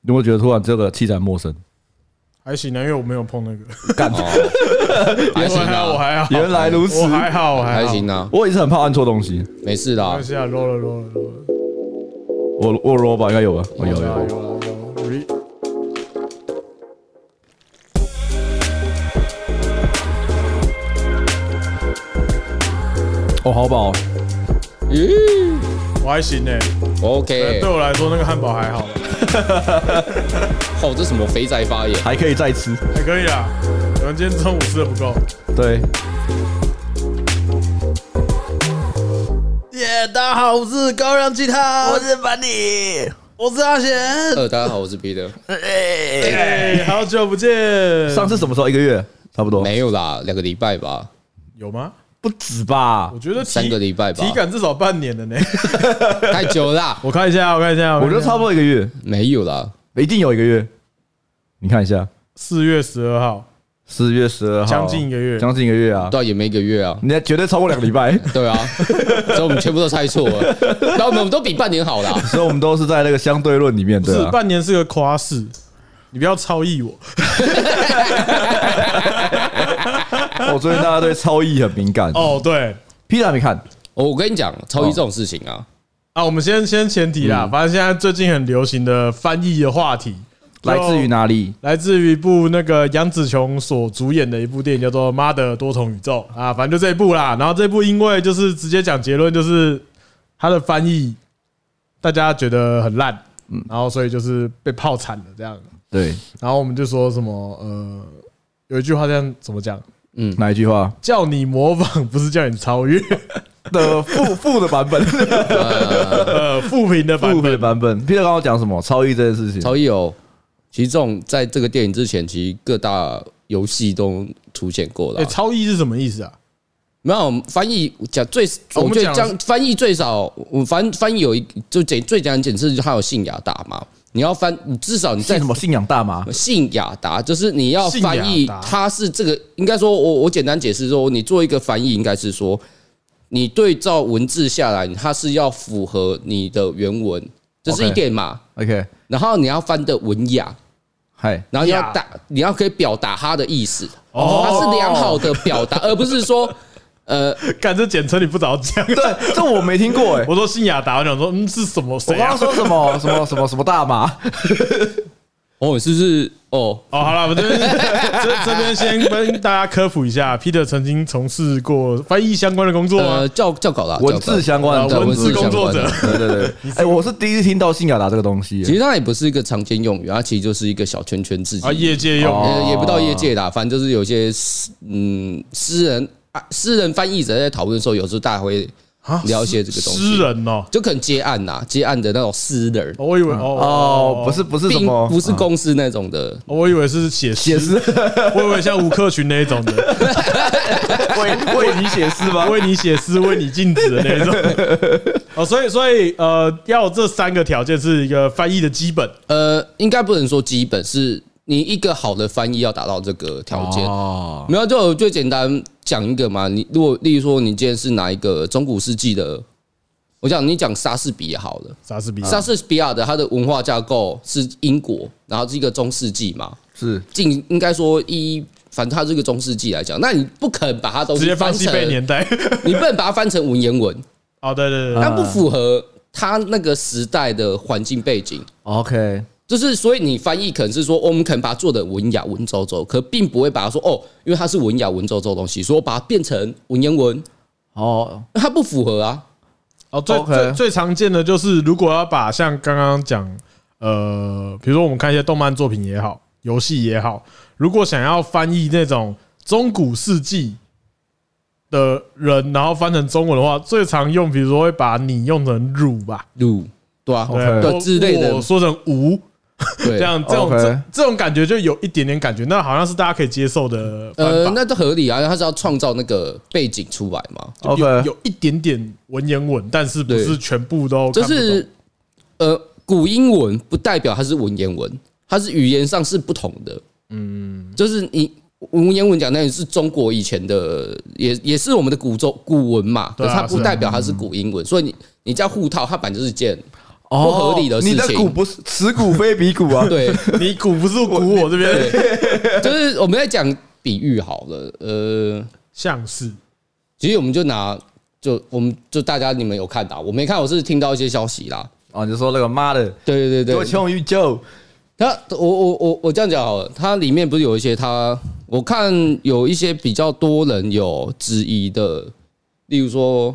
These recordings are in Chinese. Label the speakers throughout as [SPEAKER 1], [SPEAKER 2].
[SPEAKER 1] 你有没有觉得突然这个器材陌生？
[SPEAKER 2] 还行啊，因为我没有碰那个，
[SPEAKER 3] 哦还行
[SPEAKER 2] 我还好，我
[SPEAKER 3] 啊，
[SPEAKER 2] 还好，
[SPEAKER 1] 原来如此
[SPEAKER 2] 我，还好，我还
[SPEAKER 3] 还
[SPEAKER 2] 好，
[SPEAKER 3] 行啊，
[SPEAKER 1] 我一直很怕按错东西。
[SPEAKER 3] 没事
[SPEAKER 2] 没
[SPEAKER 3] 的
[SPEAKER 2] 关。系啊，落了落了落了，
[SPEAKER 1] 我我 roll 吧，应该有吧？哦有
[SPEAKER 2] 有啊
[SPEAKER 1] 有。
[SPEAKER 2] 有啊有啊，re-
[SPEAKER 1] 哦，好饱哦。
[SPEAKER 3] 咦
[SPEAKER 2] 我还行诶，
[SPEAKER 3] ，OK，
[SPEAKER 2] 对我来说那个汉堡还好，
[SPEAKER 3] 哦，这什么肥宅发言？
[SPEAKER 1] 还可以再吃。
[SPEAKER 2] 还哎可以啦。可能今天中午吃的不够，
[SPEAKER 1] 对，
[SPEAKER 2] 耶！大家好，我是高粱鸡汤，我是板你，我是阿贤，
[SPEAKER 3] 呃，大家好，我是 Peter。
[SPEAKER 2] 哎，好久不见。
[SPEAKER 1] 上次什么时候？一个月差不多，
[SPEAKER 3] 没有啦，两个礼拜吧，
[SPEAKER 2] 有吗？
[SPEAKER 1] 不止吧
[SPEAKER 2] 我？觉得体
[SPEAKER 3] 三个礼拜吧
[SPEAKER 2] 体，感至少半年了呢。
[SPEAKER 3] 太久啦，
[SPEAKER 2] 我看一下，我看一下，
[SPEAKER 1] 我觉得差不
[SPEAKER 2] 多
[SPEAKER 1] 多一个月，
[SPEAKER 3] 没有啦，
[SPEAKER 1] 一定有一个月。你看一下，
[SPEAKER 2] 四月十二号，
[SPEAKER 1] 四月十二号，
[SPEAKER 2] 将近一个月。
[SPEAKER 1] 将近一个月啊！
[SPEAKER 3] 对啊，也没一个月啊，
[SPEAKER 1] 你还绝对超过两个礼拜，
[SPEAKER 3] 对啊，所以我们全部都猜错了，然后我们都比半年好啦，
[SPEAKER 1] 所以我们都是在那个相对论里面，
[SPEAKER 2] 不
[SPEAKER 1] 对
[SPEAKER 2] 是
[SPEAKER 1] 啊。
[SPEAKER 2] 半年是个夸饰，你不要超意我。
[SPEAKER 1] 我最近哦大家对超意很敏感哦。
[SPEAKER 2] 哦，对
[SPEAKER 1] Peter 还没看，
[SPEAKER 3] 哦我我跟你讲，超一这种事情啊，
[SPEAKER 2] 啊，我们先先前提啦，反正现在最近很流行的翻译的话题，
[SPEAKER 1] 来自于
[SPEAKER 2] 就？
[SPEAKER 1] 哪里？
[SPEAKER 2] 来自于一部那个杨紫琼所主演的一部电影，叫做《妈的多重宇宙》啊，反正就这一部啦。然后这部因为就是直接讲结论，就是它的翻译大家觉得很烂，然后所以就是被泡惨了这样。
[SPEAKER 1] 对，
[SPEAKER 2] 然后我们就说什么呃，有一句话这样怎么讲？
[SPEAKER 3] 嗯，
[SPEAKER 1] 哪一句话
[SPEAKER 2] 叫你模仿，不是叫你超越。
[SPEAKER 1] 的 负负的版本，
[SPEAKER 2] 呃， 负评的版
[SPEAKER 1] 负的
[SPEAKER 2] 本，
[SPEAKER 1] 版本。Peter 刚刚讲什么？超意这件事情，
[SPEAKER 3] 超一有，其实这种在这个电影之前，其实各大游戏都出现过了
[SPEAKER 2] 哎，，超译是什么意思啊？
[SPEAKER 3] 没有翻译讲最，
[SPEAKER 2] 哦我
[SPEAKER 3] 我
[SPEAKER 2] 们
[SPEAKER 3] 觉
[SPEAKER 2] 讲
[SPEAKER 3] 得讲翻译最少，我翻翻译有一就简最简单解释，就是它有信雅大嘛，你要翻，你至少你
[SPEAKER 1] 信
[SPEAKER 3] 在
[SPEAKER 1] 什么信仰大麻？
[SPEAKER 3] 信雅达就是你要翻
[SPEAKER 2] 信
[SPEAKER 3] 译
[SPEAKER 2] 雅达，
[SPEAKER 3] 它是这个应该说我，我简单解释说，你做一个翻译应该是说，你对照文字下来，它是要符合你的原文，这是
[SPEAKER 1] OK
[SPEAKER 3] 一点嘛。
[SPEAKER 1] OK，
[SPEAKER 3] 然后你要翻的文雅，
[SPEAKER 1] 嗨，
[SPEAKER 3] 然后你要
[SPEAKER 2] 雅
[SPEAKER 3] 打，你要可以表达它的意思，
[SPEAKER 2] 哦
[SPEAKER 3] 它是良好的表达，而不是说呃
[SPEAKER 2] 干这简称你不早讲。
[SPEAKER 1] 对，这我没听过哎。
[SPEAKER 2] 我说信雅达，我想说，嗯，是什么？
[SPEAKER 1] 我
[SPEAKER 2] 谁
[SPEAKER 1] 刚
[SPEAKER 2] 啊
[SPEAKER 1] 刚？说什么什么什么什么大麻？
[SPEAKER 3] 啊哦，是不是哦？
[SPEAKER 2] 哦，好了，我们这边这这边先跟大家科普一下，Peter 曾经从事过翻译相关的工作啊
[SPEAKER 3] 呃，，教教稿啦，
[SPEAKER 1] 文
[SPEAKER 3] 教稿
[SPEAKER 1] 字相关
[SPEAKER 2] 呃
[SPEAKER 1] 的
[SPEAKER 2] 文字
[SPEAKER 3] 相
[SPEAKER 2] 工作
[SPEAKER 3] 关的
[SPEAKER 2] 者。
[SPEAKER 1] 对对对，哎，我是第一次听到信雅达这个东西哎
[SPEAKER 3] 其
[SPEAKER 1] 耶。
[SPEAKER 3] 实它也不是一个常见用语，它其实就是一个小圈圈自己
[SPEAKER 2] 啊，业界哦用
[SPEAKER 1] 哦
[SPEAKER 2] 语。
[SPEAKER 3] 呃，也不到业界啦，反正就是有些私嗯私人啊私人翻译者在讨论的时候，有时候大家会了解这个东西
[SPEAKER 2] 啊诗，人哦，
[SPEAKER 3] 就可能接案呐，接案的那种私人，
[SPEAKER 2] 我以为哦
[SPEAKER 1] 哦，不是，不是什
[SPEAKER 3] 并
[SPEAKER 1] 么，
[SPEAKER 3] 嗯
[SPEAKER 1] 啊
[SPEAKER 3] 不是公司那种的。
[SPEAKER 2] 我以为是写
[SPEAKER 1] 写
[SPEAKER 2] 诗
[SPEAKER 1] 诗，
[SPEAKER 2] 我以为像吴克群那一种 的，
[SPEAKER 1] 为为你写诗吗？
[SPEAKER 2] 为你写诗，为你静止的那种。 哦，所以所以呃，要有这三个条件是一个翻译的基本。
[SPEAKER 3] 呃，应该不能说基本是你一个好的翻译要达到这个条件，
[SPEAKER 1] 哦，
[SPEAKER 3] 没有就最简单讲一个嘛。你如果例如说你今天是拿一个中古世纪的，我讲你讲莎士比亚好了。
[SPEAKER 2] 莎士比亚
[SPEAKER 3] 莎士比亚的它的文化架构是英国，然后是一个中世纪嘛，
[SPEAKER 1] 是
[SPEAKER 3] 近应该说一，反正它是个中世纪来讲，那你不肯把它都
[SPEAKER 2] 直接放
[SPEAKER 3] 翻
[SPEAKER 2] 西
[SPEAKER 3] 成，
[SPEAKER 2] 北年 代。
[SPEAKER 3] 你不能把它翻成文 言文，
[SPEAKER 2] 哦，对对对对，
[SPEAKER 3] 那不符合它那个时代的环境背景。
[SPEAKER 1] OK，
[SPEAKER 3] 就是，所以你翻译可能是说，哦我们可能把它做的文雅文绉绉，可并不会把它说哦，因为它是文雅文绉绉的东西，所以我把它变成文言文，
[SPEAKER 1] 哦，
[SPEAKER 3] 它不符合啊。
[SPEAKER 2] 哦，最
[SPEAKER 1] OK
[SPEAKER 2] 最最常见的就是，如果要把像刚刚讲，呃，比如说我们看一些动漫作品也好，游戏也好，如果想要翻译那种中古世纪的人，然后翻成中文的话，最常用，比如说会把你用成汝吧，
[SPEAKER 3] 鲁对啊，
[SPEAKER 1] OK 哦
[SPEAKER 3] 对
[SPEAKER 2] 或
[SPEAKER 3] 之类的
[SPEAKER 2] 我说成吾，
[SPEAKER 3] 对
[SPEAKER 2] 这，样这种
[SPEAKER 1] OK
[SPEAKER 2] 这这种感觉就有一点点感觉，那好像是大家可以接受的翻
[SPEAKER 3] 呃，
[SPEAKER 2] 法。
[SPEAKER 3] 那都合理啊，因为它是要创造那个背景出来嘛。
[SPEAKER 2] 有
[SPEAKER 1] OK
[SPEAKER 2] 有一点点文言文，但是不是
[SPEAKER 3] 对
[SPEAKER 2] 全部都
[SPEAKER 3] 就
[SPEAKER 2] 看不懂
[SPEAKER 3] 是呃，古英文不代表它是文言文，它是语言上是不同的。嗯，就是你文言文讲那也是中国以前的，也也是我们的古中古文嘛，
[SPEAKER 2] 对
[SPEAKER 3] 可
[SPEAKER 2] 啊
[SPEAKER 3] 是它不
[SPEAKER 2] 是啊
[SPEAKER 3] 代表它是古英文，所以你你叫互套，它本来就是一件
[SPEAKER 1] 哦
[SPEAKER 3] 不合理的事
[SPEAKER 1] 你的股
[SPEAKER 3] 情。
[SPEAKER 1] 不是此股非彼股啊，
[SPEAKER 3] 对，
[SPEAKER 2] 你鼓不住鼓我这边，
[SPEAKER 3] 就是我们在讲比喻好了，呃，
[SPEAKER 2] 像是
[SPEAKER 3] 其实我们就拿就我们就大家你们有看到，我没看，我是听到一些消息啦。
[SPEAKER 1] 哦，你就说那个妈的，
[SPEAKER 3] 对对
[SPEAKER 1] 给我
[SPEAKER 3] 对对，
[SPEAKER 1] 穷宇宙，
[SPEAKER 3] 他我我我我这样讲好了，它里面不是有一些他，我看有一些比较多人有质疑的，例如说。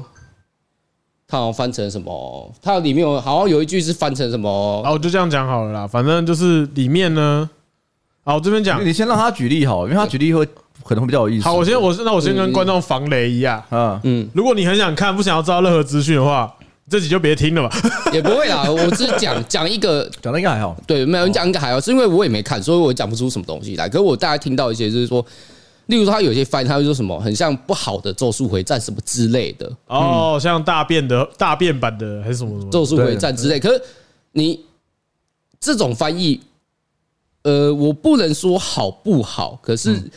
[SPEAKER 3] 他好像翻成什么？它里面有好像有一句是翻成什么？
[SPEAKER 2] 啊，我就这样讲好了啦。反正就是里面呢，啊，我这边讲
[SPEAKER 1] 你，你先让他举例好，因为他举例会可能会比较有意思。
[SPEAKER 2] 好，我先我那我先跟观众防雷一下，
[SPEAKER 1] 啊，
[SPEAKER 3] 嗯，
[SPEAKER 2] 如果你很想看，不想要知道任何资讯的话，这集就别听了吧。
[SPEAKER 3] 也不会啦，我只是讲讲一个，
[SPEAKER 1] 讲的应该还好，
[SPEAKER 3] 对，没有你讲一个还好，是因为我也没看，所以我讲不出什么东西来。可是我大概听到一些，就是说，例如说他有些翻，他会说什么很像不好的《咒术回战》什么之类的，
[SPEAKER 2] 哦，
[SPEAKER 3] 嗯
[SPEAKER 2] 像大便的大便版的还是什么什
[SPEAKER 3] 《
[SPEAKER 2] 么，
[SPEAKER 3] 咒术回战》之类。可是你这种翻译，呃，我不能说好不好，可是
[SPEAKER 2] 嗯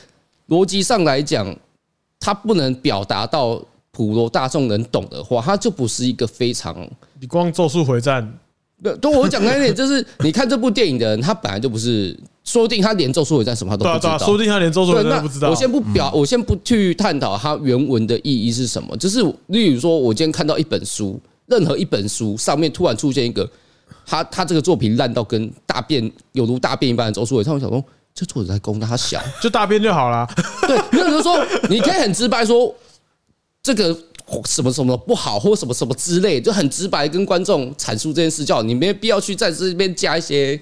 [SPEAKER 3] 逻辑上来讲，它不能表达到普罗大众能懂的话，它就不是一个非常
[SPEAKER 2] 你光咒术回战
[SPEAKER 3] 对，对我讲那一点就是，你看这部电影的人，他本来就不是，说不定他连《咒术回战》什么他都
[SPEAKER 2] 对啊
[SPEAKER 3] 不知
[SPEAKER 2] 对啊，
[SPEAKER 3] 道。
[SPEAKER 2] 说不定他连咒术
[SPEAKER 3] 对
[SPEAKER 2] 回战都不知道。嗯
[SPEAKER 3] 那我先不表，我先不去探讨它原文的意义是什么。就是例如说，我今天看到一本书，任何一本书上面突然出现一个，他他这个作品烂到跟大便有如大便一般的咒术回战，我想说这作者在攻他小。
[SPEAKER 2] 就大便就好啦。
[SPEAKER 3] 对，没有人说你可以很直白说这个什么什么不好，或什么什么之类，就很直白跟观众阐述这件事就好，你没必要去在这边加一些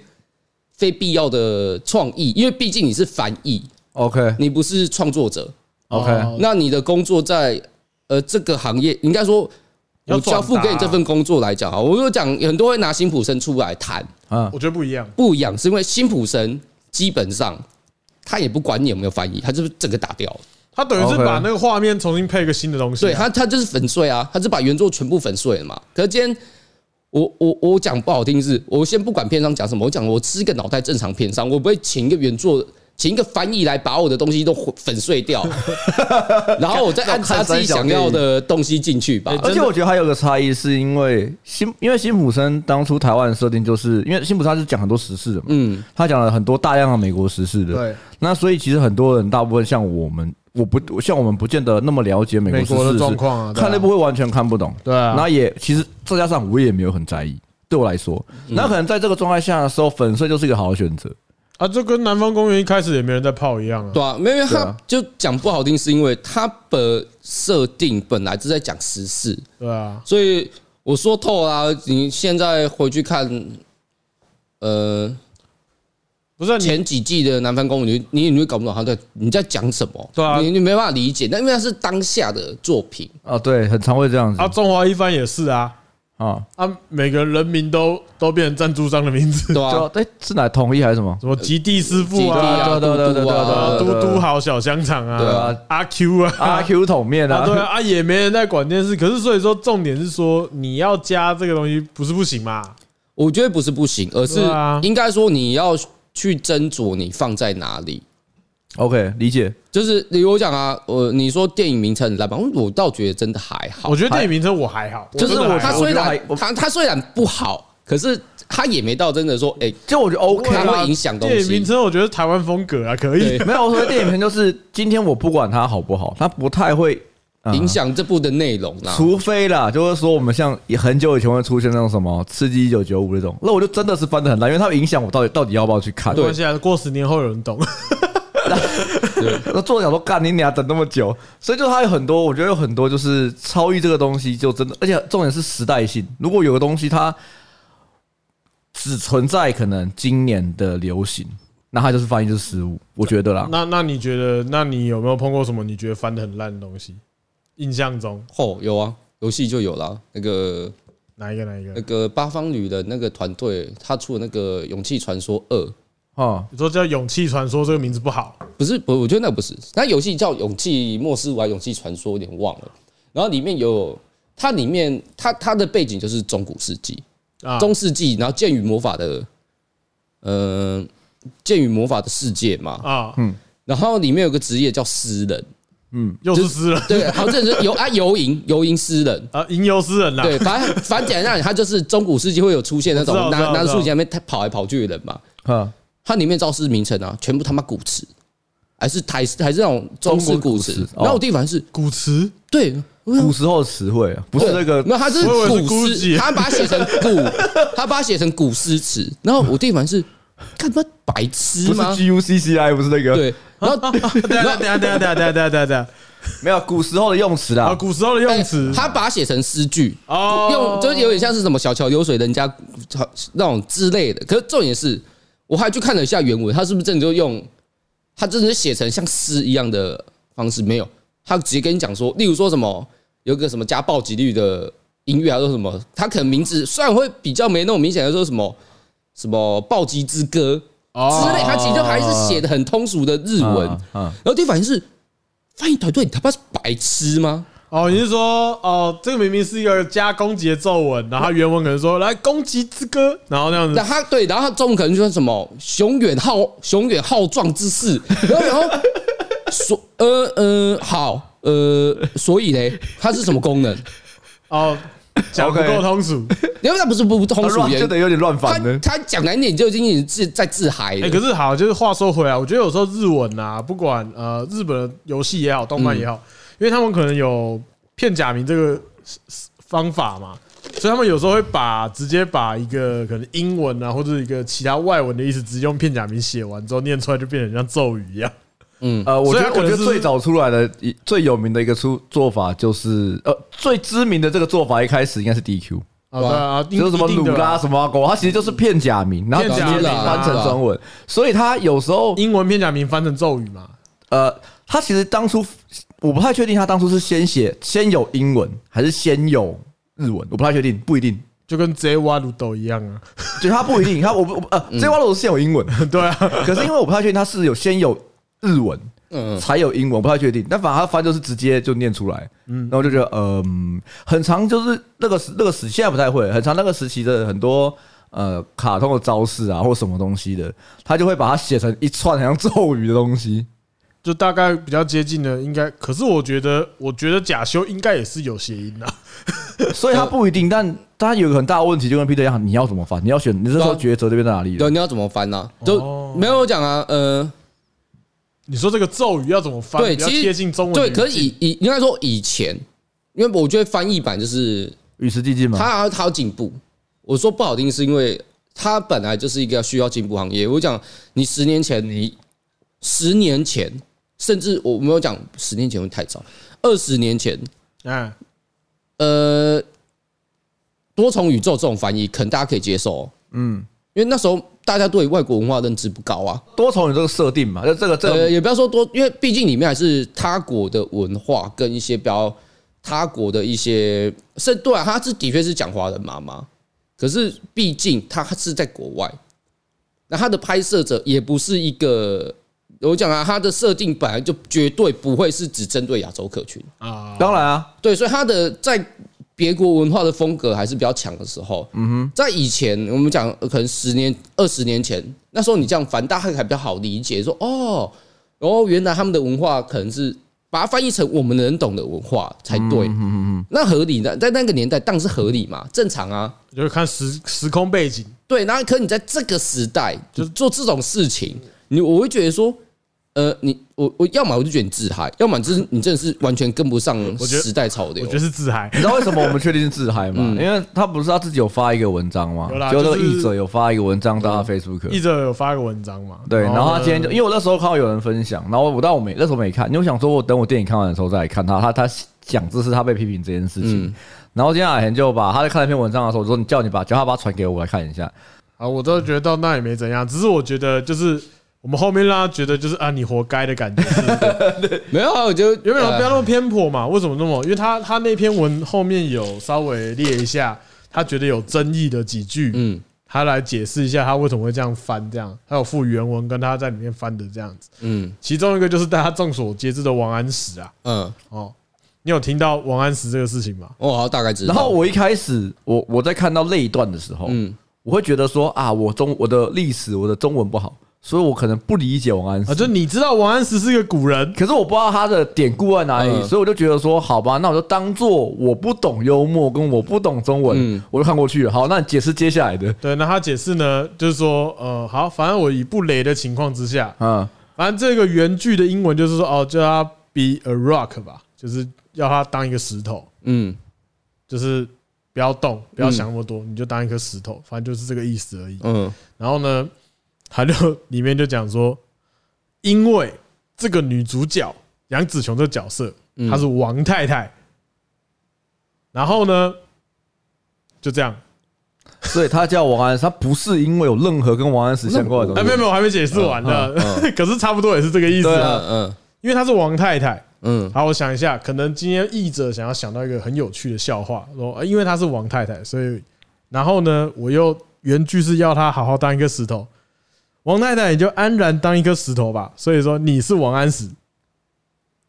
[SPEAKER 3] 非必要的创意，因为毕竟你是翻译，
[SPEAKER 1] OK
[SPEAKER 3] 你不是创作者，
[SPEAKER 1] OK，
[SPEAKER 2] 哦
[SPEAKER 3] 那你的工作在呃这个行业，应该说。
[SPEAKER 2] 要
[SPEAKER 3] 我交付
[SPEAKER 2] 转达
[SPEAKER 3] 给你这份工作来讲啊，我就讲很多会拿辛普森出来谈，
[SPEAKER 1] 嗯
[SPEAKER 2] 我觉得不一样。
[SPEAKER 3] 不一样，是因为辛普森基本上他也不管你有没有翻译，他就是整个打掉。
[SPEAKER 2] 他等于是
[SPEAKER 1] OK
[SPEAKER 2] 把那个画面重新配一个新的东西啊。
[SPEAKER 3] 哦对他，他就是粉碎啊，他是把原作全部粉碎了嘛。可是今天我我我讲不好听是，我先不管片商讲什么，我讲我是一个脑袋正常片商，我不会请一个原作。请一个翻译来把我的东西都粉 碎掉，然后我再按他自己想要的东西进去
[SPEAKER 2] 哎
[SPEAKER 3] 吧。
[SPEAKER 1] 而且我觉得还有个差异，是因为辛，因为辛普森当初台湾的设定，就是因为辛普森他是讲很多时事的嘛，
[SPEAKER 3] 嗯，
[SPEAKER 1] 他讲了很多大量的美国时事的，
[SPEAKER 2] 对，
[SPEAKER 1] 那所以其实很多人，大部分像我们，我不像我们不见得那么了解美国
[SPEAKER 2] 美国
[SPEAKER 1] 时
[SPEAKER 2] 的
[SPEAKER 1] 事
[SPEAKER 2] 状况啊，对啊
[SPEAKER 1] 看那部会完全看不懂，
[SPEAKER 2] 对啊
[SPEAKER 1] 那也其实再加上我也没有很在意，对我来说，那可能在这个状态下的时候，粉碎就是一个好的选择，
[SPEAKER 2] 啊，就跟南方公园一开始也没人在泡一样啊。
[SPEAKER 3] 对啊，没有，因为
[SPEAKER 1] 对
[SPEAKER 3] 他
[SPEAKER 1] 啊
[SPEAKER 3] 就讲不好听，是因为他的设定本来就在讲时事，
[SPEAKER 2] 对啊，
[SPEAKER 3] 所以我说透啦、你现在回去看，呃，
[SPEAKER 2] 不是啊你
[SPEAKER 3] 前几季的南方公女，你你会搞不懂他在你在讲什么，
[SPEAKER 2] 对啊
[SPEAKER 3] 你你没办法理解，那因为它是当下的作品，
[SPEAKER 1] 啊，对，很常会这样子
[SPEAKER 2] 啊，中华一番也是啊，
[SPEAKER 1] 啊，
[SPEAKER 2] 啊，每个人名都都变成赞助商的名字，
[SPEAKER 3] 对啊吧、
[SPEAKER 1] 就哎是哪统一还是什么？
[SPEAKER 2] 什么极地师
[SPEAKER 3] 基
[SPEAKER 2] 傅
[SPEAKER 3] 呃地
[SPEAKER 2] 啊，
[SPEAKER 3] 啊，
[SPEAKER 1] 对啊对啊
[SPEAKER 3] 嘟
[SPEAKER 1] 对啊
[SPEAKER 3] 嘟
[SPEAKER 1] 对
[SPEAKER 2] 啊
[SPEAKER 1] 啊
[SPEAKER 3] 啊
[SPEAKER 1] 对，
[SPEAKER 2] 嘟嘟好小香肠
[SPEAKER 3] 对
[SPEAKER 2] 啊
[SPEAKER 3] 啊，
[SPEAKER 2] 阿 Q 啊，
[SPEAKER 1] 阿 Q 桶面
[SPEAKER 2] 啊，对啊，啊也没人在管这件事。可是所以说，重点是说你要加这个东西不是不行嘛？
[SPEAKER 3] 我觉得不是不行，而是
[SPEAKER 2] 对啊
[SPEAKER 3] 应该说你要去斟酌你放在哪里。
[SPEAKER 1] OK，理解。
[SPEAKER 3] 就是比如我讲啊，呃，你说电影名称很烂吧，我倒觉得真的还好
[SPEAKER 2] 我，觉得电影名称我还好，
[SPEAKER 3] 就是
[SPEAKER 2] 真的还
[SPEAKER 3] 它
[SPEAKER 2] 好
[SPEAKER 3] 虽
[SPEAKER 1] 我觉得还
[SPEAKER 3] 然
[SPEAKER 1] 我
[SPEAKER 3] 它它虽然不好，可是它也没到真的说，哎，
[SPEAKER 1] 就我觉得 OK
[SPEAKER 3] 它
[SPEAKER 1] 啦
[SPEAKER 3] 会影响东
[SPEAKER 2] 电影名
[SPEAKER 3] 西。
[SPEAKER 2] 称我觉得台湾风格啊可以
[SPEAKER 3] 对，
[SPEAKER 1] 啊没有，我说的电影片就是今天我不管它好不好，它不太会、呃
[SPEAKER 3] 影，响这部的内容啦。
[SPEAKER 1] 除非啦，就是说我们像很久以前会出现那种什么《刺激一九九五》那种，那我就真的是翻的很烂，因为它会影响我到底到底要不要去看。
[SPEAKER 2] 没关系啊，过十年后有 人懂。
[SPEAKER 1] 那作者想说干你俩等那么久，所以就它有很多，我觉得有很多就是超越这个东西，就真的，而且重点是时代性。如果有个东西它只存在可能今年的流行，那它就是翻译就是失误，我觉得啦。
[SPEAKER 2] 那那你觉得，那你有没有碰过什么你觉得翻的很烂的东西？印象中
[SPEAKER 3] 哦，有啊，游戏就有啦。那个
[SPEAKER 2] 哪一个哪一
[SPEAKER 3] 那
[SPEAKER 2] 个？
[SPEAKER 3] 个八方旅的那个团队，他出的那个《勇气传说二》，
[SPEAKER 1] 哦，
[SPEAKER 2] 你说叫《勇气传说》这个名字不好，
[SPEAKER 3] 不是不，我觉得那不是，那游戏叫《勇气末世》还《勇气传说》，有点忘了。然后里面有它里面它它的背景就是中古世纪，
[SPEAKER 2] 啊
[SPEAKER 3] 中世纪，然后剑与魔法的，呃，剑与魔法的世界嘛。
[SPEAKER 2] 啊，
[SPEAKER 3] 然后里面有个职业叫诗人，
[SPEAKER 2] 嗯，又是诗人
[SPEAKER 3] 对，好，这是游啊游吟，游吟诗人。
[SPEAKER 2] 啊，吟游诗人啦。
[SPEAKER 3] 对，反正反正简单讲，他就是中古世纪会有出现那种
[SPEAKER 2] 我知道
[SPEAKER 3] 拿
[SPEAKER 2] 我知道
[SPEAKER 3] 拿
[SPEAKER 2] 我知
[SPEAKER 3] 着
[SPEAKER 2] 道
[SPEAKER 3] 竖琴在那边跑来跑去的人嘛。
[SPEAKER 1] 哈，
[SPEAKER 3] 它里面造诗名称啊，全部他妈古词，还是台还是那种中式古
[SPEAKER 1] 中
[SPEAKER 3] 词
[SPEAKER 1] 国古词。哦
[SPEAKER 3] 然后我弟反正是
[SPEAKER 2] 古词
[SPEAKER 3] 对，我想
[SPEAKER 1] 古时候的词汇啊，不是那个
[SPEAKER 3] 没有，他是
[SPEAKER 2] 哦我以为是
[SPEAKER 3] 古
[SPEAKER 2] Gucci
[SPEAKER 3] 诗，他把它写成古，他把它写成古诗词。然后我弟反正是干他妈白痴
[SPEAKER 1] 不是
[SPEAKER 3] 吗？
[SPEAKER 1] G U C C I，不是那个，
[SPEAKER 3] 对，然后
[SPEAKER 2] 等一下等一下等一下等一下等一下等一下，
[SPEAKER 1] 没有古时候的用词
[SPEAKER 2] 啊，
[SPEAKER 1] 啦。
[SPEAKER 2] 古时候的用词，
[SPEAKER 3] 他把它写成诗句，
[SPEAKER 2] 哦
[SPEAKER 3] 哎用就是有点像是什么小桥流水人家那种之类的。可是重点是，我还去看了一下原文，他是不是真的就用他真的是写成像诗一样的方式？没有，他直接跟你讲说，例如说什么有个什么加暴击率的音乐啊，说什么，他可能名字虽然会比较没那种明显的说什么什么暴击之歌
[SPEAKER 2] 哦
[SPEAKER 3] 之类，他其实就还是写的很通俗的日文。
[SPEAKER 1] 啊啊
[SPEAKER 3] 然后第一反应是，翻译团队你他妈是白痴吗？
[SPEAKER 2] 哦，你是说哦，这个明明是一个加攻击的咒文，然后它原文可能说来攻击之歌，然后那样
[SPEAKER 3] 那
[SPEAKER 2] 子，
[SPEAKER 3] 他对，然后他中文可能就说什么“雄远浩雄远浩壮之势”，然后然后所呃呃好呃，所以嘞，它是什么功能？
[SPEAKER 2] 哦，讲不
[SPEAKER 1] OK
[SPEAKER 2] 够通俗。
[SPEAKER 3] 因为它不是不通
[SPEAKER 1] 他
[SPEAKER 3] 俗
[SPEAKER 1] 乱
[SPEAKER 3] 言
[SPEAKER 1] 就，得有点乱
[SPEAKER 3] 他
[SPEAKER 1] 翻了。
[SPEAKER 3] 他讲难点就已经是在自嗨
[SPEAKER 2] 哎，
[SPEAKER 3] 了
[SPEAKER 2] 可。是好，就是话说回来，我觉得有时候日文啊，不管呃日本的游戏也好，动漫也好，
[SPEAKER 1] 嗯
[SPEAKER 2] 因为他们可能有骗假名这个方法嘛，所以他们有时候会把直接把一个可能英文啊或者一个其他外文的意思，直接用骗假名写完之后念出来，就变成像咒语一样。
[SPEAKER 1] 呃，我觉
[SPEAKER 2] 所
[SPEAKER 1] 得
[SPEAKER 2] 以他可
[SPEAKER 1] 我觉
[SPEAKER 2] 能
[SPEAKER 1] 得
[SPEAKER 2] 是
[SPEAKER 1] 最早出来的一最有名的一个出做法就是呃最知名的这个做法一开始应该是 DQ，
[SPEAKER 2] 啊，对啊，一
[SPEAKER 1] 就是什么
[SPEAKER 2] 一定
[SPEAKER 1] 鲁
[SPEAKER 2] 的
[SPEAKER 1] 拉什么阿啊狗，它其实就是片假名，然后直
[SPEAKER 2] 骗
[SPEAKER 1] 接
[SPEAKER 2] 假名啊
[SPEAKER 1] 翻成中文，所以它有时候
[SPEAKER 2] 英文片假名翻成咒语嘛。
[SPEAKER 1] 呃，他其实当初我不太确定，他当初是先写先有英文还是先有日文，我不太确定，不一定，
[SPEAKER 2] 就跟 J 挖鲁斗一样啊，
[SPEAKER 1] 就他不一定，他我不我不呃，
[SPEAKER 3] 嗯
[SPEAKER 1] 这话我是先有 英文，
[SPEAKER 2] 对啊，
[SPEAKER 1] 可是因为我不太确定他是有先有日文
[SPEAKER 3] 嗯，
[SPEAKER 1] 才有英文，我不太确定，但反正他翻就是直接就念出来，嗯，然后我就觉得呃嗯、很长，就是那个时那个时现在不太会，很长那个时期的很多。呃，卡通的招式啊，或什么东西的，他就会把它写成一串很像咒语的东 西。
[SPEAKER 2] 就大概比较接近的，应该。可是我觉得，我觉得假修应该也是有谐音啊。
[SPEAKER 1] 所以它不一定，但它有个很大的问题，就跟 Peter 一样，你要怎么翻？你要选，你这时候抉择这边在哪里了
[SPEAKER 3] 对，？你要怎么翻呢？就
[SPEAKER 2] 哦
[SPEAKER 3] 没有我讲啊，呃，
[SPEAKER 2] 你说这个咒语要怎么翻？
[SPEAKER 3] 对，
[SPEAKER 2] 比较
[SPEAKER 3] 其实
[SPEAKER 2] 贴近中文。
[SPEAKER 3] 对，可是以以应该说以前，因为我觉得翻译版就是
[SPEAKER 1] 与时俱进嘛。
[SPEAKER 3] 他他要进步。我说不好听，是因为他本来就是一个需要进步行业。我讲你十年前，你十年前，甚至我没有讲十年前会太早，二十年前，
[SPEAKER 2] 哎，
[SPEAKER 3] 呃，多重宇宙这种翻译，可能大家可以接受、嗯，因为那时候大家对外国文化认知不高啊。
[SPEAKER 1] 多重宇宙这个设定嘛，就这个这
[SPEAKER 3] 呃，
[SPEAKER 1] 个
[SPEAKER 3] 也不要说多，因为毕竟里面还是他国的文化跟一些比较他国的一些，是对啊，他是的确是讲华人妈妈，可是毕竟他是在国外，那他的拍摄者也不是一个，我讲啊，他的设定本来就绝对不会是只针对亚洲客群，
[SPEAKER 2] 啊，
[SPEAKER 1] 当然啊，
[SPEAKER 3] 对，所以他的在别国文化的风格还是比较强的时候，嗯哼，在以前我们讲呃可能十年、二十年前，那时候你这样翻，大家还比较好理解，说哦，哦，原来他们的文化可能是把它翻译成我们能懂的文化才对，嗯嗯嗯，那合理的，在那个年代当然是合理嘛，正常啊，
[SPEAKER 2] 就是看时时空背景。
[SPEAKER 3] 对，然后可你在这个时代就做这种事情，你我会觉得说，呃，你我我要么我就觉得你自嗨，要么就是你真的是完全跟不上
[SPEAKER 2] 我觉得
[SPEAKER 3] 时代潮流
[SPEAKER 2] 我觉得。是自嗨
[SPEAKER 1] 你。知道为什么我们确定是自嗨吗？因为他不是他自己嗯有发一个文章吗
[SPEAKER 2] 有？啦
[SPEAKER 1] 就那个嗯
[SPEAKER 2] 就是
[SPEAKER 1] 译者有发一个文章到他 Facebook，
[SPEAKER 2] 译者有发个文章嘛？
[SPEAKER 1] 对，然后他今天就，因为
[SPEAKER 2] 呢
[SPEAKER 1] 我那时候看到有人分享，然后我但我没那时候没看，因为我想说我等我电影看完的时候再来看他，他他讲这是他被批评这件事情，嗯然后今天阿贤就把他在看那篇文章的时候，我说你叫你把叫他把它传给我，我来看一下，
[SPEAKER 2] 啊，我都觉得到那也没怎样，只是我觉得就是我们后面让他觉得就是啊，你活该的感觉。是
[SPEAKER 3] 没有啊，我就
[SPEAKER 2] 原本
[SPEAKER 3] 呃
[SPEAKER 2] 不要那么偏颇嘛？ 为什么那么？因为他他那篇文后面有稍微列一下，他觉得有争议的几句，
[SPEAKER 3] 嗯
[SPEAKER 2] 他来解释一下他为什么会这样翻，这样还有附原文跟他在里面翻的这样子。
[SPEAKER 3] 嗯
[SPEAKER 2] 其中一个就是大家众所皆知的王安石啊，
[SPEAKER 3] 嗯，
[SPEAKER 2] 哦，你有听到王安石这个事情吗？
[SPEAKER 3] 我好像大概知道。
[SPEAKER 1] 然后我一开始，我我在看到那一段的时候，
[SPEAKER 3] 嗯
[SPEAKER 1] 我会觉得说啊，我中我的历史我的中文不好，所以我可能不理解王安石
[SPEAKER 2] 啊，。就你知道王安石是个古人，
[SPEAKER 1] 可是我不知道他的典故在哪里，
[SPEAKER 3] 嗯
[SPEAKER 1] 所以我就觉得说，好吧，那我就当做我不懂幽默，跟我不懂中文，
[SPEAKER 3] 嗯
[SPEAKER 1] 我就看过去了。好，那你解释接下来的，
[SPEAKER 2] 对，那他解释呢，就是说，呃，好，反正我以不雷的情况之下，
[SPEAKER 1] 嗯，
[SPEAKER 2] 反正这个原句的英文就是说，哦，叫他 be a rock 吧，就是要他当一个石头，
[SPEAKER 3] 嗯
[SPEAKER 2] 就是不要动，不要想那么多，你就当一颗石头，反正就是这个意思而已。
[SPEAKER 3] 嗯
[SPEAKER 2] 然后呢，他就里面就讲说，因为这个女主角杨紫琼这个角色，
[SPEAKER 3] 嗯
[SPEAKER 2] 她是王太太，然后呢，就这样，
[SPEAKER 1] 所以他叫王安石，他不是因为有任何跟王安石相关的
[SPEAKER 2] 哎，
[SPEAKER 1] 东
[SPEAKER 2] 没
[SPEAKER 1] 西。
[SPEAKER 2] 有没有，我还没解释完呢， 可是差不多也是这个意思
[SPEAKER 1] 对
[SPEAKER 2] 啊，
[SPEAKER 1] 啊
[SPEAKER 3] 嗯
[SPEAKER 2] 因为她是王太太。
[SPEAKER 3] 嗯
[SPEAKER 2] 好，我想一下，可能今天译者想要想到一个很有趣的笑话，说，呃因为她是王太太，所以，然后呢，我又原句是要她好好当一颗石头，王太太你就安然当一颗石头吧，所以说你是王安石，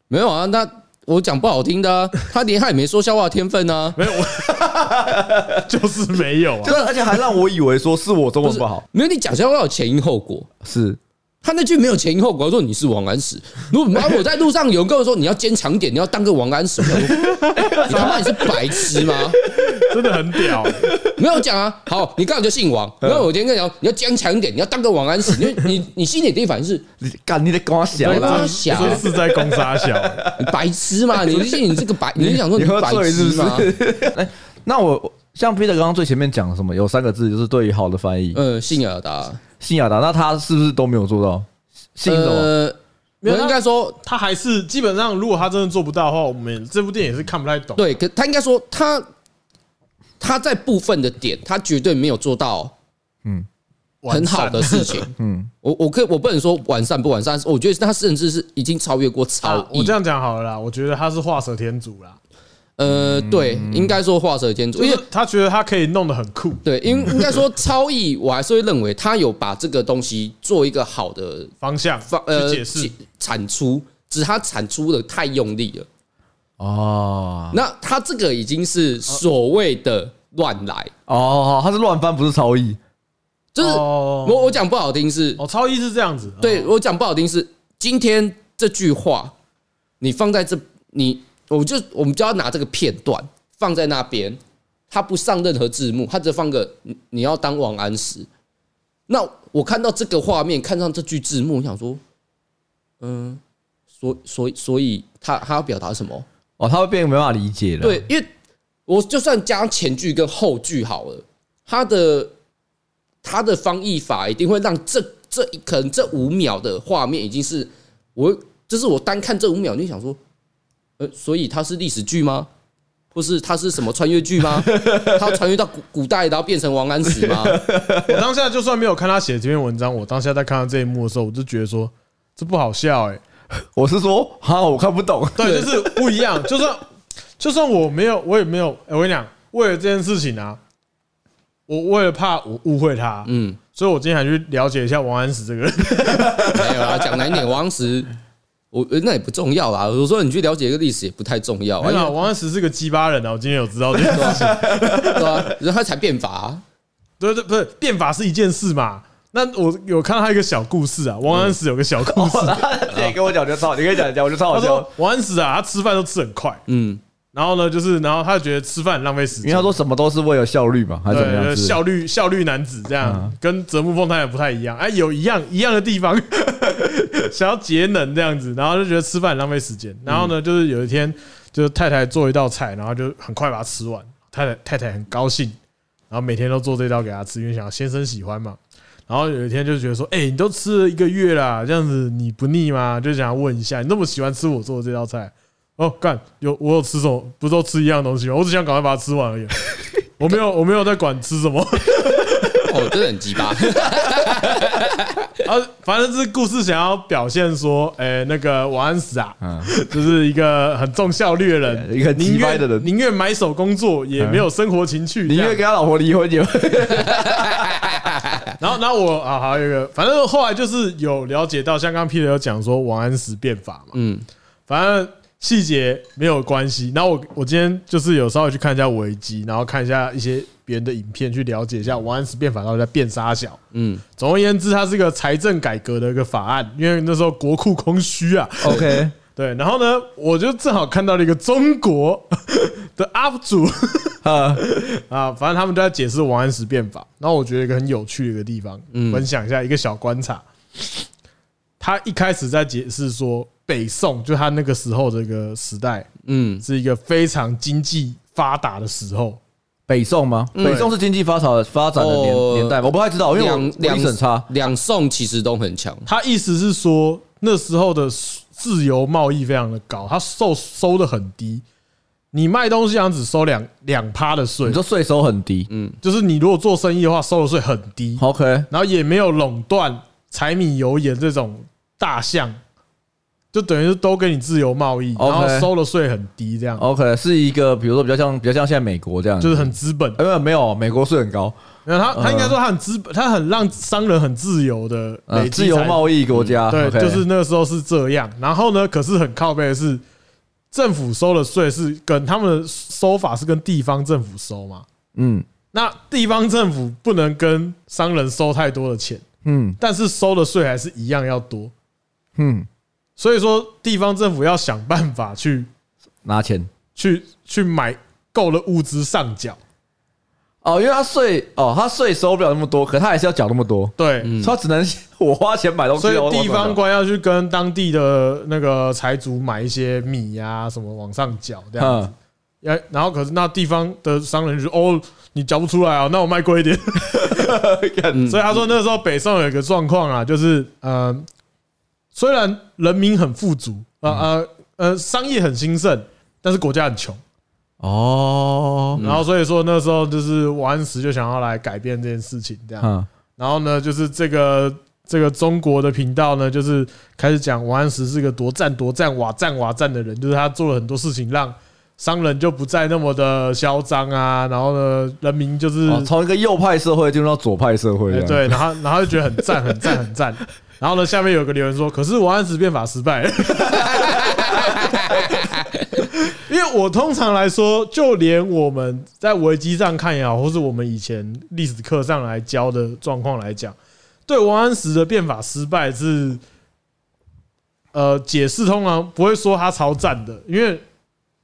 [SPEAKER 3] 没有啊，那我讲不好听的 啊，他连他也没说笑话的天分啊，
[SPEAKER 2] 没有， 我就是没有啊
[SPEAKER 1] 对，，而且还让我以为说是我中文不好，
[SPEAKER 3] 没有你讲笑话有前因后果。
[SPEAKER 1] 是
[SPEAKER 3] 他那句没有前因后果，我说你是王安石。如果我在路上有人跟我说你要坚强点，你要当个王安石，我 想说你他妈你是白痴吗？
[SPEAKER 2] 真的很屌、
[SPEAKER 3] 没有讲啊，好，你刚好就姓王。然后我今天跟你讲，你要坚强一点，你要当个王安石。你你你心里第一反应是
[SPEAKER 1] 你干你得跟我想
[SPEAKER 3] 对
[SPEAKER 1] 啦，
[SPEAKER 3] 啦
[SPEAKER 2] 真
[SPEAKER 3] 小
[SPEAKER 2] 真是在攻杀小、
[SPEAKER 3] 你白痴嘛？你是你这个 白，你就想说
[SPEAKER 1] 你
[SPEAKER 3] 你
[SPEAKER 1] 喝
[SPEAKER 3] 白
[SPEAKER 1] 醉是
[SPEAKER 3] 痴
[SPEAKER 1] 不
[SPEAKER 3] 吗？
[SPEAKER 1] 是？哎，那我像 Peter 刚刚最前面讲的什么，有三个字就是对于好的翻译，
[SPEAKER 3] 呃，信尔达，
[SPEAKER 1] 信雅达，那他是不是都没有做到？信什么？
[SPEAKER 3] 呃，我应该说
[SPEAKER 2] 他还是基本上，如果他真的做不到的话，我们这部电影也是看不太懂。
[SPEAKER 3] 对，可他应该说他他在部分的点，他绝对没有做到
[SPEAKER 2] 完
[SPEAKER 3] 很
[SPEAKER 2] 善
[SPEAKER 3] 好的 事情。
[SPEAKER 1] 嗯，
[SPEAKER 3] 我我可以我不能说完善不完善，我觉得他甚至是已经超越过超
[SPEAKER 2] 啊我
[SPEAKER 3] 意
[SPEAKER 2] 这。样讲好了啦，我觉得他是画蛇添足啦，
[SPEAKER 3] 呃，对，应该说画蛇添足，
[SPEAKER 2] 就
[SPEAKER 3] 因为
[SPEAKER 2] 是他觉得他可以弄得很酷，
[SPEAKER 3] 对，因应该说超意，我还是会认为他有把这个东西做一个好的
[SPEAKER 2] 方向
[SPEAKER 3] 方呃
[SPEAKER 2] 去解释
[SPEAKER 3] 解。产出，只是他产出的太用力了。
[SPEAKER 1] 哦
[SPEAKER 3] 那他这个已经是所谓的乱来，
[SPEAKER 1] 哦，他是乱翻，不是超译。
[SPEAKER 3] 就是
[SPEAKER 2] 哦
[SPEAKER 3] 我我讲不好听是，
[SPEAKER 2] 哦，超一是这样子，
[SPEAKER 3] 对
[SPEAKER 2] 哦，
[SPEAKER 3] 我讲不好听是，今天这句话你放在这，你我就我们就要拿这个片段放在那边，他不上任何字幕，他只放个你你要当王安石。那我看到这个画面，看上这句字幕，我想说，嗯，所所以所以他他要表达什么？
[SPEAKER 1] 哦，他会变没办法理解了。
[SPEAKER 3] 对，因啊为我就算加前句跟后句好了，它的它的翻译法一定会让这这一可能这五秒的画面已经是我，就是我单看这五秒，你就想说，呃，所以它是历史剧吗？或是它是什么穿越剧吗？ 它穿越到古古代，然后变成王安石吗？
[SPEAKER 2] 我当下就算没有看他写这篇文章，我当下在看到这一幕的时候，我就觉得说这不好笑哎、
[SPEAKER 1] 我是说，哈，我看不 懂。
[SPEAKER 2] 对，就是不一样。就算就算我没有，我也没有。哎我跟你讲，为了这件事情啊，我为了怕我误会他，
[SPEAKER 3] 嗯，
[SPEAKER 2] 所以我今天还去了解一下王安石这个人。
[SPEAKER 3] 没有啦，讲难一点，王安石。我呃那也不重要啦。我说你去了解一个历史也不太重要
[SPEAKER 2] 我
[SPEAKER 3] 啊，
[SPEAKER 2] 跟
[SPEAKER 3] 因
[SPEAKER 2] 你
[SPEAKER 3] 为
[SPEAKER 2] 讲，王安石是个鸡巴人啊！我今天有知道这件 事情。
[SPEAKER 3] 对啊，然后他才变法啊、
[SPEAKER 2] 对对，不是变法是一件事嘛？那我有看到他一个小故事啊，王安石有个小故事。
[SPEAKER 3] 哦
[SPEAKER 1] 你跟我讲就超，你跟我讲讲，我就超
[SPEAKER 2] 他
[SPEAKER 1] 好
[SPEAKER 2] 说
[SPEAKER 1] 笑。
[SPEAKER 2] 王安石啊，他吃饭都吃很快，
[SPEAKER 3] 嗯，
[SPEAKER 2] 然后呢，就是然后他就觉得吃饭很浪费时
[SPEAKER 1] 因为
[SPEAKER 2] 间
[SPEAKER 1] 他。说什么都是为了效率嘛，还是
[SPEAKER 2] 对
[SPEAKER 1] 怎么样
[SPEAKER 2] 对，
[SPEAKER 1] 子？
[SPEAKER 2] 效率效率男子这样，
[SPEAKER 1] 嗯
[SPEAKER 2] 跟泽木风太也不太一样，哎，有一样一样的地方， 想要节能这样子，然后就觉得吃饭很浪费时间。然后呢，
[SPEAKER 1] 嗯
[SPEAKER 2] 就是有一天，就是太太做一道菜，然后就很快把它吃完，太太太太很高兴，然后每天都做这道给他吃，因为想要先生喜欢嘛。然后有一天就觉得说，哎、你都吃了一个月啦，这样子你不腻吗？就想要问一下，你那么喜欢吃我做的这道菜，哦，干有我有吃什么？不是都吃一样东西吗？我只想赶快把它吃完而已。我没有，我没有在管吃什 么
[SPEAKER 3] 哦，真的很鸡巴。
[SPEAKER 2] 啊，反正这故事想要表现说，哎、那个王安石啊，
[SPEAKER 1] 嗯，
[SPEAKER 2] 就是一个很重效率的人，
[SPEAKER 1] 对 一个很
[SPEAKER 2] 宁
[SPEAKER 1] 鸡掰
[SPEAKER 2] 愿
[SPEAKER 1] 的人
[SPEAKER 2] 宁愿埋首工作也没有生活情趣。
[SPEAKER 1] 你
[SPEAKER 2] 这
[SPEAKER 1] 因
[SPEAKER 2] 样
[SPEAKER 1] 为跟他老婆离婚，你
[SPEAKER 2] 然后，然后我啊，还有一个，反正后来就是有了解到，像刚刚 Peter 有讲说王安石变法嘛，
[SPEAKER 3] 嗯，
[SPEAKER 2] 反正细节没有关系。然后我我今天就是有稍微去看一下维基，然后看一下一些别别人的影片去了解一下王安石变法到底在变啥小。
[SPEAKER 3] 嗯，
[SPEAKER 2] 总而言之，它是一个财政改革的一个法案，因为那时候国库空虚啊。
[SPEAKER 1] OK，
[SPEAKER 2] 对，然后呢，我就正好看到了一个中国 的 UP 主
[SPEAKER 1] 啊，
[SPEAKER 2] 啊，反正他们都在解释王安石变法。然后我觉得一个很有趣的一个地方，分享一下一个小观察。他一开始在解释说，北宋就他那个时候这个时代
[SPEAKER 3] 嗯，
[SPEAKER 2] 是一个非常经济发达的时候，
[SPEAKER 1] 北宋吗？北宋是经济发展发展的年
[SPEAKER 3] 哦
[SPEAKER 1] 年代吗，我不太知道，因为我
[SPEAKER 3] 两
[SPEAKER 1] 我
[SPEAKER 3] 两
[SPEAKER 1] 历史很差。
[SPEAKER 3] 两宋其实都很强，
[SPEAKER 2] 他意思是说，那时候的自由贸易非常的高，他收收的很低。你卖东西好像只收两两趴的税
[SPEAKER 1] 你，说税收很低
[SPEAKER 2] 就是你如果做生意的话，收的税很低，
[SPEAKER 1] ，OK，
[SPEAKER 2] 然后也没有垄断柴米油盐这种大项，就等于是都给你自由贸易，然
[SPEAKER 1] OK 哦
[SPEAKER 2] 后收的税很低，这样
[SPEAKER 1] OK，是一个比如说比较像比较像现在美国这样子，
[SPEAKER 2] 就是很资本。
[SPEAKER 1] 呃没有美国税很高，
[SPEAKER 2] 然后他他
[SPEAKER 1] 嗯
[SPEAKER 2] 应该说他很资本，他很让商人很自由的
[SPEAKER 1] 呃
[SPEAKER 2] 累积
[SPEAKER 1] 自由
[SPEAKER 2] 财富嗯
[SPEAKER 1] 贸易国家，
[SPEAKER 2] 对，
[SPEAKER 1] OK
[SPEAKER 2] 就是那个时候是这样。然后呢，可是很靠背的是，政府收的税是跟他们的收法是跟地方政府收嘛。
[SPEAKER 1] 嗯
[SPEAKER 2] 那地方政府不能跟商人收太多的钱，
[SPEAKER 1] 嗯
[SPEAKER 2] 但是收的税还是一样要多。
[SPEAKER 1] 嗯，
[SPEAKER 2] 所以说，地方政府要想办法去
[SPEAKER 1] 拿钱
[SPEAKER 2] 去去买够了物资上缴。
[SPEAKER 1] 哦，因为他税哦，他税收不了那么多，可他还是要缴那么多，
[SPEAKER 2] 对，
[SPEAKER 1] 所以他只能 我花钱买东西，
[SPEAKER 2] 所以
[SPEAKER 1] 我花钱
[SPEAKER 2] 地
[SPEAKER 1] 买
[SPEAKER 2] 方官要去跟当地的那个财主买一些米呀、什么往上缴这样子。
[SPEAKER 1] 嗯，
[SPEAKER 2] 哎，然后可是那地方的商人就说：“哦，你嚼不出来啊，那我卖贵一点。
[SPEAKER 3] 嗯”
[SPEAKER 2] 所以他说那时候北宋有一个状况啊，就是呃，虽然人民很富足，呃呃呃，商业很兴盛，但是国家很穷。
[SPEAKER 1] 哦，
[SPEAKER 2] 然后所以说那时候就是王安石就想要来改变这件事情，这样。
[SPEAKER 1] 嗯
[SPEAKER 2] 然后呢，就是这个这个中国的频道呢，就是开始讲王安石是个多赞多赞瓦赞瓦赞的人，就是他做了很多事情让。商人就不再那么的嚣张啊，然后呢，人民就是、
[SPEAKER 1] 哦从一个右派社会进入到左派社会这
[SPEAKER 2] 哎
[SPEAKER 1] 样，
[SPEAKER 2] 对，然后然后就觉得很赞，很赞，很赞。然后呢，下面有个留言说：“可是王安石变法失败。” 因为我通常来说，就连我们在维基上看也好，或是我们以前历史课上来教的状况来讲，对王安石的变法失败是，呃，解释通常不会说他超赞的，因为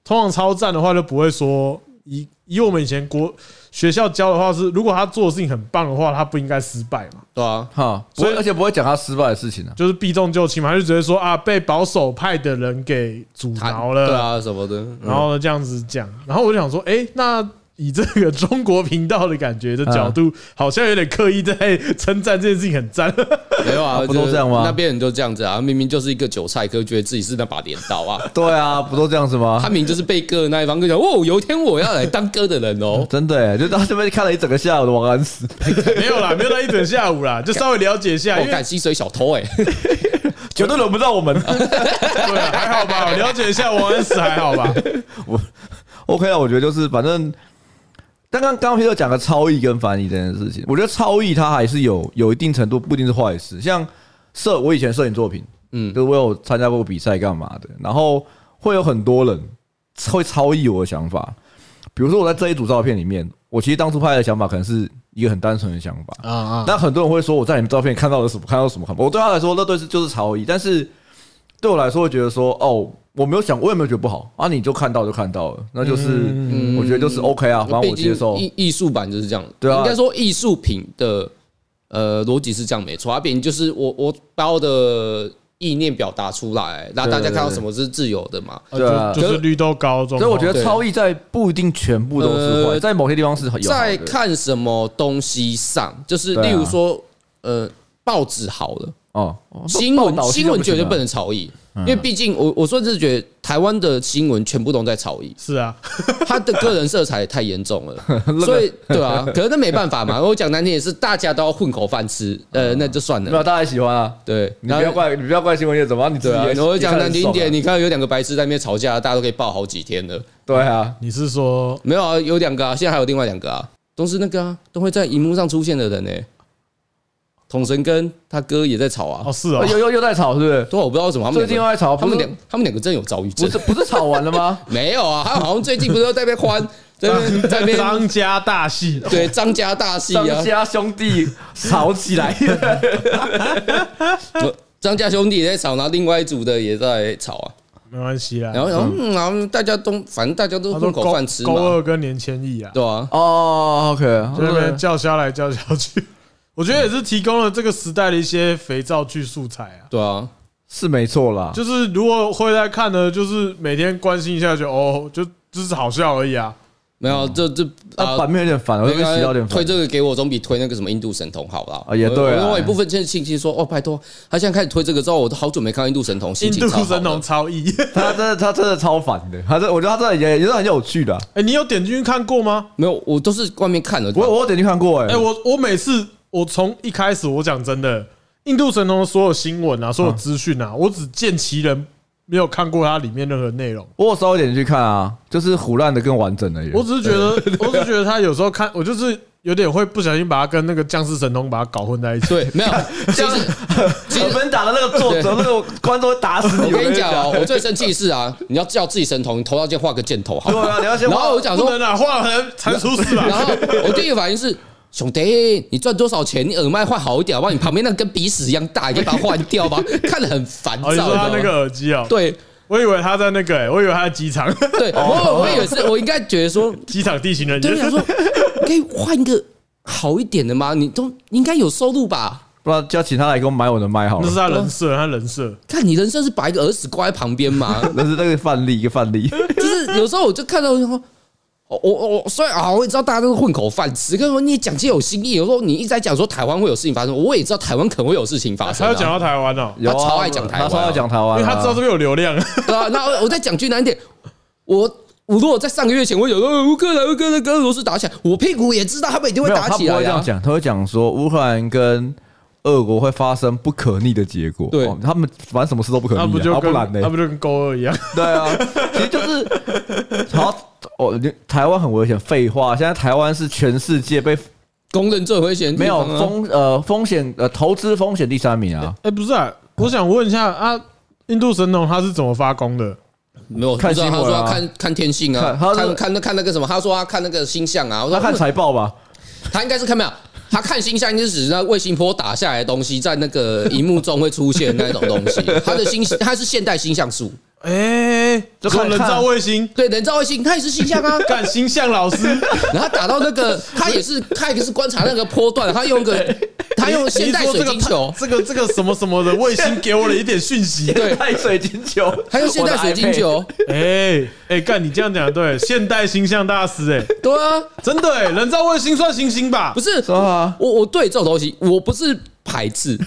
[SPEAKER 2] 通常超赞的话就不会说以以我们以前国学校教的话是，如果他做的事情很棒的话，他不应该失败嘛，
[SPEAKER 3] 对啊，
[SPEAKER 1] 哈，不会
[SPEAKER 2] 所以
[SPEAKER 1] 而且不会讲他失败的事情啊，
[SPEAKER 2] 就是避重就轻嘛，他就直接说啊，被保守派的人给阻
[SPEAKER 3] 他
[SPEAKER 2] 挠了，
[SPEAKER 3] 对啊什么的，嗯
[SPEAKER 2] 然后呢这样子讲，然后我就想说，哎，那以这个中国频道的感觉的角度，好像有点刻意在称赞这件事情很赞，
[SPEAKER 3] 没有啊，
[SPEAKER 1] 不都
[SPEAKER 3] 就是
[SPEAKER 1] 这样吗
[SPEAKER 3] 那边人就这样子啊，明明就是一个韭菜，可是觉得自己是那把镰刀啊。
[SPEAKER 1] 对啊，不都这样子吗。
[SPEAKER 3] 他？明明就是被割的那一方，跟讲哦，有一天我要来当割的人 哦
[SPEAKER 1] 真的耶，就到这边看了一整个下午的王安石，
[SPEAKER 2] 没有啦，没有到一整下午啦，就稍微了解一下，
[SPEAKER 3] 我
[SPEAKER 2] 因为
[SPEAKER 3] 哦干薪水小偷哎、
[SPEAKER 1] 绝对轮不到我们。
[SPEAKER 2] 对啊，还好吧，了解一下王安石还好吧，
[SPEAKER 1] OK 啊，我觉得就是反正，但刚刚刚 Peter 讲的超译跟翻译这件事情，我觉得超译它还是有有一定程度不一定是坏事。像摄我以前摄影作品，嗯，
[SPEAKER 3] 嗯
[SPEAKER 1] 就是我有参加过比赛干嘛的，然后会有很多人会超译我的想法。比如说我在这一组照片里面，我其实当初拍的想法可能是一个很单纯的想法，
[SPEAKER 2] 啊啊，
[SPEAKER 1] 但很多人会说我在你们照片看到了什么，看到什么看法。我对他来说，那对是就是潮意，但是对我来说，会觉得说哦，我没有想，我也没有觉得不好啊，你就看到就看到了，那就是、
[SPEAKER 3] 嗯
[SPEAKER 1] 我觉得就是 OK 啊，反正
[SPEAKER 3] 毕
[SPEAKER 1] 我
[SPEAKER 3] 竟
[SPEAKER 1] 接受。
[SPEAKER 3] 艺艺术版就是这样，
[SPEAKER 1] 对啊
[SPEAKER 3] 应该说艺术品的呃逻辑是这样没错，它毕竟就是我我把我的意念表达出来，那
[SPEAKER 1] 对
[SPEAKER 3] 大家看到
[SPEAKER 1] 对
[SPEAKER 3] 什么是自由的嘛？
[SPEAKER 1] 对啊
[SPEAKER 2] 就就是绿豆糕中，
[SPEAKER 1] 所以我觉得
[SPEAKER 3] 哦对
[SPEAKER 1] 超意在不一定全部都是坏，
[SPEAKER 3] 呃
[SPEAKER 1] 在某些地方是很有好
[SPEAKER 3] 在
[SPEAKER 1] 的。
[SPEAKER 3] 看什么东西上，就是
[SPEAKER 1] 对啊
[SPEAKER 3] 例如说呃报纸好了。
[SPEAKER 1] 哦，
[SPEAKER 3] 新
[SPEAKER 1] 报
[SPEAKER 3] 闻
[SPEAKER 1] 道系
[SPEAKER 3] 新
[SPEAKER 1] 就
[SPEAKER 3] 闻
[SPEAKER 1] 不行啊
[SPEAKER 3] 绝对
[SPEAKER 1] 了嗯
[SPEAKER 3] 不能炒意，因为毕竟我我说真的觉得台湾的新闻全部都在炒 意，
[SPEAKER 2] 是啊，
[SPEAKER 3] 他的个人色彩太严重了，所以对啊， 可是那没办法嘛。我讲难听也是，大家都要混口饭吃，呃，那就算
[SPEAKER 1] 没有
[SPEAKER 3] 了。
[SPEAKER 1] 大家喜欢啊。
[SPEAKER 3] 对，
[SPEAKER 1] 嗯你不要
[SPEAKER 3] 然后
[SPEAKER 1] 怪你不要怪新闻业者嘛，你自
[SPEAKER 3] 对
[SPEAKER 1] 己
[SPEAKER 3] 啊，
[SPEAKER 1] 也
[SPEAKER 3] 然后我讲难听一点，
[SPEAKER 1] 你
[SPEAKER 3] 你看有两个白痴在那边吵架，大家都可以爆好几天了。
[SPEAKER 1] 对 啊，
[SPEAKER 2] 你是说
[SPEAKER 3] 没有啊，有两个啊，现在还有另外两个啊，都是那个啊，都会在荧幕上出现的人呢、统神跟他哥也在吵啊
[SPEAKER 2] 哦，是哦，
[SPEAKER 1] 又又又在吵是不是？
[SPEAKER 3] 对啊，我不知道为什么他们
[SPEAKER 1] 最近又
[SPEAKER 3] 两个
[SPEAKER 1] 在吵，
[SPEAKER 3] 他们
[SPEAKER 1] 不是
[SPEAKER 3] 两他们两个真的有躁郁
[SPEAKER 1] 不
[SPEAKER 3] 症
[SPEAKER 1] 是。不是吵完了吗？
[SPEAKER 3] 没有啊，他好像最近不是都在被宽在那边在那边
[SPEAKER 2] 张家大戏，
[SPEAKER 3] 对张家大戏
[SPEAKER 1] 张
[SPEAKER 3] 啊，
[SPEAKER 1] 家兄弟吵起来，
[SPEAKER 3] 我张家兄弟也在吵，然后另外一组的也在吵啊，
[SPEAKER 2] 没关系啦。
[SPEAKER 3] 然后然后、嗯、然后大家都反正大家都
[SPEAKER 2] 他
[SPEAKER 3] 混
[SPEAKER 2] 说
[SPEAKER 3] 口
[SPEAKER 2] 高
[SPEAKER 3] 饭吃
[SPEAKER 2] 高
[SPEAKER 3] 嘛，
[SPEAKER 2] 二跟年千亿啊，
[SPEAKER 3] 对啊，
[SPEAKER 1] 哦，OK，
[SPEAKER 2] 就在那边叫嚣来叫嚣去， 我觉得也是提供了这个时代的一些肥皂剧素材啊。
[SPEAKER 3] 对啊，
[SPEAKER 1] 是没错啦，
[SPEAKER 2] 就是如果会在看的，就是每天关心一下，就哦，就就是好笑而已啊。
[SPEAKER 3] 没有这这啊
[SPEAKER 1] 那啊版面有点反，我会被洗到有点
[SPEAKER 3] 推
[SPEAKER 1] 烦。
[SPEAKER 3] 这个给我总比推那个什么印度神童好啦。
[SPEAKER 1] 啊也对啊
[SPEAKER 3] 我另外一部分现在信息说，哦，拜托，他现在开始推这个之后，我都好久没看到印度神童，心
[SPEAKER 2] 印
[SPEAKER 3] 情
[SPEAKER 2] 度
[SPEAKER 3] 超好
[SPEAKER 2] 神
[SPEAKER 3] 的
[SPEAKER 2] 童。超意，
[SPEAKER 1] 他真的，他真的超烦的。他这，我觉得他真的也也是很有趣的啊。
[SPEAKER 2] 哎，你有点进去看过吗？
[SPEAKER 3] 没有，我都是外面看的。
[SPEAKER 1] 我我有点去看过，哎
[SPEAKER 2] 哎，，我我每次我从一开始我讲真的，印度神童的所有新闻啊，所
[SPEAKER 3] 嗯
[SPEAKER 2] 有资讯啊，我只见其人，没有看过它里面任何内容。
[SPEAKER 1] 我有稍微点进去看啊，就是胡乱的更完整而已。
[SPEAKER 2] 我只是觉得，我只是觉得他有时候看，我就是有点会不小心把他跟那个僵尸神通把他搞混在一起。
[SPEAKER 3] 对，没有，其实其
[SPEAKER 1] 我
[SPEAKER 3] 实
[SPEAKER 1] 们打的那个作者，那个观众会打死你。
[SPEAKER 3] 我跟你讲哦，我最生气的是啊，你要叫自己神童，你头上先画个箭头，好
[SPEAKER 1] 对
[SPEAKER 3] 不好？
[SPEAKER 1] 啊，你要先
[SPEAKER 3] 然
[SPEAKER 1] 画。
[SPEAKER 3] 后我讲
[SPEAKER 2] 不
[SPEAKER 3] 说，
[SPEAKER 2] 能啊，画人才出事吧
[SPEAKER 3] 然？后我第一个反应是。兄弟，你赚多少钱？你耳麦换好一点好不好？你旁边那个跟鼻屎一样大，你可以把它换掉吧。 看得很烦躁。
[SPEAKER 2] 哦，你说他
[SPEAKER 3] 你
[SPEAKER 2] 那个
[SPEAKER 3] 知道吗
[SPEAKER 2] 耳机哦，
[SPEAKER 3] 对
[SPEAKER 2] 我以为他在那个、欸，我以为他在机场，
[SPEAKER 3] 对，我我以为是，我应该觉得说，
[SPEAKER 2] 机场地形人
[SPEAKER 3] 对，我 想
[SPEAKER 2] 员。
[SPEAKER 3] 说可以换一个好一点的吗？你都应该有收入吧？
[SPEAKER 1] 不然叫请他来给我买我的麦好
[SPEAKER 2] 那是
[SPEAKER 1] 了。
[SPEAKER 2] 他人设，他人设。
[SPEAKER 3] 看你人生是把一个儿子挂在旁边嘛，
[SPEAKER 1] 那是那个范例，一个范例。
[SPEAKER 3] 就是有时候我就看到我就说，哦我我我虽然啊，我也知道大家都是混口饭吃，跟我你也讲些有新意。有时候你一直在讲说台湾会有事情发生，我也知道台湾可能会有事情发
[SPEAKER 2] 他
[SPEAKER 3] 生、
[SPEAKER 2] 要讲
[SPEAKER 3] 啊。
[SPEAKER 2] 到台湾哦，
[SPEAKER 1] 有啊
[SPEAKER 3] 他超爱讲台湾啊
[SPEAKER 1] 他超爱讲台
[SPEAKER 2] 因
[SPEAKER 1] 湾啊，
[SPEAKER 2] 为他知道这边有流量。
[SPEAKER 3] 对啊，那我我再讲句难听点，我。我如果在上个月前，我有说乌克兰、乌克兰跟俄罗斯打起来，我屁股也知道他们一定会
[SPEAKER 1] 没有，
[SPEAKER 3] 打
[SPEAKER 1] 他不
[SPEAKER 3] 起来
[SPEAKER 1] 会这样
[SPEAKER 3] 啊。
[SPEAKER 1] 讲，他会讲说乌克兰跟俄国会发生不可逆的结果。
[SPEAKER 3] 对
[SPEAKER 1] 哦他们反正什么事都不可逆啊，
[SPEAKER 2] 他不就
[SPEAKER 1] 啊
[SPEAKER 2] 跟
[SPEAKER 1] 不然
[SPEAKER 2] 他
[SPEAKER 1] 呢？
[SPEAKER 2] 不就跟勾二一样？
[SPEAKER 1] 对啊，其实就是，然后哦，你台湾很危险。废话，现在台湾是全世界被
[SPEAKER 3] 啊公认最危险的
[SPEAKER 1] 没
[SPEAKER 3] 地
[SPEAKER 1] 有
[SPEAKER 3] 方啊
[SPEAKER 1] 风呃风险呃投资风险第三名啊。
[SPEAKER 2] 哎，不是啊，我想问一下啊，印度神童他是怎么发功的？
[SPEAKER 3] 没有，
[SPEAKER 1] 看
[SPEAKER 3] 不知道
[SPEAKER 1] 新
[SPEAKER 3] 他
[SPEAKER 1] 闻
[SPEAKER 3] 说要
[SPEAKER 1] 啊
[SPEAKER 3] 看看天性啊
[SPEAKER 1] 看，他是
[SPEAKER 3] 看看那看那个什么，他说他看那个星象啊，我说
[SPEAKER 1] 他看财报吧，
[SPEAKER 3] 他应该是看没有，他看星象就是指那卫星波打下来的东西在那个荧幕中会出现那种东 西，他的星他是现代星象术，
[SPEAKER 2] 哎，
[SPEAKER 1] 就
[SPEAKER 2] 这
[SPEAKER 1] 看
[SPEAKER 2] 人造卫星，
[SPEAKER 3] 对，人造卫星它也是星 象啊，
[SPEAKER 2] 干星象老师，
[SPEAKER 3] 然后他打到那个他也是他也是观察那个波段，他用个他用现代水晶球
[SPEAKER 2] 你。说这个这个这个什么什么的卫星给我了一点讯 息。
[SPEAKER 3] 对
[SPEAKER 1] 带水晶球，
[SPEAKER 3] 还有现代水晶球，
[SPEAKER 2] 哎哎，干你这样讲对，现代星象大师哎，
[SPEAKER 3] 对啊，
[SPEAKER 2] 真的哎，人造卫星算星星吧
[SPEAKER 3] 不？是
[SPEAKER 1] 我的 iPad。说啊，
[SPEAKER 3] 我我对这种东西我不是排斥，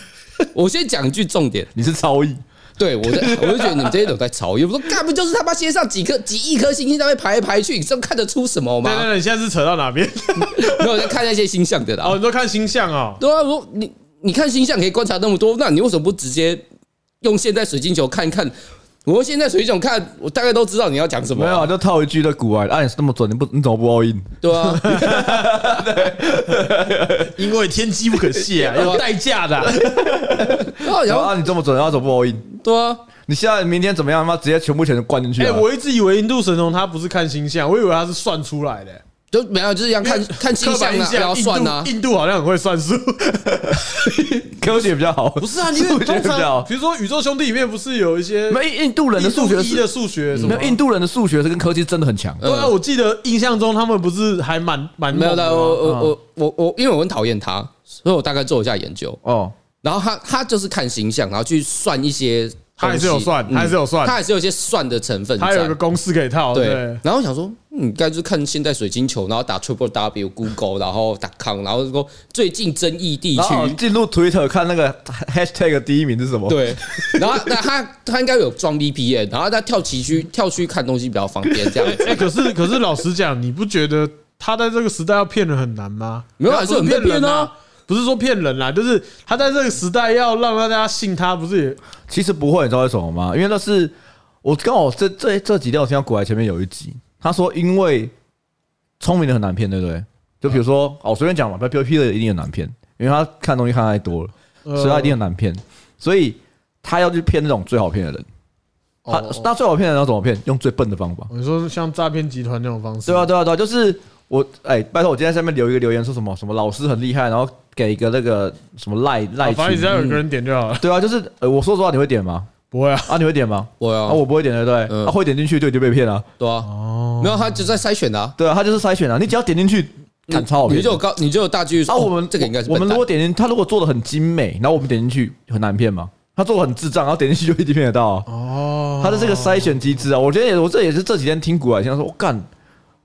[SPEAKER 3] 我先讲一句重点，
[SPEAKER 1] 你是超意，
[SPEAKER 3] 对我在， 我就觉得你们这些人在吵，有时候干不就是他妈先上几颗几亿颗星星在那边排来排去，你这看得出什么
[SPEAKER 2] 对对
[SPEAKER 3] 吗？
[SPEAKER 2] 对，你现在是扯到哪边？
[SPEAKER 3] 没有在看那些星象的
[SPEAKER 2] 哦，
[SPEAKER 3] 啦。
[SPEAKER 2] 你都看星象哦。
[SPEAKER 3] 对啊，我你你看星象可以观察那么多，那你为什么不直接用现在水晶球看一看？我用现在水晶球看，我大概都知道你要讲什么
[SPEAKER 1] 没
[SPEAKER 3] 啊、
[SPEAKER 1] 有啊就套一句的古玩，啊，你是那么准，你不你怎么不 all in？
[SPEAKER 3] 对啊，
[SPEAKER 2] 因为天机不可泄 啊，有代价的啊、
[SPEAKER 3] 然后然
[SPEAKER 1] 然后
[SPEAKER 3] 后
[SPEAKER 1] 啊，你这么准，然后怎么不 all in？
[SPEAKER 3] 对啊，
[SPEAKER 1] 你现在明天怎么样？妈，直接全部钱都灌进去
[SPEAKER 2] 哎、
[SPEAKER 1] 啊。
[SPEAKER 2] 我一直以为印度神童他不是看星象，我以为他是算出来的、
[SPEAKER 3] 就没有就是一样看
[SPEAKER 2] 因为
[SPEAKER 3] 看星
[SPEAKER 2] 刻板
[SPEAKER 3] 象
[SPEAKER 2] 印
[SPEAKER 3] 啊，
[SPEAKER 2] 象
[SPEAKER 3] 然后算啊
[SPEAKER 2] 印度，印度好像很会算数，
[SPEAKER 1] 科学比较好，不
[SPEAKER 2] 不是啊？ 因为通
[SPEAKER 1] 比较
[SPEAKER 2] 常
[SPEAKER 1] 好。
[SPEAKER 2] 比如说宇宙兄弟里面不是有一些
[SPEAKER 1] 没印度人的数学
[SPEAKER 2] 一
[SPEAKER 1] 是，
[SPEAKER 2] 的数学什
[SPEAKER 1] 没
[SPEAKER 2] 么啊
[SPEAKER 1] 有？印度人的数学是跟科技真的很强。
[SPEAKER 2] 对啊，我记得印象中他们不是还蛮蛮
[SPEAKER 3] 嗯没有
[SPEAKER 2] 猛的
[SPEAKER 3] 的。
[SPEAKER 2] 吗
[SPEAKER 3] 我我我我我，因为我很讨厌他，所以我大概做一下研究。
[SPEAKER 2] 呃
[SPEAKER 1] 哦，
[SPEAKER 3] 然后他他就是看形象，然后去算一些东西，
[SPEAKER 2] 他还是有算
[SPEAKER 3] 嗯
[SPEAKER 2] 他还是有算
[SPEAKER 3] 他还是有一些算的成分在。
[SPEAKER 2] 他有一个公式可以套，
[SPEAKER 3] 对
[SPEAKER 2] 对，，
[SPEAKER 3] 然后我想说，嗯，应该就是看现代水晶球，然后打 triple w Google，然后打 com，然后说最近争议地
[SPEAKER 1] 然后
[SPEAKER 3] 区，
[SPEAKER 1] 进入 Twitter 看那个 hashtag 第一名是什么？，
[SPEAKER 3] 对，然后 那他他应该有装 VPN，然后他跳棋区跳区看东西比较方便，这样子
[SPEAKER 2] 哎、可是可是老实讲，你不觉得他在这个时代要骗人很难吗？
[SPEAKER 3] 没有
[SPEAKER 2] 他
[SPEAKER 3] 啊
[SPEAKER 2] 不
[SPEAKER 3] 是很被骗啊
[SPEAKER 2] 人啊，不是说骗人啦、就是他在这个时代要让大家信他，不是也
[SPEAKER 1] 其实不会，你知道为什么吗？因为那是我刚好这这这几天我听到古来前面有一集，他说因为聪明的很难骗，对不对？就比如说，
[SPEAKER 2] 嗯
[SPEAKER 1] 哦，我随便讲嘛，被 P P 的一定很难骗，因为他看东西看太多了，所以他一定很难骗，所以他要去骗那种最好骗的人。他
[SPEAKER 2] 哦
[SPEAKER 1] 那最好骗人要怎么骗？用最笨的方法。
[SPEAKER 2] 你说像诈骗集团那种方式，
[SPEAKER 1] 对啊，对啊，对啊，就是我哎、拜托我今天在下面留一个留言，说什么什么老师很厉害，然后给一个那个什么赖赖
[SPEAKER 2] 啊？反正
[SPEAKER 1] 群
[SPEAKER 2] 只要有个人点就好了。
[SPEAKER 3] 嗯
[SPEAKER 1] 对啊，就是、呃我说实话，你会点吗？
[SPEAKER 2] 不会啊，
[SPEAKER 1] 啊，你会点吗？
[SPEAKER 3] 我
[SPEAKER 1] 啊，
[SPEAKER 3] 啊，
[SPEAKER 1] 我不会点，对不对？
[SPEAKER 3] 嗯
[SPEAKER 1] 啊，会点进去就已经被骗了。
[SPEAKER 3] 对啊，没有，他就在筛选的啊。
[SPEAKER 1] 对啊，他就是筛选啊，你只要点进去，嗯看超好啊骗
[SPEAKER 3] 嗯你就有高，你就有大几率说
[SPEAKER 1] 啊，
[SPEAKER 3] 哦
[SPEAKER 1] 我们
[SPEAKER 3] 这个应该是
[SPEAKER 1] 我们如
[SPEAKER 3] 笨蛋
[SPEAKER 1] 果点进他如果做的很精美，然后我们点进去很难骗吗？他做的很智障，然后点进去就一定骗得到啊。
[SPEAKER 2] 哦，
[SPEAKER 1] 他 的这个筛选机制啊，我觉得也我这也是这几天听古海先生说，我干，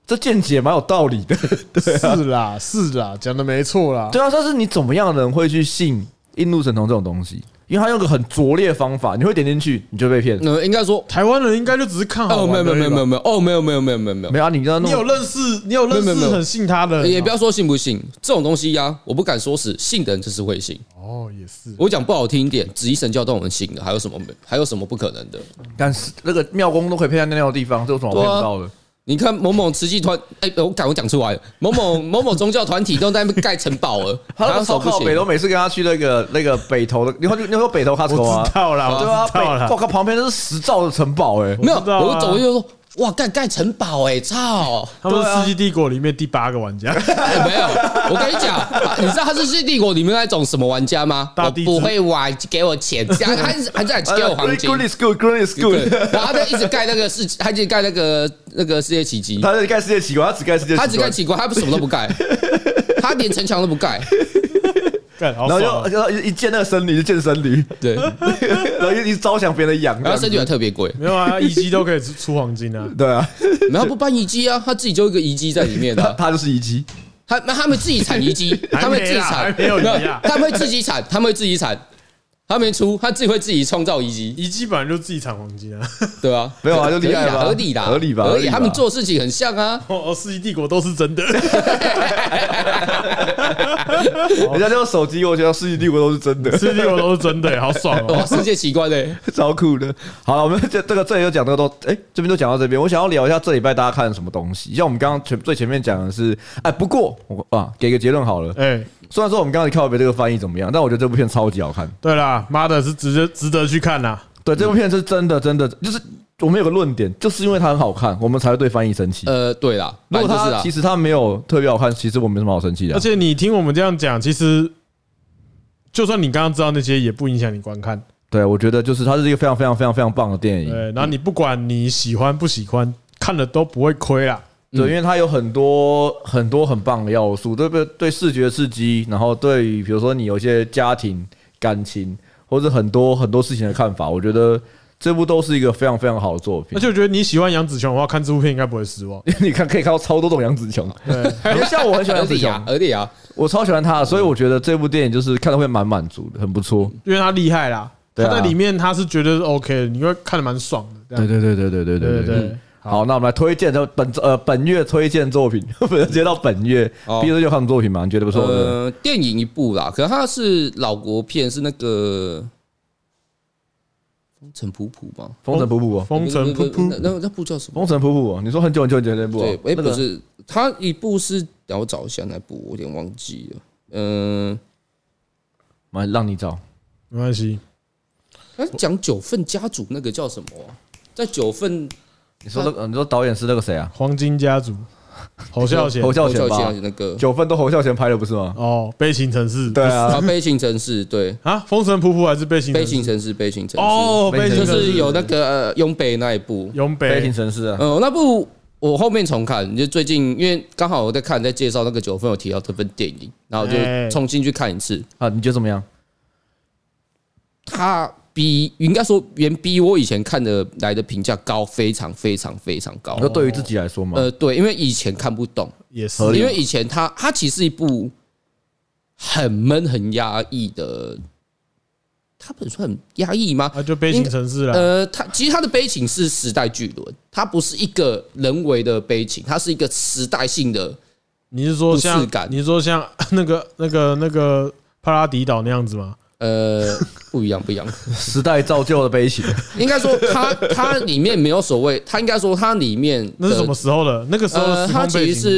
[SPEAKER 1] 这见解蛮有道理的。
[SPEAKER 3] 哦啊
[SPEAKER 2] 是啦是啦，讲的没错啦。
[SPEAKER 1] 对啊，但是你怎么样的人会去信印度神童这种东西？因为他用个很拙劣的方法，你会点进去你就被骗。
[SPEAKER 3] 呃，应该说
[SPEAKER 2] 台湾人应该就只是看好
[SPEAKER 3] 哦，没有
[SPEAKER 2] 玩
[SPEAKER 3] 没有没有没
[SPEAKER 2] 有，
[SPEAKER 3] 有没有哦，没有没有没有没有没有
[SPEAKER 1] 没，有啊，你跟他
[SPEAKER 2] 你
[SPEAKER 1] 弄
[SPEAKER 2] 有认识你有认
[SPEAKER 3] 没有没
[SPEAKER 2] 识
[SPEAKER 3] 有
[SPEAKER 2] 很信他的人啊，
[SPEAKER 3] 也不要说信不信，这种东西呀、我不敢说死，信的人就是会信。
[SPEAKER 2] 哦，也是
[SPEAKER 3] 我讲不好听一点，紫衣神教都有人信的，还有什么没？还有什么不可能的？
[SPEAKER 1] 但是那个庙公都可以骗在那尿的地方，这有什么
[SPEAKER 3] 啊
[SPEAKER 1] 好骗不到的？
[SPEAKER 3] 你看某某慈济团，哎、我敢我讲出来了，某某 某某宗教团体都在那边盖城堡 了，
[SPEAKER 1] 他那
[SPEAKER 3] 哪有
[SPEAKER 1] 个
[SPEAKER 3] 什
[SPEAKER 1] 烧
[SPEAKER 3] 么不
[SPEAKER 1] 烤
[SPEAKER 3] 行
[SPEAKER 1] 北头，每次跟他去那个 那个北头的，你说你说北头卡
[SPEAKER 2] 我
[SPEAKER 1] 头啊
[SPEAKER 2] 知？道啦，我
[SPEAKER 1] 对啊，
[SPEAKER 2] 知
[SPEAKER 1] 北
[SPEAKER 2] 道啦
[SPEAKER 1] 我。靠，旁边都是石造的城堡哎、
[SPEAKER 3] 没有，
[SPEAKER 2] 我知道啊
[SPEAKER 3] 我走过去就说，哇，盖盖城堡哎、操！
[SPEAKER 2] 他们是
[SPEAKER 1] 对
[SPEAKER 2] 《
[SPEAKER 1] 啊
[SPEAKER 2] 世纪帝国》里面第八个玩家，
[SPEAKER 3] 哎没有，我跟你讲， 啊你知道他是世纪帝国里面那种什么玩家吗？
[SPEAKER 2] 大
[SPEAKER 3] 我
[SPEAKER 2] 地
[SPEAKER 3] 不
[SPEAKER 2] 主
[SPEAKER 3] 会玩，给我钱， 还还还在给我黄金
[SPEAKER 1] g o o。d is 哎 good, good is
[SPEAKER 3] 对，
[SPEAKER 1] good。
[SPEAKER 3] 然后他就一直盖那个世，他就盖那个那个世界奇迹，
[SPEAKER 1] 他在盖世界奇观，他只盖世界奇观，
[SPEAKER 3] 他只盖奇观，他什么都 不盖，他连城墙都不盖。
[SPEAKER 2] 干好
[SPEAKER 1] 然后
[SPEAKER 2] 爽
[SPEAKER 1] 就
[SPEAKER 2] 啊！
[SPEAKER 1] 然后一见那个僧侣就见僧侣，
[SPEAKER 3] 对，
[SPEAKER 1] 然后一一招降别人的痒，
[SPEAKER 3] 然后身体还特别贵，
[SPEAKER 2] 没有啊，遗迹都可以出出黄金啊。
[SPEAKER 1] 对啊，
[SPEAKER 3] 然后不搬遗迹啊，他自己就有一个遗迹在里面的
[SPEAKER 1] 他
[SPEAKER 3] 啊。
[SPEAKER 1] 他就是遗迹，
[SPEAKER 3] 他那他们自己产遗迹，
[SPEAKER 1] 啊
[SPEAKER 3] 他们自己
[SPEAKER 2] 还
[SPEAKER 3] 产，
[SPEAKER 2] 没有遗啊
[SPEAKER 3] 他们会自己产，他们会自己产，他们出，他自己会自己创造遗迹，
[SPEAKER 2] 遗迹本来就自己产黄金啊。
[SPEAKER 3] 对吧？
[SPEAKER 1] 没有啊
[SPEAKER 3] 可以
[SPEAKER 1] 就厉害了吧
[SPEAKER 3] 合理啦，
[SPEAKER 1] 合理吧
[SPEAKER 3] 合
[SPEAKER 1] 合理
[SPEAKER 3] 理。
[SPEAKER 1] 吧
[SPEAKER 3] 他们做事情很像啊，
[SPEAKER 2] 哦，《世纪帝国》都是真 的。
[SPEAKER 3] 哦
[SPEAKER 1] 人家这个手机，我觉得世纪帝国都是真的，
[SPEAKER 2] 世纪帝国都是真的，好爽
[SPEAKER 3] 哇，
[SPEAKER 2] 哦！
[SPEAKER 3] 世界奇观欸嘞，
[SPEAKER 1] 超酷的。好了，我们这这个这里就讲这个都，哎、这边就讲到这边。我想要聊一下这礼拜大家看了什么东西，像我们刚刚前最前面讲的是，哎，不过我啊给个结论好了，
[SPEAKER 2] 哎，
[SPEAKER 1] 虽然说我们刚刚靠北这个翻译怎么样，但我觉得这部片超级好看。
[SPEAKER 2] 对啦，妈的是值得值得去看啊呐。
[SPEAKER 1] 对，
[SPEAKER 3] 嗯
[SPEAKER 1] 这部片是真的真的，就是我们有个论点，就是因为它很好看，我们才会对翻译生气。
[SPEAKER 3] 呃，对啦，
[SPEAKER 1] 如
[SPEAKER 3] 反
[SPEAKER 1] 果
[SPEAKER 3] 正就是啊
[SPEAKER 1] 它
[SPEAKER 3] 啦
[SPEAKER 1] 其。实它没有特别好看，其实我没什么好生气的
[SPEAKER 2] 而
[SPEAKER 1] 啊。
[SPEAKER 2] 且你听我们这样讲，其实就算你刚刚知道那些，也不影响你观看。
[SPEAKER 1] 对，我觉得就是它是一个非常非常非常非常棒的电影。
[SPEAKER 2] 对，然后你不管你喜欢不喜欢，看了都不会亏啦。
[SPEAKER 3] 嗯
[SPEAKER 1] 对，因为它有很多很多很棒的要素，对不对？对视觉刺激，然后对于比如说你有一些家庭、感情，或者很多很多事情的看法，我觉得这部都是一个非常非常好的作品
[SPEAKER 2] 而。且我觉得你喜欢杨紫琼的话，看这部片应该不会失望。
[SPEAKER 1] 你看，可以看到超多种杨紫琼，
[SPEAKER 2] 对，
[SPEAKER 1] 因为 像我很喜欢
[SPEAKER 3] 合
[SPEAKER 1] 杨紫
[SPEAKER 3] 理
[SPEAKER 1] 琼
[SPEAKER 3] 啊，，合理啊，
[SPEAKER 1] 我超喜欢她的，所以我觉得这部电影就是看的会蛮满足的，很不错。
[SPEAKER 2] 因为他厉害啦，他
[SPEAKER 1] 对啊
[SPEAKER 2] 在里面他是觉得是 OK 的，你会看得蛮爽的。这
[SPEAKER 1] 对
[SPEAKER 2] 样
[SPEAKER 1] 对对对对对嗯对
[SPEAKER 2] 对
[SPEAKER 1] 对
[SPEAKER 2] 对，
[SPEAKER 1] 好，那我们来推荐的本呃本月推荐作品， 我们接到本月，
[SPEAKER 3] 哦
[SPEAKER 1] 毕业就看作品嘛，你觉得不错对不对？
[SPEAKER 3] 呃，电影一部啦，可能它是老国片，是那个《风尘仆仆》吗？
[SPEAKER 1] 风尘仆仆哦，
[SPEAKER 2] 风尘
[SPEAKER 3] 不
[SPEAKER 2] 仆
[SPEAKER 3] 不不
[SPEAKER 2] 仆，
[SPEAKER 3] 那那那部叫什么？
[SPEAKER 1] 风尘仆仆哦，你说很久很久很久那部哦
[SPEAKER 3] 对，，哎，
[SPEAKER 1] 那个
[SPEAKER 3] 不是，它一部是让我找一下那部，我有点忘记了。嗯，
[SPEAKER 1] 妈，让你找。
[SPEAKER 2] 没关系。
[SPEAKER 3] 它讲九份家族那个叫什么啊？在九份
[SPEAKER 1] 你说那个，你说导演是那个谁啊？
[SPEAKER 2] 黄金家族，侯孝贤
[SPEAKER 1] 侯，孝贤吧
[SPEAKER 3] 贤？那个
[SPEAKER 1] 九份都侯孝贤拍的不是吗？
[SPEAKER 2] 哦，悲情城市，
[SPEAKER 1] 对啊
[SPEAKER 3] 啊，，悲情城市，对，
[SPEAKER 2] 啊，风尘仆仆还是悲情
[SPEAKER 3] 悲
[SPEAKER 2] 城
[SPEAKER 3] 情
[SPEAKER 2] 市？
[SPEAKER 3] 城市，悲情城市，
[SPEAKER 2] 哦，悲情
[SPEAKER 3] 就
[SPEAKER 2] 城
[SPEAKER 3] 是
[SPEAKER 2] 市
[SPEAKER 3] 有那个呃雍北那一部，
[SPEAKER 2] 永
[SPEAKER 1] 悲
[SPEAKER 2] 北
[SPEAKER 1] 情，城市啊，
[SPEAKER 3] 呃，那部我后面重看，就最近因为刚好我在看，在介绍那个九份有提到这份电影，然后我就
[SPEAKER 2] 哎
[SPEAKER 3] 重新去看一次。
[SPEAKER 1] 啊，你觉得怎么样？
[SPEAKER 3] 它比应该说远比我以前看的来的评价高，非常非常非常高
[SPEAKER 1] 你说。对于自己来说嘛，
[SPEAKER 3] 哦呃，对，因为以前看不懂，
[SPEAKER 2] 也是
[SPEAKER 1] 合理
[SPEAKER 3] 因为以前它它其实是一部很闷、很压抑的，它不能说很压抑吗？
[SPEAKER 2] 啊，就悲情城市啦。
[SPEAKER 3] 呃，它其实它的悲情是时代巨轮，它不是一个人为的悲情，它是一个时代性的。
[SPEAKER 2] 你是说
[SPEAKER 3] 不适
[SPEAKER 2] 像
[SPEAKER 3] 感
[SPEAKER 2] 你是说像 那个那个那个帕拉迪岛那样子吗？
[SPEAKER 3] 呃，不一样，不一样。
[SPEAKER 1] 时代造就的悲情，
[SPEAKER 3] 应该说它，它里面没有所谓，它应该说它里面
[SPEAKER 2] 那是
[SPEAKER 3] 的
[SPEAKER 2] 什么？时候的？那个时候的
[SPEAKER 3] 呃，
[SPEAKER 2] 时
[SPEAKER 3] 它
[SPEAKER 2] 空背
[SPEAKER 3] 其
[SPEAKER 2] 景
[SPEAKER 3] 实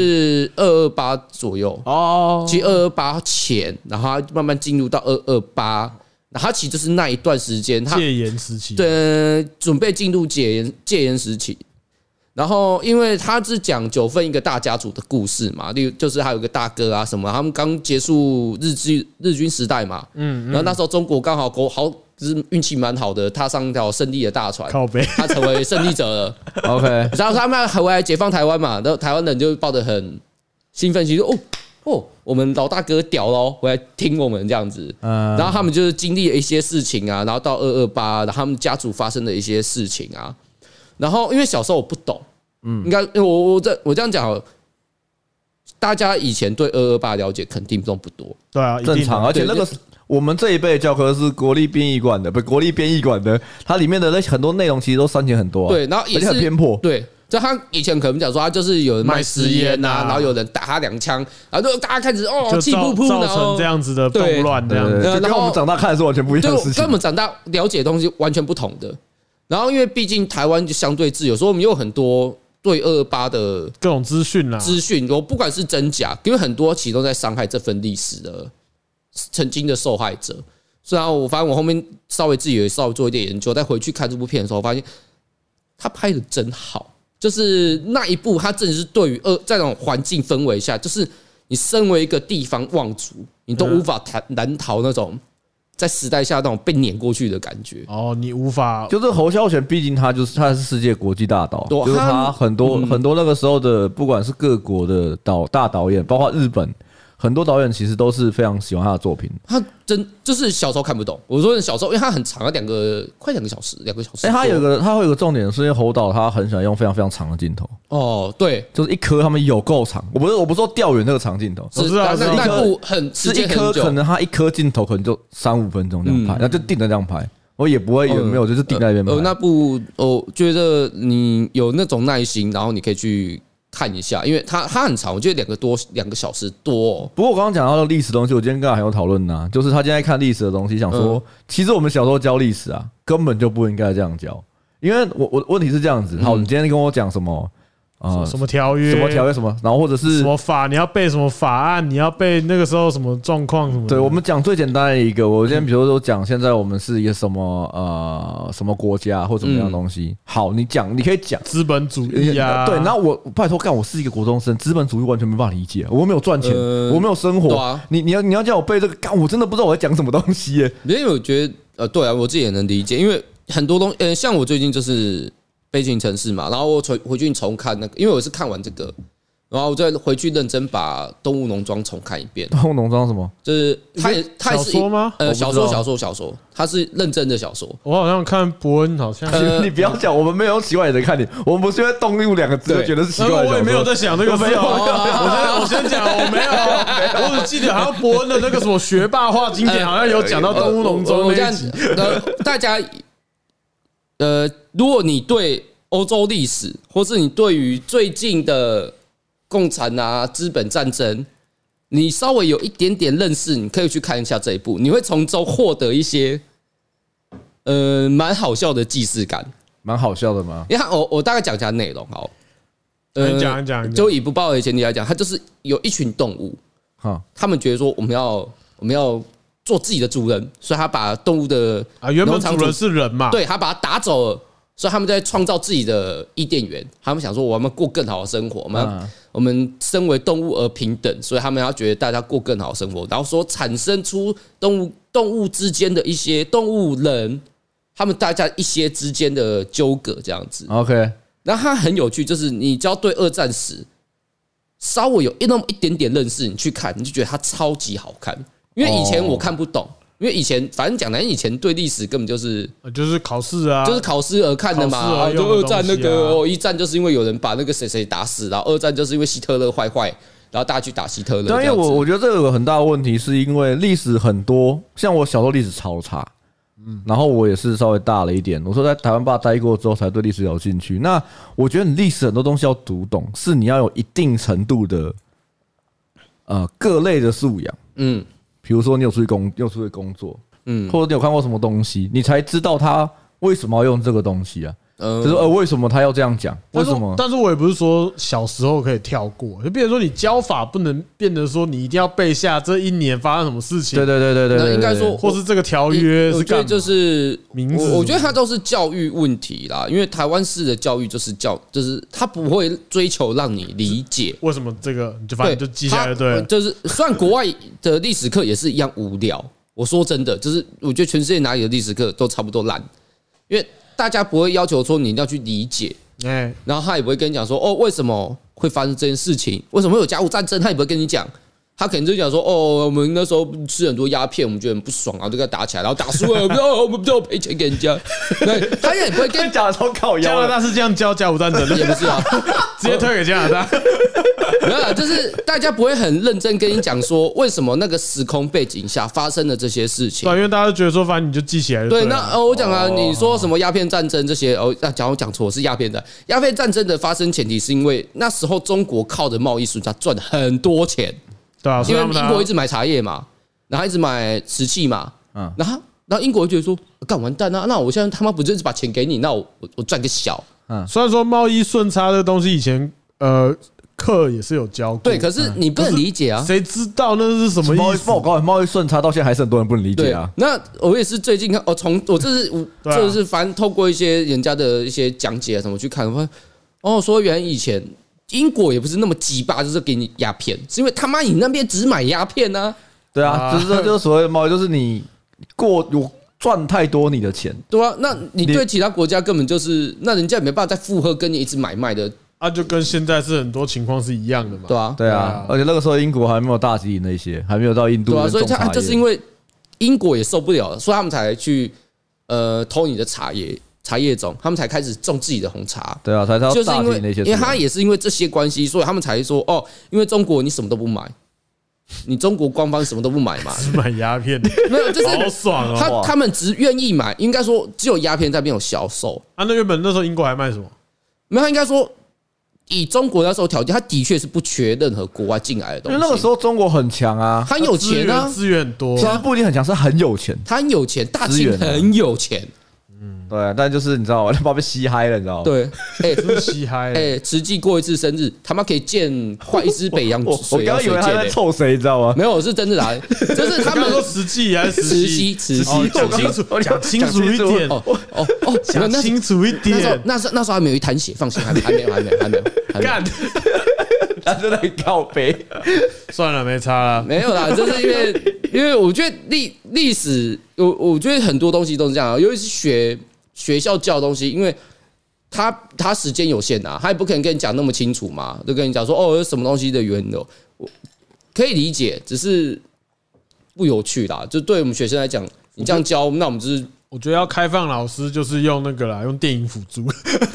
[SPEAKER 3] 是二二八左右，
[SPEAKER 2] 哦，
[SPEAKER 3] 其实二二八前，然后它慢慢进入到二二八，他其实就是那一段时间，他
[SPEAKER 2] 戒严时期，，
[SPEAKER 3] 对，准备进入戒严戒严时期。然后，因为他是讲九份一个大家族的故事嘛，例如就是还有一个大哥啊什么，他们刚结束日军日军时代嘛，嗯，然后那时候中国刚好国好就是运气蛮好的，踏上一条胜利的大船，
[SPEAKER 2] 靠背，
[SPEAKER 3] 他成为胜利者了。
[SPEAKER 1] OK，呃
[SPEAKER 3] 然后他们回来解放台湾嘛，然后台湾人就抱得很兴奋，其实哦哦，我们老大哥屌喽，回来听我们这样子。
[SPEAKER 1] 嗯
[SPEAKER 3] 然后他们就是经历了一些事情啊，然后到二二八，然后他们家族发生的一些事情啊。然后因为小时候我不懂，嗯，应该因为我我这我这样讲好了，大家以前对二二八了解肯定都不多，
[SPEAKER 2] 对啊，一定的
[SPEAKER 1] 正常，而且那个是我们这一辈的教科是国立编译馆的，不，国立编译馆的，它里面的那很多内容其实都删减很多、啊，
[SPEAKER 3] 对，，然后也
[SPEAKER 1] 而且
[SPEAKER 3] 是
[SPEAKER 1] 很偏颇，
[SPEAKER 3] 对，就他以前可能讲说，他就是有人卖
[SPEAKER 2] 卖
[SPEAKER 3] 私
[SPEAKER 2] 私
[SPEAKER 3] 烟
[SPEAKER 2] 烟
[SPEAKER 3] 呐、
[SPEAKER 2] 啊
[SPEAKER 3] 然后有人打他两枪，然后就大家开始哦
[SPEAKER 2] 就
[SPEAKER 3] 气噗
[SPEAKER 2] 造
[SPEAKER 3] 噗，
[SPEAKER 2] 造
[SPEAKER 3] 然后
[SPEAKER 2] 成这样子的
[SPEAKER 3] 对
[SPEAKER 2] 动乱这
[SPEAKER 1] 对
[SPEAKER 2] 样
[SPEAKER 1] 对
[SPEAKER 2] 子，
[SPEAKER 1] 对，
[SPEAKER 3] 呃
[SPEAKER 1] 就
[SPEAKER 3] 然
[SPEAKER 1] 跟
[SPEAKER 3] 后
[SPEAKER 1] 我们长大看的是完全不一
[SPEAKER 3] 对
[SPEAKER 1] 样的
[SPEAKER 3] 我
[SPEAKER 1] 事
[SPEAKER 3] 跟
[SPEAKER 1] 情
[SPEAKER 3] 我。们长大了解的东西完全不同的。然后因为毕竟台湾就相对自由，所以我们有很多对二八的
[SPEAKER 2] 各种资讯啦，
[SPEAKER 3] 资讯，我不管是真假，因为很多其实都在伤害这份历史的曾经的受害者。虽然我发现我后面稍微自己也稍微做一点研究，但回去看这部片的时候，发现他拍的真好，就是那一部他真的是对于二呃在那种环境氛围下，就是你身为一个地方望族，你都无法谈难逃那种在时代下那种被碾过去的感觉。
[SPEAKER 2] 哦，你无法
[SPEAKER 1] 就是侯孝贤，毕竟他就是他是世界国际大导，
[SPEAKER 3] 对
[SPEAKER 1] 就是
[SPEAKER 3] 他嗯
[SPEAKER 1] 他很多很多那个时候的，不管是各国的导大导演，包括日本，很多导演其实都是非常喜欢他的作品。
[SPEAKER 3] 他真就是小时候看不懂，我说的小时候，因为他很长，啊两个快两个小时，两个小时
[SPEAKER 1] 哎，
[SPEAKER 3] 多。
[SPEAKER 1] 他有一个他会有一个重点，是因为侯导他很喜欢用非常非常长的镜头，
[SPEAKER 3] 哦，对，
[SPEAKER 1] 就是一颗他们有够长，我不是我不是说调远那个长镜头，
[SPEAKER 2] 我
[SPEAKER 3] 是
[SPEAKER 2] 知道
[SPEAKER 3] 那
[SPEAKER 2] 知道
[SPEAKER 3] 那那部很时
[SPEAKER 1] 是一
[SPEAKER 3] 间
[SPEAKER 1] 颗
[SPEAKER 3] 很久
[SPEAKER 1] 可，能他一颗镜头可能就三五分钟这样拍，然后就定着这样拍，我也不会有没有就是定在那边
[SPEAKER 3] 呃，那
[SPEAKER 1] 拍。
[SPEAKER 3] 部我觉得你有那种耐心，然后你可以去看一下，因为它它很长，我觉得两个多两个小时多、哦。
[SPEAKER 1] 不过我刚刚讲到的历史东西，我今天跟还有讨论呢，就是他今天在看历史的东西，想
[SPEAKER 3] 嗯
[SPEAKER 1] 说其实我们小时候教历史啊，根本就不应该这样教，因为我我问题是这样
[SPEAKER 3] 嗯
[SPEAKER 1] 子，好，你今天跟我讲什么啊？
[SPEAKER 2] 什么条约，
[SPEAKER 1] 什么条约什么，然后或者
[SPEAKER 2] 什
[SPEAKER 1] 是
[SPEAKER 2] 么法，你要背什么法案，你要背那个时候什么状况什么的，
[SPEAKER 1] 对，
[SPEAKER 3] 嗯
[SPEAKER 1] 我们讲最简单的一个，我今天比如说讲现在我们是一个什么呃什么国家或怎么样
[SPEAKER 3] 嗯
[SPEAKER 1] 的东西，好，你讲你可以讲，
[SPEAKER 2] 资本主义啊，
[SPEAKER 1] 对，然后我拜托干，我是一个国中生，资本主义完全没办法理解，我没有赚钱，
[SPEAKER 3] 呃
[SPEAKER 1] 我没有生活，
[SPEAKER 3] 对啊
[SPEAKER 1] 你你要你要叫我背这个干，我真的不知道我在讲什么东西 耶。
[SPEAKER 3] 因为我觉得呃，对啊，我自己也能理解，因为很多东呃，像我最近就是悲情城市嘛，然后我重回去重看那个，因为我是看完这个，然后我再回去认真把《动物农庄》重看一遍，
[SPEAKER 1] 然后农庄什么？
[SPEAKER 3] 就是它也它也
[SPEAKER 2] 小
[SPEAKER 3] 是
[SPEAKER 2] 说
[SPEAKER 3] 一
[SPEAKER 2] 吗？
[SPEAKER 3] 呃
[SPEAKER 1] 我不知
[SPEAKER 3] 小
[SPEAKER 1] 道
[SPEAKER 3] 说小说小说，它是认真的小说，
[SPEAKER 2] 我好像看伯恩，好像
[SPEAKER 3] 呃
[SPEAKER 1] 你不要讲，我们没有奇怪的人看你，我们不是因为“动物”两个字就
[SPEAKER 3] 对
[SPEAKER 1] 觉得是奇
[SPEAKER 2] 那
[SPEAKER 1] 怪的。
[SPEAKER 2] 呃我也没有在，想这个事啊，我先我先讲，我没有，啊我只记得好像伯恩的那个什么学霸化经典，好像有讲到动物农
[SPEAKER 3] 呃
[SPEAKER 2] 庄
[SPEAKER 3] 我这
[SPEAKER 2] 那
[SPEAKER 3] 样
[SPEAKER 2] 一集，
[SPEAKER 3] 呃，大家呃，如果你对欧洲历史，或是你对于最近的共产啊、资本战争，你稍微有一点点认识，你可以去看一下这一部，你会从中获得一些呃蛮好笑的既视感。
[SPEAKER 1] 蛮好笑的嘛。
[SPEAKER 3] 你看，我我大概讲一下内容好。呃
[SPEAKER 2] 你讲你讲你讲
[SPEAKER 3] 就以不报的前提来讲，它就是有一群动物，
[SPEAKER 1] 哈，
[SPEAKER 3] 他们觉得说我们要我们要做自己的主人，所以他把动物的
[SPEAKER 2] 啊，原本
[SPEAKER 3] 农场
[SPEAKER 2] 主人是人嘛，
[SPEAKER 3] 对他把它打走了，所以他们在创造自己的伊甸园。他们想说我们要过更好的生活，我们要、
[SPEAKER 1] 嗯
[SPEAKER 3] 我们身为动物而平等，所以他们要觉得大家过更好的生活，然后所产生出动物动物之间的一些动物人。他们大家一些之间的纠葛这样子，
[SPEAKER 1] OK，
[SPEAKER 3] 然后它很有趣，就是你只要对二战史稍微有一那么一点点认识，你去看，你就觉得它超级好看。因为以前
[SPEAKER 1] 哦
[SPEAKER 3] 我看不懂，因为以前反正讲来，以前对历史根本就是
[SPEAKER 2] 呃就是考试啊，
[SPEAKER 3] 就是考试而看的嘛。
[SPEAKER 2] 考试而
[SPEAKER 3] 啊就
[SPEAKER 2] 用的
[SPEAKER 3] 二战那个
[SPEAKER 2] 东西啊
[SPEAKER 3] 哦，一战就是因为有人把那个谁谁打死，然后二战就是因为希特勒坏坏，然后大家去打希特勒。
[SPEAKER 1] 对啊，
[SPEAKER 3] 这
[SPEAKER 1] 因为
[SPEAKER 3] 样
[SPEAKER 1] 我
[SPEAKER 3] 子
[SPEAKER 1] 我觉得这个有个很大的问题，是因为历史很多，像我小时候历史超差，嗯，然后我也是稍微大了一点，我说在台湾爸待过之后才对历史有兴趣。那我觉得你历史很多东西要读懂，是你要有一定程度的，呃，各类的素养，
[SPEAKER 3] 嗯
[SPEAKER 1] 比如说你有出去工，你有出去工作，
[SPEAKER 3] 嗯，
[SPEAKER 1] 或者你有看过什么东西，你才知道他为什么要用这个东西啊。
[SPEAKER 3] 呃
[SPEAKER 1] 就是呃，为什么他要这样讲？为
[SPEAKER 2] 但是
[SPEAKER 1] 什么？
[SPEAKER 2] 但是我也不是说小时候可以跳过，就变成说你教法不能变得说你一定要背下这一年发生什么事情，
[SPEAKER 1] 对对对对对，
[SPEAKER 3] 那应该
[SPEAKER 1] 对对
[SPEAKER 3] 说
[SPEAKER 2] 或是这个条约
[SPEAKER 3] 我
[SPEAKER 2] 是
[SPEAKER 3] 觉
[SPEAKER 2] 干
[SPEAKER 3] 得
[SPEAKER 2] 嘛？
[SPEAKER 3] 就是
[SPEAKER 2] 名字
[SPEAKER 3] 我我觉得它都是教育问题啦，因为台湾式的教育就是教，就是它不会追求让你理解。
[SPEAKER 2] 为什么这个你就反正就记下来就对
[SPEAKER 3] 它
[SPEAKER 2] 了。
[SPEAKER 3] 就是虽然国外的历史课也是一样无聊。我说真的，就是我觉得全世界哪里的历史课都差不多烂，因为大家不会要求说你一定要去理解，
[SPEAKER 2] 哎，
[SPEAKER 3] 然后他也不会跟你讲说哦为什么会发生这件事情，为什么会有甲午战争，他也不会跟你讲。他可能就讲说，哦，我们那时候吃很多鸦片，我们觉得很不爽啊，就跟他打起来，然后打输了，我们就哦我们就要赔钱给人家。对，他也不会跟
[SPEAKER 1] 跟 讲的超靠
[SPEAKER 2] 加
[SPEAKER 1] 腰
[SPEAKER 2] 拿
[SPEAKER 1] 的，
[SPEAKER 2] 大是这样教甲午战争的，
[SPEAKER 3] 也不是啊，
[SPEAKER 2] 直接推给加拿 大。
[SPEAKER 3] 没有啦，就是大家不会很认真跟你讲说，为什么那个时空背景下发生了这些事情
[SPEAKER 2] 对，。啊因为大家都觉得说，反正你就记起来就
[SPEAKER 3] 对，
[SPEAKER 2] 了
[SPEAKER 3] 那呃，我讲啊，
[SPEAKER 1] 哦
[SPEAKER 3] 你说什么鸦片战争这些，哦，那讲我讲错，是鸦片战。鸦片战争的发生前提是因为那时候中国靠着贸易顺差赚很多钱，
[SPEAKER 2] 对啊，所
[SPEAKER 3] 因
[SPEAKER 2] 以
[SPEAKER 3] 为
[SPEAKER 2] 他们
[SPEAKER 3] 英
[SPEAKER 2] 拿
[SPEAKER 3] 国一直买茶叶嘛，然后一直买瓷器嘛，
[SPEAKER 1] 嗯
[SPEAKER 3] 然后然后英国就觉得说，干完蛋啊，那我现在他妈不就是把钱给你，那我我我赚个小。
[SPEAKER 2] 虽然说贸易顺差这东西以前呃课也是有教过，
[SPEAKER 3] 对，可是你不能理解啊。
[SPEAKER 2] 谁知道那是什么
[SPEAKER 1] 贸
[SPEAKER 2] 意
[SPEAKER 1] 易
[SPEAKER 2] 思？
[SPEAKER 1] 我告诉你，贸易顺差到现在还是很多人不能理
[SPEAKER 3] 对
[SPEAKER 1] 解啊。
[SPEAKER 3] 那我也是最近看，哦，从我这是我
[SPEAKER 2] 对啊
[SPEAKER 3] 就是反正透过一些人家的一些讲解啊什么去看，我发现哦，说原来以前英国也不是那么鸡巴，就是给你鸦片，是因为他妈你那边只买鸦片呢、
[SPEAKER 1] 对
[SPEAKER 2] 啊
[SPEAKER 1] 啊，就是这就是所谓的贸易，就是你过我赚太多你的钱，
[SPEAKER 3] 对啊，那
[SPEAKER 1] 你
[SPEAKER 3] 你对其他国家根本就是，那人家也没办法再附和跟你一直买卖的，
[SPEAKER 2] 啊，就跟现在是很多情况是一样的嘛。
[SPEAKER 3] 对 啊，
[SPEAKER 1] 对
[SPEAKER 2] 对
[SPEAKER 1] 啊
[SPEAKER 2] 啊，
[SPEAKER 1] 而且那个时候英国还没有大吉岭那些，还没有到印度
[SPEAKER 3] 对啊，
[SPEAKER 1] 人
[SPEAKER 3] 所以
[SPEAKER 1] 种
[SPEAKER 3] 他
[SPEAKER 1] 茶叶，
[SPEAKER 3] 就是因为英国也受不了了，所以他们才去呃偷你的茶叶茶叶种，他们才开始种自己的红茶。
[SPEAKER 1] 对啊，才到
[SPEAKER 3] 就是
[SPEAKER 1] 大
[SPEAKER 3] 因
[SPEAKER 1] 吉
[SPEAKER 3] 为
[SPEAKER 1] 岭那些出来，
[SPEAKER 3] 因为他也是因为这些关系，所以他们才说哦，因为中国你什么都不买，你中国官方什么都 不买嘛，
[SPEAKER 2] 只买鸦片，
[SPEAKER 3] 没有，就是
[SPEAKER 1] 啊
[SPEAKER 2] 好爽哦！
[SPEAKER 3] 他他们只愿意买，应该说只有鸦片在那边有销售，
[SPEAKER 2] 啊，那原本那时候英国还卖什么？
[SPEAKER 3] 没有，他应该说以中国那时候条件，他的确是不缺任何国外进来的东
[SPEAKER 1] 因为
[SPEAKER 3] 西，
[SPEAKER 1] 那个时候中国很强啊，
[SPEAKER 3] 他很有钱
[SPEAKER 2] 资
[SPEAKER 3] 啊，
[SPEAKER 2] 源资源很多
[SPEAKER 1] 其，实不一定很强，是很有钱。
[SPEAKER 3] 他很有钱，大
[SPEAKER 1] 资
[SPEAKER 3] 清
[SPEAKER 1] 源啊
[SPEAKER 3] 很有钱，
[SPEAKER 1] 对，啊但就是你知道吗？ 把被吸嗨了，你知道吗？
[SPEAKER 3] 嗯 对，哎
[SPEAKER 2] 真是嘻嗨欸。
[SPEAKER 3] 哎，慈济过一次生日，他妈可以建快一支北洋
[SPEAKER 1] 我 我
[SPEAKER 3] 水
[SPEAKER 1] 刚
[SPEAKER 3] 疗
[SPEAKER 1] 刚以
[SPEAKER 3] 水
[SPEAKER 1] 为他
[SPEAKER 3] 箭
[SPEAKER 1] 在
[SPEAKER 3] 嘞，
[SPEAKER 1] 臭谁，你知道吗？
[SPEAKER 3] 没有，是真的啦，就是他
[SPEAKER 2] 他们
[SPEAKER 3] 们
[SPEAKER 2] 说慈济还是
[SPEAKER 3] 慈
[SPEAKER 2] 禧
[SPEAKER 3] 禧慈禧
[SPEAKER 2] 哦讲
[SPEAKER 1] 慈禧
[SPEAKER 2] 清楚，讲清楚一点，
[SPEAKER 3] 哦哦 哦，
[SPEAKER 2] 讲
[SPEAKER 3] 那
[SPEAKER 2] 清楚一
[SPEAKER 3] 那时候
[SPEAKER 2] 点。
[SPEAKER 3] 那时候那时候还没有一滩血，放心，还没还没有还没有还没有还没有
[SPEAKER 2] 干，
[SPEAKER 1] 他就在告白。
[SPEAKER 2] 算了，没差了。
[SPEAKER 3] 没有啦，就是因为因为我觉得历历史，我我觉得很多东西都是这样啊，尤其是学学校教的东西，因为。他他时间有限啊，他也不可能跟你讲那么清楚嘛，就跟你讲说哦，有什么东西的缘由，我可以理解，只是不有趣啦。就对我们学生来讲，你这样教，那我们就是
[SPEAKER 2] 我觉得要开放老师，就是用那个啦，用电影辅 助。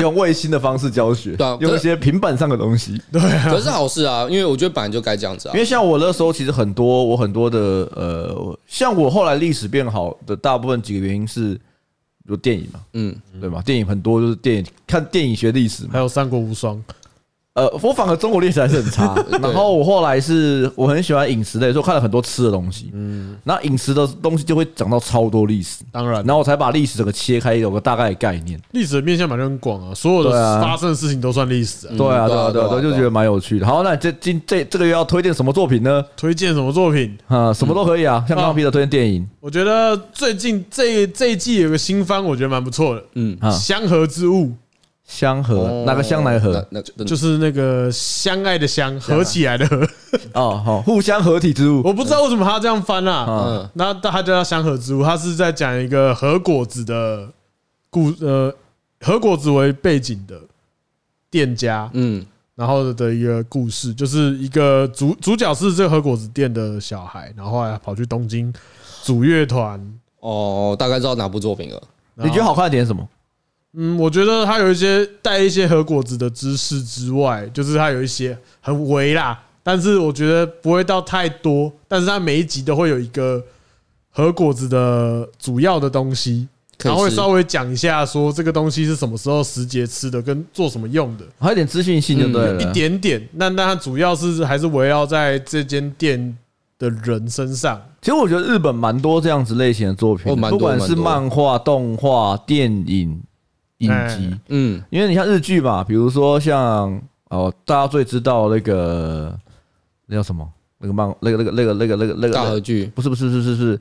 [SPEAKER 1] 用卫星的方式教学
[SPEAKER 3] 对啊，
[SPEAKER 1] 用一些平板上的东西。
[SPEAKER 3] 可是好事啊，因为我觉得本来就该这样子啊
[SPEAKER 1] 因。为像我那时候，其实很多我很多的呃，像我后来历史变好的大部分几个原因是有电影嘛，
[SPEAKER 3] 嗯，
[SPEAKER 1] 对嘛？电影很多就是电影看电影学历史嘛。
[SPEAKER 2] 还有《三国无双》，
[SPEAKER 1] 呃，我反而中国历史还是很 差。然后我后来是我很喜欢饮食类，所以我看了很多吃的东西。嗯，那饮食的东西就会讲到超多历史，啊
[SPEAKER 2] 当然
[SPEAKER 1] 然后我才把历史整个切开，有个大概的概念。
[SPEAKER 2] 历史的面向本来就很广啊，所有
[SPEAKER 1] 对
[SPEAKER 2] 的
[SPEAKER 1] 啊
[SPEAKER 2] 发生的事情都算历史啊。
[SPEAKER 1] 对啊，
[SPEAKER 3] 对
[SPEAKER 1] 对
[SPEAKER 3] 啊
[SPEAKER 1] 啊，对啊，
[SPEAKER 3] 对
[SPEAKER 1] 对
[SPEAKER 3] 啊
[SPEAKER 1] 啊，就觉得蛮有趣的。好，那这今这这个月要推荐什么作品呢？
[SPEAKER 2] 推荐什么作品？
[SPEAKER 1] 啊，什么都可以啊，像刚
[SPEAKER 2] 啊
[SPEAKER 1] 刚 Peter 推荐电影
[SPEAKER 2] 我觉得最近这这一季有个新番，我觉得蛮不错的，
[SPEAKER 3] 嗯，
[SPEAKER 1] 啊
[SPEAKER 2] 《香河之物
[SPEAKER 1] 香河
[SPEAKER 3] 哦
[SPEAKER 1] 哪个香哪个河？
[SPEAKER 3] 那那》，
[SPEAKER 2] 就是那个相爱的相合起来的合。
[SPEAKER 1] 哦，好，互相合体之物
[SPEAKER 2] 我不知道为什么他这样翻啊，
[SPEAKER 1] 啊，
[SPEAKER 3] 嗯
[SPEAKER 2] 那他叫它香河之物，他是在讲一个和果子的故，呃，和果子为背景的店家，
[SPEAKER 3] 嗯
[SPEAKER 2] 然后的一个故事，就是一个主主角是这个和果子店的小孩，然后后来跑去东京组乐团。
[SPEAKER 3] 哦，大概知道哪部作品了。
[SPEAKER 1] 你觉得好看的点是什么？
[SPEAKER 2] 嗯，我觉得它有一些带一些和果子的知识之外，就是它有一些很微啦，但是我觉得不会到太多，但是它每一集都会有一个和果子的主要的东西，
[SPEAKER 3] 可以
[SPEAKER 2] 然后会
[SPEAKER 3] 是
[SPEAKER 2] 稍微讲一下说这个东西是什么时候时节吃的，跟做什么用的。
[SPEAKER 1] 还有点资讯性就对啊了，
[SPEAKER 2] 嗯一点点，那那它主要是还是围绕在这间店的人身上。
[SPEAKER 1] 其实我觉得日本蛮多这样子类型的作
[SPEAKER 3] 哦
[SPEAKER 1] 品
[SPEAKER 3] 蛮
[SPEAKER 1] 的，
[SPEAKER 3] 多
[SPEAKER 1] 不管是
[SPEAKER 3] 蛮多
[SPEAKER 1] 漫画、动画、电影、影集
[SPEAKER 2] 哎，
[SPEAKER 3] 嗯，
[SPEAKER 1] 因为你像日剧嘛，比如说像哦，大家最知道那个那叫什么？那个漫，那个那个那个那个那个那个
[SPEAKER 3] 大和剧
[SPEAKER 1] 不是不是是是是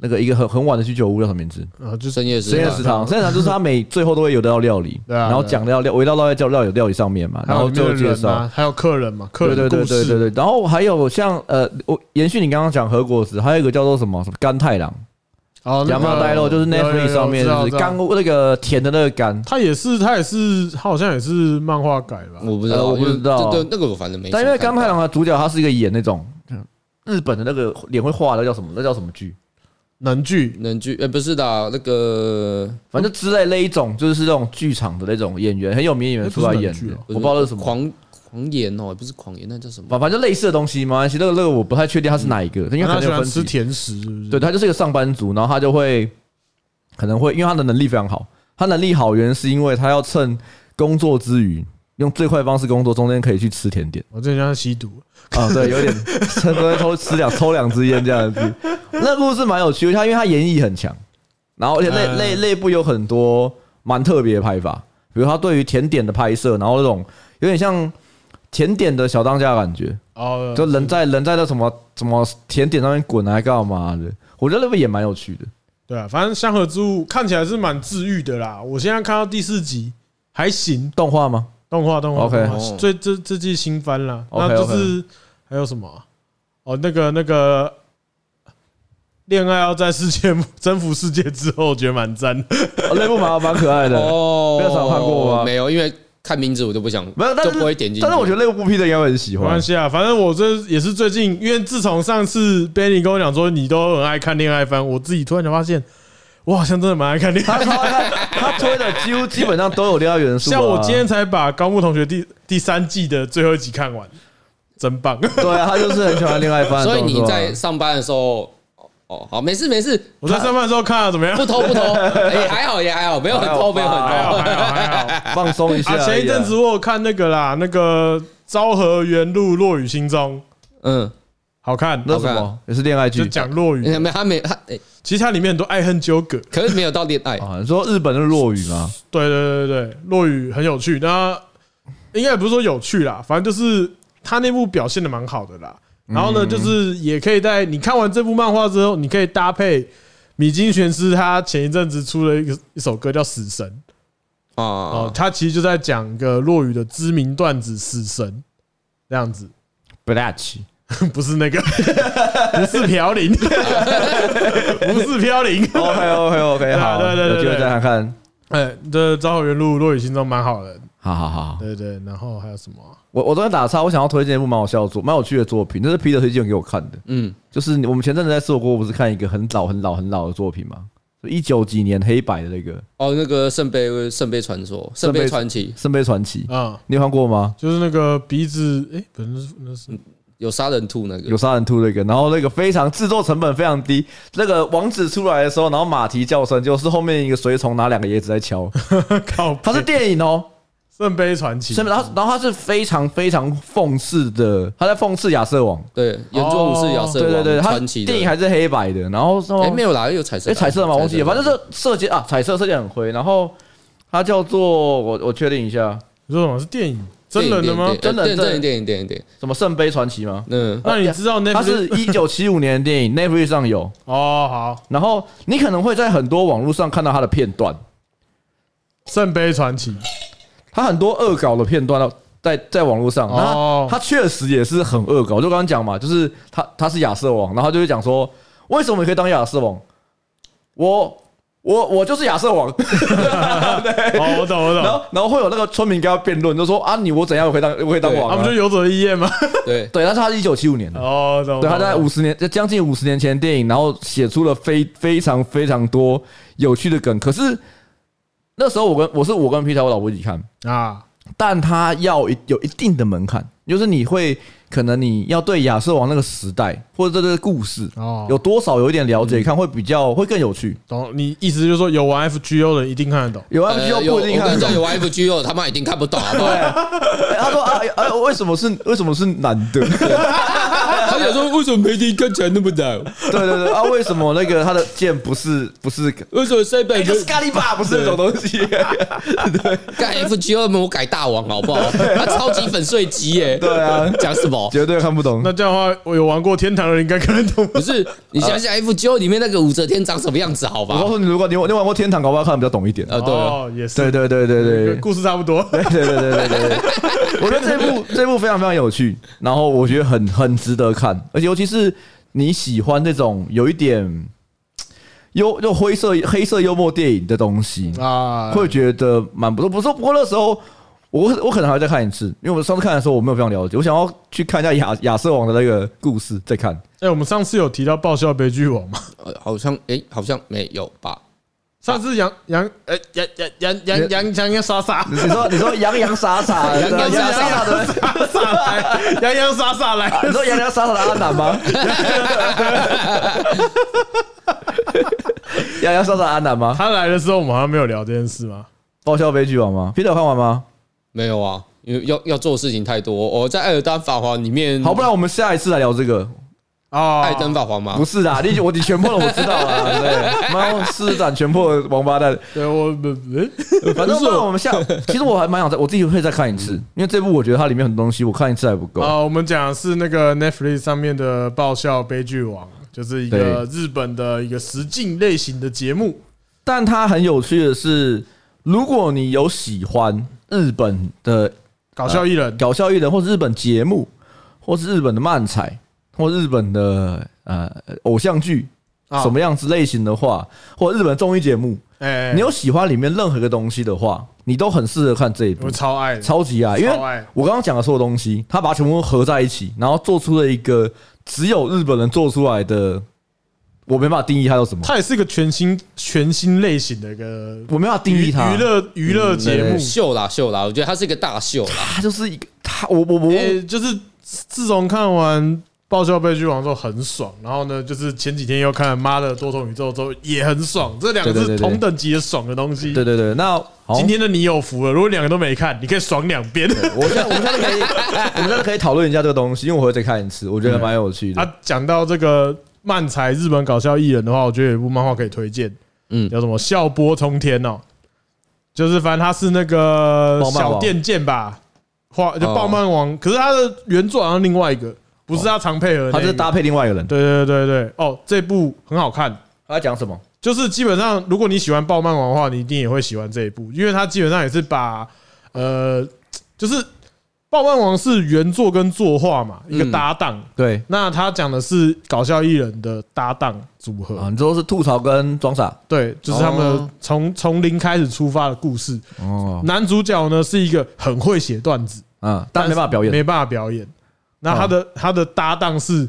[SPEAKER 1] 那个一个很很晚的居酒屋叫什么名字？
[SPEAKER 2] 然后就是
[SPEAKER 3] 深夜食
[SPEAKER 1] 深夜食堂，深夜食堂就是他每最后都会有道料理，
[SPEAKER 2] 对啊
[SPEAKER 1] 然后讲料料围绕到在料料理料理上面嘛，
[SPEAKER 2] 还
[SPEAKER 1] 然
[SPEAKER 2] 有
[SPEAKER 1] 后
[SPEAKER 2] 里面
[SPEAKER 1] 最后
[SPEAKER 2] 的
[SPEAKER 1] 介
[SPEAKER 2] 人
[SPEAKER 1] 绍
[SPEAKER 2] 啊，。还有客人嘛，客
[SPEAKER 1] 对对
[SPEAKER 2] 人的
[SPEAKER 1] 对
[SPEAKER 2] 故
[SPEAKER 1] 对对
[SPEAKER 2] 事，
[SPEAKER 1] 对，然后还有像呃，我延续你刚刚讲和果子，还有一个叫做什么什么干太郎，
[SPEAKER 2] 哦，
[SPEAKER 1] 羊毛呆肉，就是
[SPEAKER 2] 那个有有有
[SPEAKER 1] Netflix 上面
[SPEAKER 2] 知道
[SPEAKER 1] 就是
[SPEAKER 2] 知道
[SPEAKER 1] 干那个甜的那个干，
[SPEAKER 2] 他也是，他也是，他好像也是漫画改吧？
[SPEAKER 3] 我不知道，
[SPEAKER 1] 呃我不知道
[SPEAKER 3] 因为这这那个我反正没什么看到。
[SPEAKER 1] 但因为刚太郎的主角他是一个演那种
[SPEAKER 2] 嗯
[SPEAKER 1] 日本的那个脸会画的叫什么？那叫什么剧？
[SPEAKER 2] 能剧
[SPEAKER 3] 能剧，呃，不是的啊，那个
[SPEAKER 1] 反正之类那一种，就是那种剧场的那种演员，很有名演员出来演
[SPEAKER 2] 那不
[SPEAKER 1] 的
[SPEAKER 2] 是冷剧哦，
[SPEAKER 1] 我不知道那是什么。
[SPEAKER 3] 狂狂言哦，不是狂言，那叫什么？
[SPEAKER 1] 反反正类似的东西，没关系。那个那个我不太确定他是
[SPEAKER 2] 嗯
[SPEAKER 1] 哪一个，因为可
[SPEAKER 2] 他
[SPEAKER 1] 能
[SPEAKER 2] 喜
[SPEAKER 1] 有
[SPEAKER 2] 欢
[SPEAKER 1] 分
[SPEAKER 2] 吃
[SPEAKER 1] 级。
[SPEAKER 2] 甜食，是不是？
[SPEAKER 1] 对，他就是一个上班族，然后他就会可能会，因为他的能力非常好，他能力好原因是因为他要趁工作之余。用最快的方式工作，中间可以去吃甜点
[SPEAKER 2] 我这像吸毒，
[SPEAKER 1] 啊，对，有点趁中间偷吃两抽两支烟这样子。那故事蛮有趣的，他因为他演绎很强，然后而且内
[SPEAKER 2] 嗯
[SPEAKER 1] 内内部有很多蛮特别的拍法，比如他对于甜点的拍摄，然后那种有点像甜点的小当家的感觉，
[SPEAKER 2] 哦，
[SPEAKER 1] 就人在人在那什么什么甜点上面滚啊干嘛的，我觉得那个也蛮有趣的。
[SPEAKER 2] 对啊，反正香河之物看起来是蛮治愈的啦。我现在看到第四集还行，
[SPEAKER 1] 动画吗？
[SPEAKER 2] 动画动画
[SPEAKER 1] OK 哦
[SPEAKER 2] 动画最这这季新番啦。那
[SPEAKER 1] OK，
[SPEAKER 2] 就是还有什么啊？哦，那个那个，恋爱要在世界征服世界之后，我觉得蛮赞的。
[SPEAKER 1] 哦那部蛮蛮可爱的，
[SPEAKER 3] 哦
[SPEAKER 1] 没有想看过吗
[SPEAKER 3] 没有，因为看名字我就不想，
[SPEAKER 1] 没有，但
[SPEAKER 3] 就是不会点进去。
[SPEAKER 1] 但是我觉得那部 P 的应该会很喜
[SPEAKER 2] 没关
[SPEAKER 1] 欢。
[SPEAKER 2] 系啊，反正我这也是最近，因为自从上次 Benny 跟我讲说你都很爱看恋爱番，我自己突然就发现，我好像真的蛮爱 看恋爱
[SPEAKER 1] 他超爱看他推的几乎基本上都有恋爱元素啊。
[SPEAKER 2] 像我今天才把高木同学第第三季的最后一集看完，真棒！
[SPEAKER 1] 对啊，他就是很喜欢恋爱番的动
[SPEAKER 3] 所
[SPEAKER 1] 作
[SPEAKER 3] 以
[SPEAKER 1] 啊。
[SPEAKER 3] 你在上班的时候，哦，好，没事没事，
[SPEAKER 2] 我在上班的时候看啊，怎么 样
[SPEAKER 3] 不？偷不偷，也还好也还好，没有很偷，没有很
[SPEAKER 2] 还
[SPEAKER 3] 偷。
[SPEAKER 2] 好还好还好。
[SPEAKER 1] 放松一下而已
[SPEAKER 2] 啊，
[SPEAKER 1] 啊。
[SPEAKER 2] 前一阵子我有看那个啦，那个《昭和元路落雨心中》，
[SPEAKER 3] 嗯，
[SPEAKER 2] 好看，
[SPEAKER 1] 那什么也是恋爱
[SPEAKER 2] 就
[SPEAKER 1] 剧
[SPEAKER 2] 讲落雨。
[SPEAKER 3] 没有他没他，哎
[SPEAKER 2] 其实它里面很多爱恨纠葛。
[SPEAKER 3] 可是没有到恋爱。
[SPEAKER 1] 啊？你说日本的落雨吗？
[SPEAKER 2] 对对对对对，落雨很有趣。那应该也不是说有趣啦，反正就是他那部表现的蛮好的啦。然后呢，就是也可以在你看完这部漫画之后，你可以搭配米津玄师他前一阵子出了一个一首歌叫《死神》哦
[SPEAKER 3] 啊，，
[SPEAKER 2] 他其实就在讲一个落雨的知名段子《死神》这样子，
[SPEAKER 1] 不大气。
[SPEAKER 2] 不是那个， 不是飘零， 不是飘零。
[SPEAKER 1] OK OK OK，好，
[SPEAKER 2] 对对对对
[SPEAKER 1] 有机会再看看。
[SPEAKER 2] 哎，这《昭和元路落雨心中》蛮好的，
[SPEAKER 1] 好好好，好
[SPEAKER 2] 对对。然后还有什么啊？
[SPEAKER 1] 我我昨天打岔，我想要推荐一部蛮好笑的作、蛮有趣的作品，这是 Peter 推荐给我看的。
[SPEAKER 3] 嗯，
[SPEAKER 1] 就是我们前阵子在硕锅，不是看一个很老、很老、很老的作品吗？一九几年黑白的那个《
[SPEAKER 3] 哦，那个圣杯圣杯传说，圣杯传奇
[SPEAKER 1] 圣杯传
[SPEAKER 3] 嗯
[SPEAKER 1] 奇》，
[SPEAKER 2] 啊，
[SPEAKER 1] 你有看过吗？
[SPEAKER 2] 就是那个鼻子，哎、不是那是
[SPEAKER 1] 嗯
[SPEAKER 3] 有杀人兔那
[SPEAKER 1] 有
[SPEAKER 3] 个，
[SPEAKER 1] 杀人兔那个，然后那个非常制作成本非常低，那个网址出来的时候，然后马蹄叫声就是后面一个随从拿两个椰子在敲，
[SPEAKER 2] 靠北，
[SPEAKER 1] 它是电影 哦，
[SPEAKER 2] 圣杯传奇，
[SPEAKER 1] 是然后然后它是非常非常讽刺的，他在讽刺亚瑟王，
[SPEAKER 3] 对，原作武士亚瑟
[SPEAKER 1] 哦对对对，
[SPEAKER 3] 王
[SPEAKER 1] 他
[SPEAKER 3] 传奇的
[SPEAKER 1] 电影还是黑白的，然后说
[SPEAKER 3] 哎没有啦，有彩色
[SPEAKER 1] 哎，
[SPEAKER 3] 的，
[SPEAKER 1] 彩色的吗？忘记了，
[SPEAKER 3] 彩
[SPEAKER 1] 反
[SPEAKER 3] 色
[SPEAKER 1] 正
[SPEAKER 3] 的
[SPEAKER 1] 是设计啊，彩色设计很灰。然后它叫做我我确定一下，
[SPEAKER 2] 你说什么是电影真人的吗？
[SPEAKER 3] 电影
[SPEAKER 1] 真人
[SPEAKER 3] 电
[SPEAKER 1] 真
[SPEAKER 3] 影
[SPEAKER 1] 人
[SPEAKER 3] 电影电影电影，
[SPEAKER 1] 什么《圣杯传奇》吗？
[SPEAKER 3] 嗯，
[SPEAKER 2] 那你知道那
[SPEAKER 1] 它是一九七五年的电影，Netflix 上有。
[SPEAKER 2] 哦好，
[SPEAKER 1] 然后你可能会在很多网络上看到它的片段，
[SPEAKER 2] 圣杯 传奇
[SPEAKER 1] 它很多恶搞的片段都在在网络上。
[SPEAKER 2] 哦
[SPEAKER 1] 那它确实也是很恶搞，我就刚刚讲嘛，就是他他是亚瑟王，然后他就会讲说，为什么你可以当亚瑟王？我我我就是亚瑟王，
[SPEAKER 2] 哦，我懂我
[SPEAKER 1] 然后
[SPEAKER 2] 懂，
[SPEAKER 1] 然后会有那个村民跟他辩论，就说啊你我怎样我可以当我可以当
[SPEAKER 3] 对
[SPEAKER 1] 王、
[SPEAKER 2] 他
[SPEAKER 1] 啊，
[SPEAKER 2] 们就游走的一 夜吗？
[SPEAKER 3] 对，
[SPEAKER 1] 对，但是他是一九七五年的，
[SPEAKER 2] 哦，懂，
[SPEAKER 1] 对，他在
[SPEAKER 2] 懂
[SPEAKER 1] 五十年，将近五十年前的电影，然后写出了非非常非常多有趣的梗。可是那时候我跟我是我跟皮特我老婆一起看，
[SPEAKER 2] 啊，
[SPEAKER 1] 但他要一有一定的门槛，就是你会可能你要对亚瑟王那个时代或者这个故事
[SPEAKER 2] 哦
[SPEAKER 1] 有多少有一点了解，看会比较会更有趣。
[SPEAKER 2] 懂，你意思就是说有玩 FGO 的一定看哦得懂，
[SPEAKER 1] 有 F
[SPEAKER 3] 呃
[SPEAKER 1] G O
[SPEAKER 3] 有
[SPEAKER 1] 不一定啊
[SPEAKER 3] 我跟
[SPEAKER 1] 看得
[SPEAKER 3] 你 讲，
[SPEAKER 1] 懂。
[SPEAKER 3] 有 FG O 他妈一定看不懂，好不好？
[SPEAKER 1] 哎他说啊，哎，哎为什么是为什么是男的？
[SPEAKER 3] 他我想说，为什么媒体看起来那么难？
[SPEAKER 1] 对对对啊！为什么那个他的剑不是不是
[SPEAKER 3] 为什么塞本
[SPEAKER 1] 那
[SPEAKER 3] 就
[SPEAKER 1] 哎个是咖喱 吧？不是那种东西。
[SPEAKER 3] 干 F G 二门？我改大王好 不好？他超级粉碎机耶！
[SPEAKER 1] 对啊，
[SPEAKER 3] 讲什么？
[SPEAKER 1] 绝对看不懂。
[SPEAKER 2] 那这样的话，我有玩过天堂的人应该看得 懂。
[SPEAKER 3] 不是你想想 F G 二里面那个武则天长什么样子？好
[SPEAKER 1] 啊我告
[SPEAKER 3] 吧？
[SPEAKER 1] 诉你，如果你你玩过天堂，搞不好看的比较懂一点。
[SPEAKER 3] 呃，对了，
[SPEAKER 2] 哦，也是，
[SPEAKER 1] 啊对对对对对
[SPEAKER 2] 故事差不多。
[SPEAKER 1] 对对对对对对 对，我觉得这部这部非常非常有趣，然后我觉得很很值得看，而且尤其是你喜欢这种有一点幽就灰色黑色幽默电影的东西，
[SPEAKER 2] 啊，
[SPEAKER 1] 会觉得蛮不错。不是，不过那时候我我可能还会再看一次，因为我上次看的时候我没有非常了解，我想要去看一下亚亚瑟王的那个故事再看。
[SPEAKER 2] 哎，我们上次有提到爆笑悲剧王嘛？
[SPEAKER 3] 呃好像诶，好像没有吧？
[SPEAKER 2] 上次杨杨呃杨杨杨杨杨杨杨莎莎
[SPEAKER 1] 你说你说洋洋洒洒的，
[SPEAKER 3] 洋洋洒洒
[SPEAKER 1] 的，
[SPEAKER 2] 莎来，洋洋莎莎来，
[SPEAKER 1] 你说洋洋洒洒的阿南吗？洋洋洒洒的阿南吗？
[SPEAKER 2] 他来的时候我们好像没有聊这件事吗？
[SPEAKER 1] 爆笑悲剧王吗？Peter 有看完吗？
[SPEAKER 3] 没有啊，因为要要做的事情太多。我在《艾尔丹法环》里面，
[SPEAKER 1] 好，不然我们下一次来聊这个。
[SPEAKER 2] 啊，
[SPEAKER 3] 艾登法环吗
[SPEAKER 1] 不？是啦，你我你全破了，我知道 啦。对，猫施展全破的王八蛋。
[SPEAKER 2] 对我不不
[SPEAKER 1] 反正不然我们下，其实我还蛮想再，我自己会再看一次，因为这部我觉得它里面很多东西，我看一次还不够。
[SPEAKER 3] 哦
[SPEAKER 2] 啊，我们讲的是那个 Netflix 上面的爆笑悲剧王，就是一个日本的一个实境类型的节目。
[SPEAKER 1] 但它很有趣的是，如果你有喜欢日本的
[SPEAKER 2] 搞笑艺人，
[SPEAKER 1] 搞笑艺人，或是日本节目，或是日本的漫才，或是日本的呃偶像剧，
[SPEAKER 2] 啊
[SPEAKER 1] 什么样子类型的话，或日本综艺节目，
[SPEAKER 2] 哎，
[SPEAKER 1] 你有喜欢里面任何一个东西的话，你都很适合看这一部
[SPEAKER 2] 我，超爱的，
[SPEAKER 1] 超级啊爱，因为
[SPEAKER 2] 超爱
[SPEAKER 1] 我刚刚讲的所有东西，他把它全部合在一起，然后做出了一个只有日本人做出来的，我没办法定义它叫什么，
[SPEAKER 2] 它也是一个全新全新类型的一个
[SPEAKER 1] 我没办法定
[SPEAKER 2] 娱
[SPEAKER 1] 义它
[SPEAKER 2] 娱，乐娱乐节目
[SPEAKER 1] 嗯。
[SPEAKER 3] 秀啦秀啦，我觉得它是一个大秀啦。
[SPEAKER 1] 它就是一个，它我我我
[SPEAKER 2] 呃，就是自自从看完《爆笑悲剧王》之后很爽，然后呢，就是前几天又看了《妈的多重宇宙》之后也很爽，这两个
[SPEAKER 1] 对对
[SPEAKER 2] 是
[SPEAKER 1] 对对
[SPEAKER 2] 同等级的爽的东西。
[SPEAKER 1] 对对对，那好
[SPEAKER 2] 今天的你有福了，如果两个都没看，你可以爽两遍。
[SPEAKER 1] 我现在我们现在可以，我们现在可以讨论一下这个东西，因为我会再看一次，我觉得蛮有趣的。
[SPEAKER 2] 啊，讲到这个漫才日本搞笑艺人的话，我觉得有一部漫画可以推荐，
[SPEAKER 3] 嗯
[SPEAKER 2] 叫什么《笑波冲天》哦，就是反正他是那个
[SPEAKER 1] 爆漫王
[SPEAKER 2] 小电剑吧，画就
[SPEAKER 3] 哦
[SPEAKER 2] 爆漫王，可是他的原作好像另外一个，不是他常配合的那
[SPEAKER 1] 他
[SPEAKER 2] 个，
[SPEAKER 1] 就是搭配另外一个人，
[SPEAKER 2] 对对对对，哦，这部很好看。
[SPEAKER 1] 他在讲什么？
[SPEAKER 2] 就是基本上，如果你喜欢爆漫王的话，你一定也会喜欢这一部，因为它基本上也是把呃，就是爆漫王是原作跟作画嘛一个
[SPEAKER 3] 嗯
[SPEAKER 2] 搭档，
[SPEAKER 1] 对
[SPEAKER 2] 那他讲的是搞笑艺人的搭档组合，
[SPEAKER 1] 啊，你说是吐槽跟装傻
[SPEAKER 2] 对，就是他们
[SPEAKER 3] 哦
[SPEAKER 2] 从从零开始出发的故事。
[SPEAKER 1] 哦，
[SPEAKER 2] 男主角呢是一个很会写段子，
[SPEAKER 1] 嗯，但没办法表演，哦
[SPEAKER 2] 没办法表演。那他的他的搭档是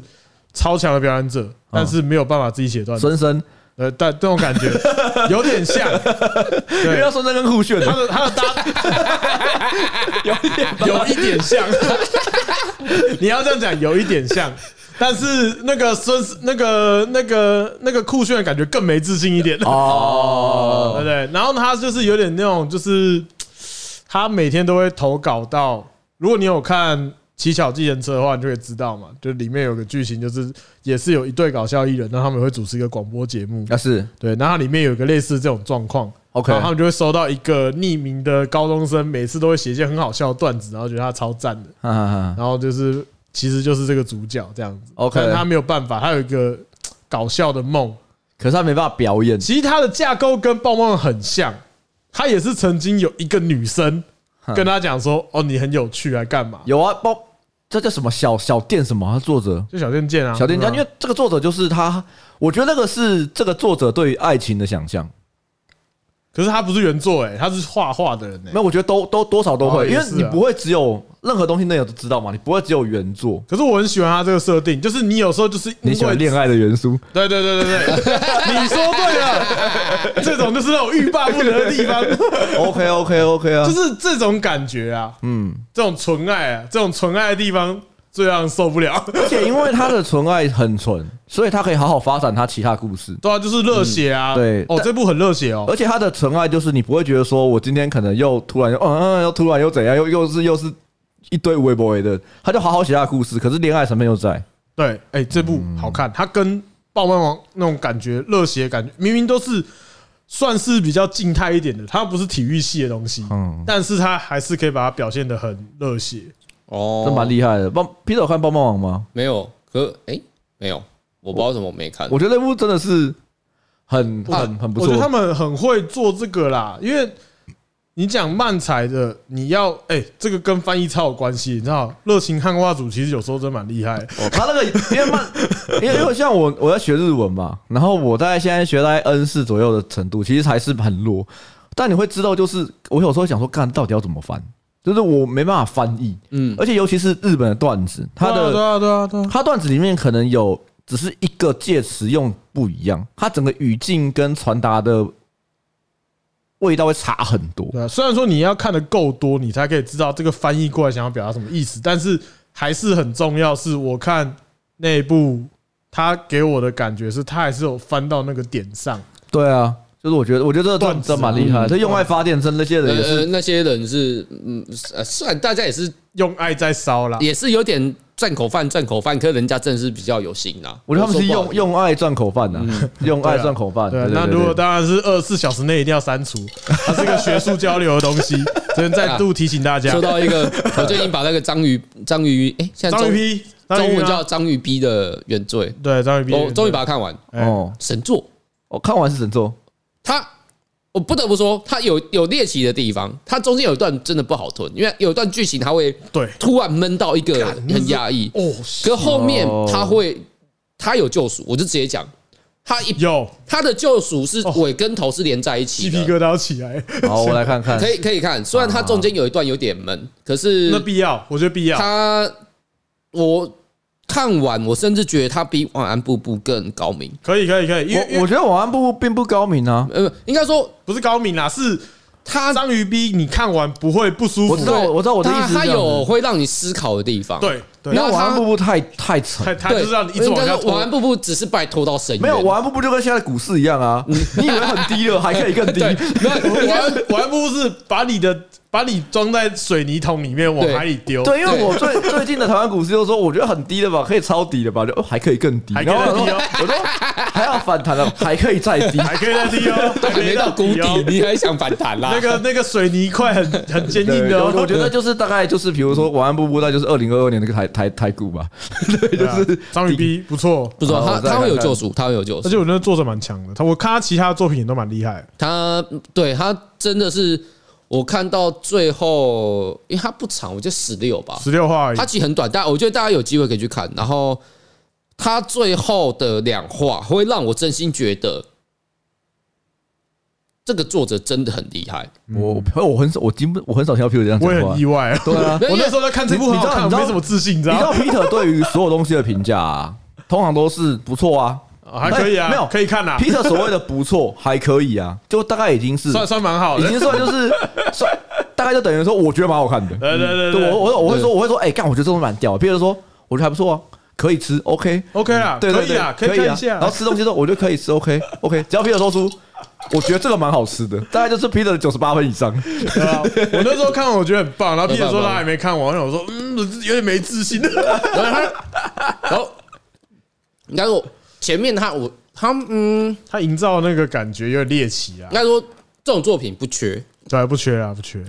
[SPEAKER 2] 超强的表演者，但是没有办法自己写段子，
[SPEAKER 1] 孙生，
[SPEAKER 2] 呃，但这种感觉有点 像。
[SPEAKER 1] 因为
[SPEAKER 2] 对
[SPEAKER 1] 他，孙生跟酷炫
[SPEAKER 2] 他的他的 搭有一点 像，你要这样讲，有一点像。但是那个孙那个那个那个酷炫的感觉更没自信一点，对不
[SPEAKER 1] 哦，
[SPEAKER 2] 对？然后他就是有点那种，就是他每天都会投稿到，如果你有看《乞巧计程车》的话，你就会知道嘛，就里面有个剧情，就是也是有一对搞笑艺人，那他们会主持一个广播节目，
[SPEAKER 1] 那啊是
[SPEAKER 2] 对，然后它里面有一个类似这种状况，
[SPEAKER 1] OK
[SPEAKER 2] 然后他们就会收到一个匿名的高中生，每次都会写一些很好笑的段子，然后觉得他超赞的，
[SPEAKER 1] 哈哈哈
[SPEAKER 2] 然后就是其实就是这个主角这样子。
[SPEAKER 1] OK
[SPEAKER 2] 但是他没有办法，他有一个嘖搞笑的梦。
[SPEAKER 1] 可是他没办法表演
[SPEAKER 2] 其实他的架构跟棒棒很像，他也是曾经有一个女生
[SPEAKER 1] 哼
[SPEAKER 2] 跟他讲说：“哦，你很有趣，来干嘛
[SPEAKER 1] 有啊，包这叫什么小小店什么？他作者？”
[SPEAKER 2] 就小店见啊，
[SPEAKER 1] 小店家，
[SPEAKER 2] 对
[SPEAKER 1] 因
[SPEAKER 2] 吧
[SPEAKER 1] 为这个作者就是他，我觉得那个是这个作者对于爱情的想象。
[SPEAKER 2] 可是他不是原作哎、他是画画的人哎、
[SPEAKER 1] 没有，我觉得都都多少都
[SPEAKER 2] 哦
[SPEAKER 1] 会，因
[SPEAKER 2] 也
[SPEAKER 1] 为
[SPEAKER 2] 是啊
[SPEAKER 1] 你不会只有任何东西内容都知道嘛，你不会只有原作。
[SPEAKER 2] 可是我很喜欢他这个设定，就是你有时候就是因
[SPEAKER 1] 你喜
[SPEAKER 2] 为
[SPEAKER 1] 欢恋爱的元素，
[SPEAKER 2] 对对对对对，你说 对了，这种就是那种欲罢不能的地方，
[SPEAKER 1] OK OK OK 啊，
[SPEAKER 2] 就是这种感觉啊，
[SPEAKER 1] 嗯，
[SPEAKER 2] 这种纯爱啊，这种纯爱的地方最让人受不 了。
[SPEAKER 1] 而且因为他的纯爱很纯，所以他可以好好发展他其他故事。
[SPEAKER 2] 对啊，就是热血啊，
[SPEAKER 1] 嗯对呃
[SPEAKER 2] 哦，
[SPEAKER 1] 但
[SPEAKER 2] 这部很热血哦
[SPEAKER 1] 而，且他的纯爱就是你不会觉得说我今天可能又突然又嗯嗯又突然又怎样又又是又是一堆微博的，他就好好写他的故事，可是恋爱成分又在。
[SPEAKER 2] 对，哎、这部
[SPEAKER 1] 嗯
[SPEAKER 2] 好看，它跟《爆漫王》那种感觉、热血感觉，明明都是算是比较静态一点的，它不是体育系的东西，
[SPEAKER 1] 嗯
[SPEAKER 2] 但是它还是可以把它表现的很热血。
[SPEAKER 3] 哦
[SPEAKER 1] 这蛮厉害的。棒，皮特有看《棒棒网》吗？
[SPEAKER 3] 没有，可哎、没有，我不知道为什么我没看。
[SPEAKER 1] 我觉得那部真的是很
[SPEAKER 2] 啊
[SPEAKER 1] 很很不
[SPEAKER 2] 我觉得他
[SPEAKER 1] 错。
[SPEAKER 2] 们很会做这个啦，因为你讲漫才的，你要哎、这个跟翻译超有关系，你知道，热情汉化组其实有时候真蛮厉害的。
[SPEAKER 1] 他那个因为慢，因 为因为像我我在学日文嘛，然后我大概现在学在 N 四左右的程度，其实还是很弱。但你会知道，就是我有时候想说，干到底要怎么翻，就是我没办法翻译。
[SPEAKER 3] 嗯，
[SPEAKER 1] 而且尤其是日本的段子，它的
[SPEAKER 2] 对啊对啊对啊，对啊
[SPEAKER 1] 他段子里面可能有只是一个介词用不一样，他整个语境跟传达的味道会差很多。
[SPEAKER 2] 对啊。虽然说你要看的够多，你才可以知道这个翻译过来想要表达什么意思，但是还是很重要。是我看那部，他给我的感觉是他还是有翻到那个点上。
[SPEAKER 1] 对啊，就是我觉得，我觉得这个段
[SPEAKER 2] 段
[SPEAKER 1] 子
[SPEAKER 2] 子啊
[SPEAKER 1] 真蛮厉害的。这用爱发电真的那些
[SPEAKER 3] 呃
[SPEAKER 1] 人也
[SPEAKER 3] 呃，
[SPEAKER 1] 是，
[SPEAKER 3] 那些人是嗯，呃虽然大家也是
[SPEAKER 2] 用爱在烧啦，
[SPEAKER 3] 也是有点赚口饭赚口饭，可人家真的是比较有心
[SPEAKER 2] 嗯啊
[SPEAKER 3] 啦。
[SPEAKER 1] 我觉得他们是
[SPEAKER 3] 说不好
[SPEAKER 1] 用用爱赚口饭的，用爱赚口饭。
[SPEAKER 2] 对啊，
[SPEAKER 1] 对
[SPEAKER 2] 那
[SPEAKER 1] 对
[SPEAKER 2] 如果
[SPEAKER 1] 对
[SPEAKER 2] 当然是二十四小时内一定要删 除，它是一个学术交流的东西，只能再度提醒大家
[SPEAKER 3] 说。到一个，我最近把那个章鱼章鱼哎、现在
[SPEAKER 2] 章
[SPEAKER 3] 中
[SPEAKER 2] 鱼 P，章鱼
[SPEAKER 3] 中
[SPEAKER 2] P
[SPEAKER 3] 文
[SPEAKER 2] 啊
[SPEAKER 3] 叫章鱼逼的原罪，
[SPEAKER 2] 对章鱼 P，
[SPEAKER 3] 我终于把它看完，
[SPEAKER 2] 哎
[SPEAKER 1] 哦，
[SPEAKER 3] 神作。
[SPEAKER 1] 我看完是神 作，
[SPEAKER 3] 他，我不得不说，他有有猎奇的地方，他中间有一段真的不好吞，因为有一段剧情他会
[SPEAKER 2] 对
[SPEAKER 3] 突然闷到一个
[SPEAKER 2] 干
[SPEAKER 3] 很压抑，
[SPEAKER 2] 哦
[SPEAKER 3] 可后面
[SPEAKER 1] 哦
[SPEAKER 3] 他会他有救赎，我就直接讲，他一
[SPEAKER 2] 有
[SPEAKER 3] 他的救赎是
[SPEAKER 2] 哦
[SPEAKER 3] 尾跟头是连在一
[SPEAKER 2] 鸡
[SPEAKER 3] 起
[SPEAKER 2] 皮
[SPEAKER 3] 的。
[SPEAKER 2] 疙瘩起来，
[SPEAKER 1] 好，我来看看
[SPEAKER 3] 可。以可以看，虽然它中间有一段有点闷，可是
[SPEAKER 2] 那必要，我觉得必要。
[SPEAKER 3] 他我看完，我甚至觉得他比《晚安布布》更高明。
[SPEAKER 2] 可以可以可以，因为因
[SPEAKER 1] 我
[SPEAKER 2] 为
[SPEAKER 1] 我觉得晚安部并不高明啊，
[SPEAKER 3] 呃，应该说
[SPEAKER 2] 不是高明啦，是
[SPEAKER 3] 他
[SPEAKER 2] 章鱼 B，你看完不会不舒
[SPEAKER 1] 我知
[SPEAKER 2] 服。
[SPEAKER 1] 道我知道我的意思
[SPEAKER 3] 他
[SPEAKER 1] 是
[SPEAKER 3] 他
[SPEAKER 1] 这样子
[SPEAKER 3] 有会让你思考的地方。
[SPEAKER 2] 对对
[SPEAKER 1] 因
[SPEAKER 3] 那，
[SPEAKER 1] 为晚安部部太太
[SPEAKER 2] 他
[SPEAKER 1] 沉。
[SPEAKER 2] 他就
[SPEAKER 3] 对，
[SPEAKER 2] 是让你一直
[SPEAKER 3] 应
[SPEAKER 2] 往
[SPEAKER 3] 该
[SPEAKER 2] 下
[SPEAKER 3] 说晚
[SPEAKER 2] 拖
[SPEAKER 3] 安。布布只是把你拖到深渊，
[SPEAKER 1] 没有，晚安部部就跟现在的股市一样
[SPEAKER 2] 嗯
[SPEAKER 1] 啊，你以为很低了，还可以更 低
[SPEAKER 3] 对，。没有，应
[SPEAKER 2] 我
[SPEAKER 3] 该
[SPEAKER 2] 还我还不如是把你的把你装在水泥桶里面往
[SPEAKER 3] 对
[SPEAKER 2] 海里丢。
[SPEAKER 1] 对，因为我最最近的台湾股市就说，我觉得很低了吧，可以超低了吧，就、哦、还可以更低，
[SPEAKER 2] 还可
[SPEAKER 1] 然
[SPEAKER 2] 以
[SPEAKER 1] 后
[SPEAKER 2] 再
[SPEAKER 1] 我说
[SPEAKER 2] 低哦
[SPEAKER 1] 我说还要反弹了， 还可以再低，
[SPEAKER 2] 还可以再低哦，
[SPEAKER 3] 都 还没到谷
[SPEAKER 2] 还
[SPEAKER 3] 底
[SPEAKER 2] 哦，
[SPEAKER 3] 你还想反弹啦？
[SPEAKER 2] 那个那个水泥块很很坚硬
[SPEAKER 1] 对
[SPEAKER 2] 的哦，
[SPEAKER 1] 我我觉得就是大概就是比如说晚安布布，那就是二零二二年那个台台台股吧，对，
[SPEAKER 2] 对
[SPEAKER 1] 就
[SPEAKER 2] 啊
[SPEAKER 1] 是
[SPEAKER 2] 章鱼 B 不错，
[SPEAKER 3] 不知道
[SPEAKER 1] 好
[SPEAKER 3] 他
[SPEAKER 1] 我再
[SPEAKER 3] 他会有
[SPEAKER 1] 看看
[SPEAKER 3] 救赎，他会有救
[SPEAKER 2] 而且
[SPEAKER 3] 赎。
[SPEAKER 2] 我觉得作者蛮强的，他我看他其他的作品也都蛮厉害的。
[SPEAKER 3] 他对他真的是，我看到最后，因为他不长，我就十六吧，
[SPEAKER 2] 十六话而已
[SPEAKER 3] 它，其实很短，但我觉得大家有机会可以去看。然后他最后的两话会让我真心觉得这个作者真的很厉害。
[SPEAKER 1] 我我我很少我经不我很少听到 Peter 这样讲
[SPEAKER 2] 嗯我也
[SPEAKER 1] 话
[SPEAKER 2] 很意，外。
[SPEAKER 1] 对啊，
[SPEAKER 2] 我那时候在看这部，
[SPEAKER 1] 你
[SPEAKER 2] 很
[SPEAKER 1] 你知
[SPEAKER 2] 好
[SPEAKER 1] 道你
[SPEAKER 2] 看，我
[SPEAKER 1] 知道
[SPEAKER 2] 没什么自信， 你知
[SPEAKER 1] 你知道？
[SPEAKER 2] 道
[SPEAKER 1] Peter 对于所有东西的评价啊，通常都是不错啊。
[SPEAKER 2] 啊还可以啊，
[SPEAKER 1] 没有
[SPEAKER 2] 可以看啦，
[SPEAKER 1] Peter 所谓的不错，还可以啊，就大概已经是
[SPEAKER 2] 算算蛮好
[SPEAKER 1] 已
[SPEAKER 2] 的。
[SPEAKER 1] 经算就是算，大概就等于说，我觉得蛮好看的。
[SPEAKER 2] 对对对
[SPEAKER 1] 对我
[SPEAKER 2] 对
[SPEAKER 1] 我我会
[SPEAKER 3] 对
[SPEAKER 1] 说我会说，哎，干，我觉得这东西蛮屌的。比如说，我觉得还不错啊，可以吃，OK，
[SPEAKER 2] ，OK 啦，
[SPEAKER 1] 对
[SPEAKER 2] 可
[SPEAKER 1] 对
[SPEAKER 2] 以啦，
[SPEAKER 1] 对，可
[SPEAKER 2] 以看
[SPEAKER 1] 啊
[SPEAKER 2] 一。下
[SPEAKER 1] 然后。吃东西的时候，我觉得可以吃，OK OK，只要 Peter 说出，我觉得这个蛮好吃的，大概就是 Peter 九十八分以上。
[SPEAKER 2] 对啊我那时候看完我觉得很 棒，然后 Peter 说
[SPEAKER 3] 很棒
[SPEAKER 2] 他还没看完，然后我说嗯，我有点没自信。
[SPEAKER 3] 然后，应该说前面他我他嗯，
[SPEAKER 2] 他营造那个感觉有点猎奇啊
[SPEAKER 3] 应，该说这种作品不缺。
[SPEAKER 2] 对，不缺啊，不缺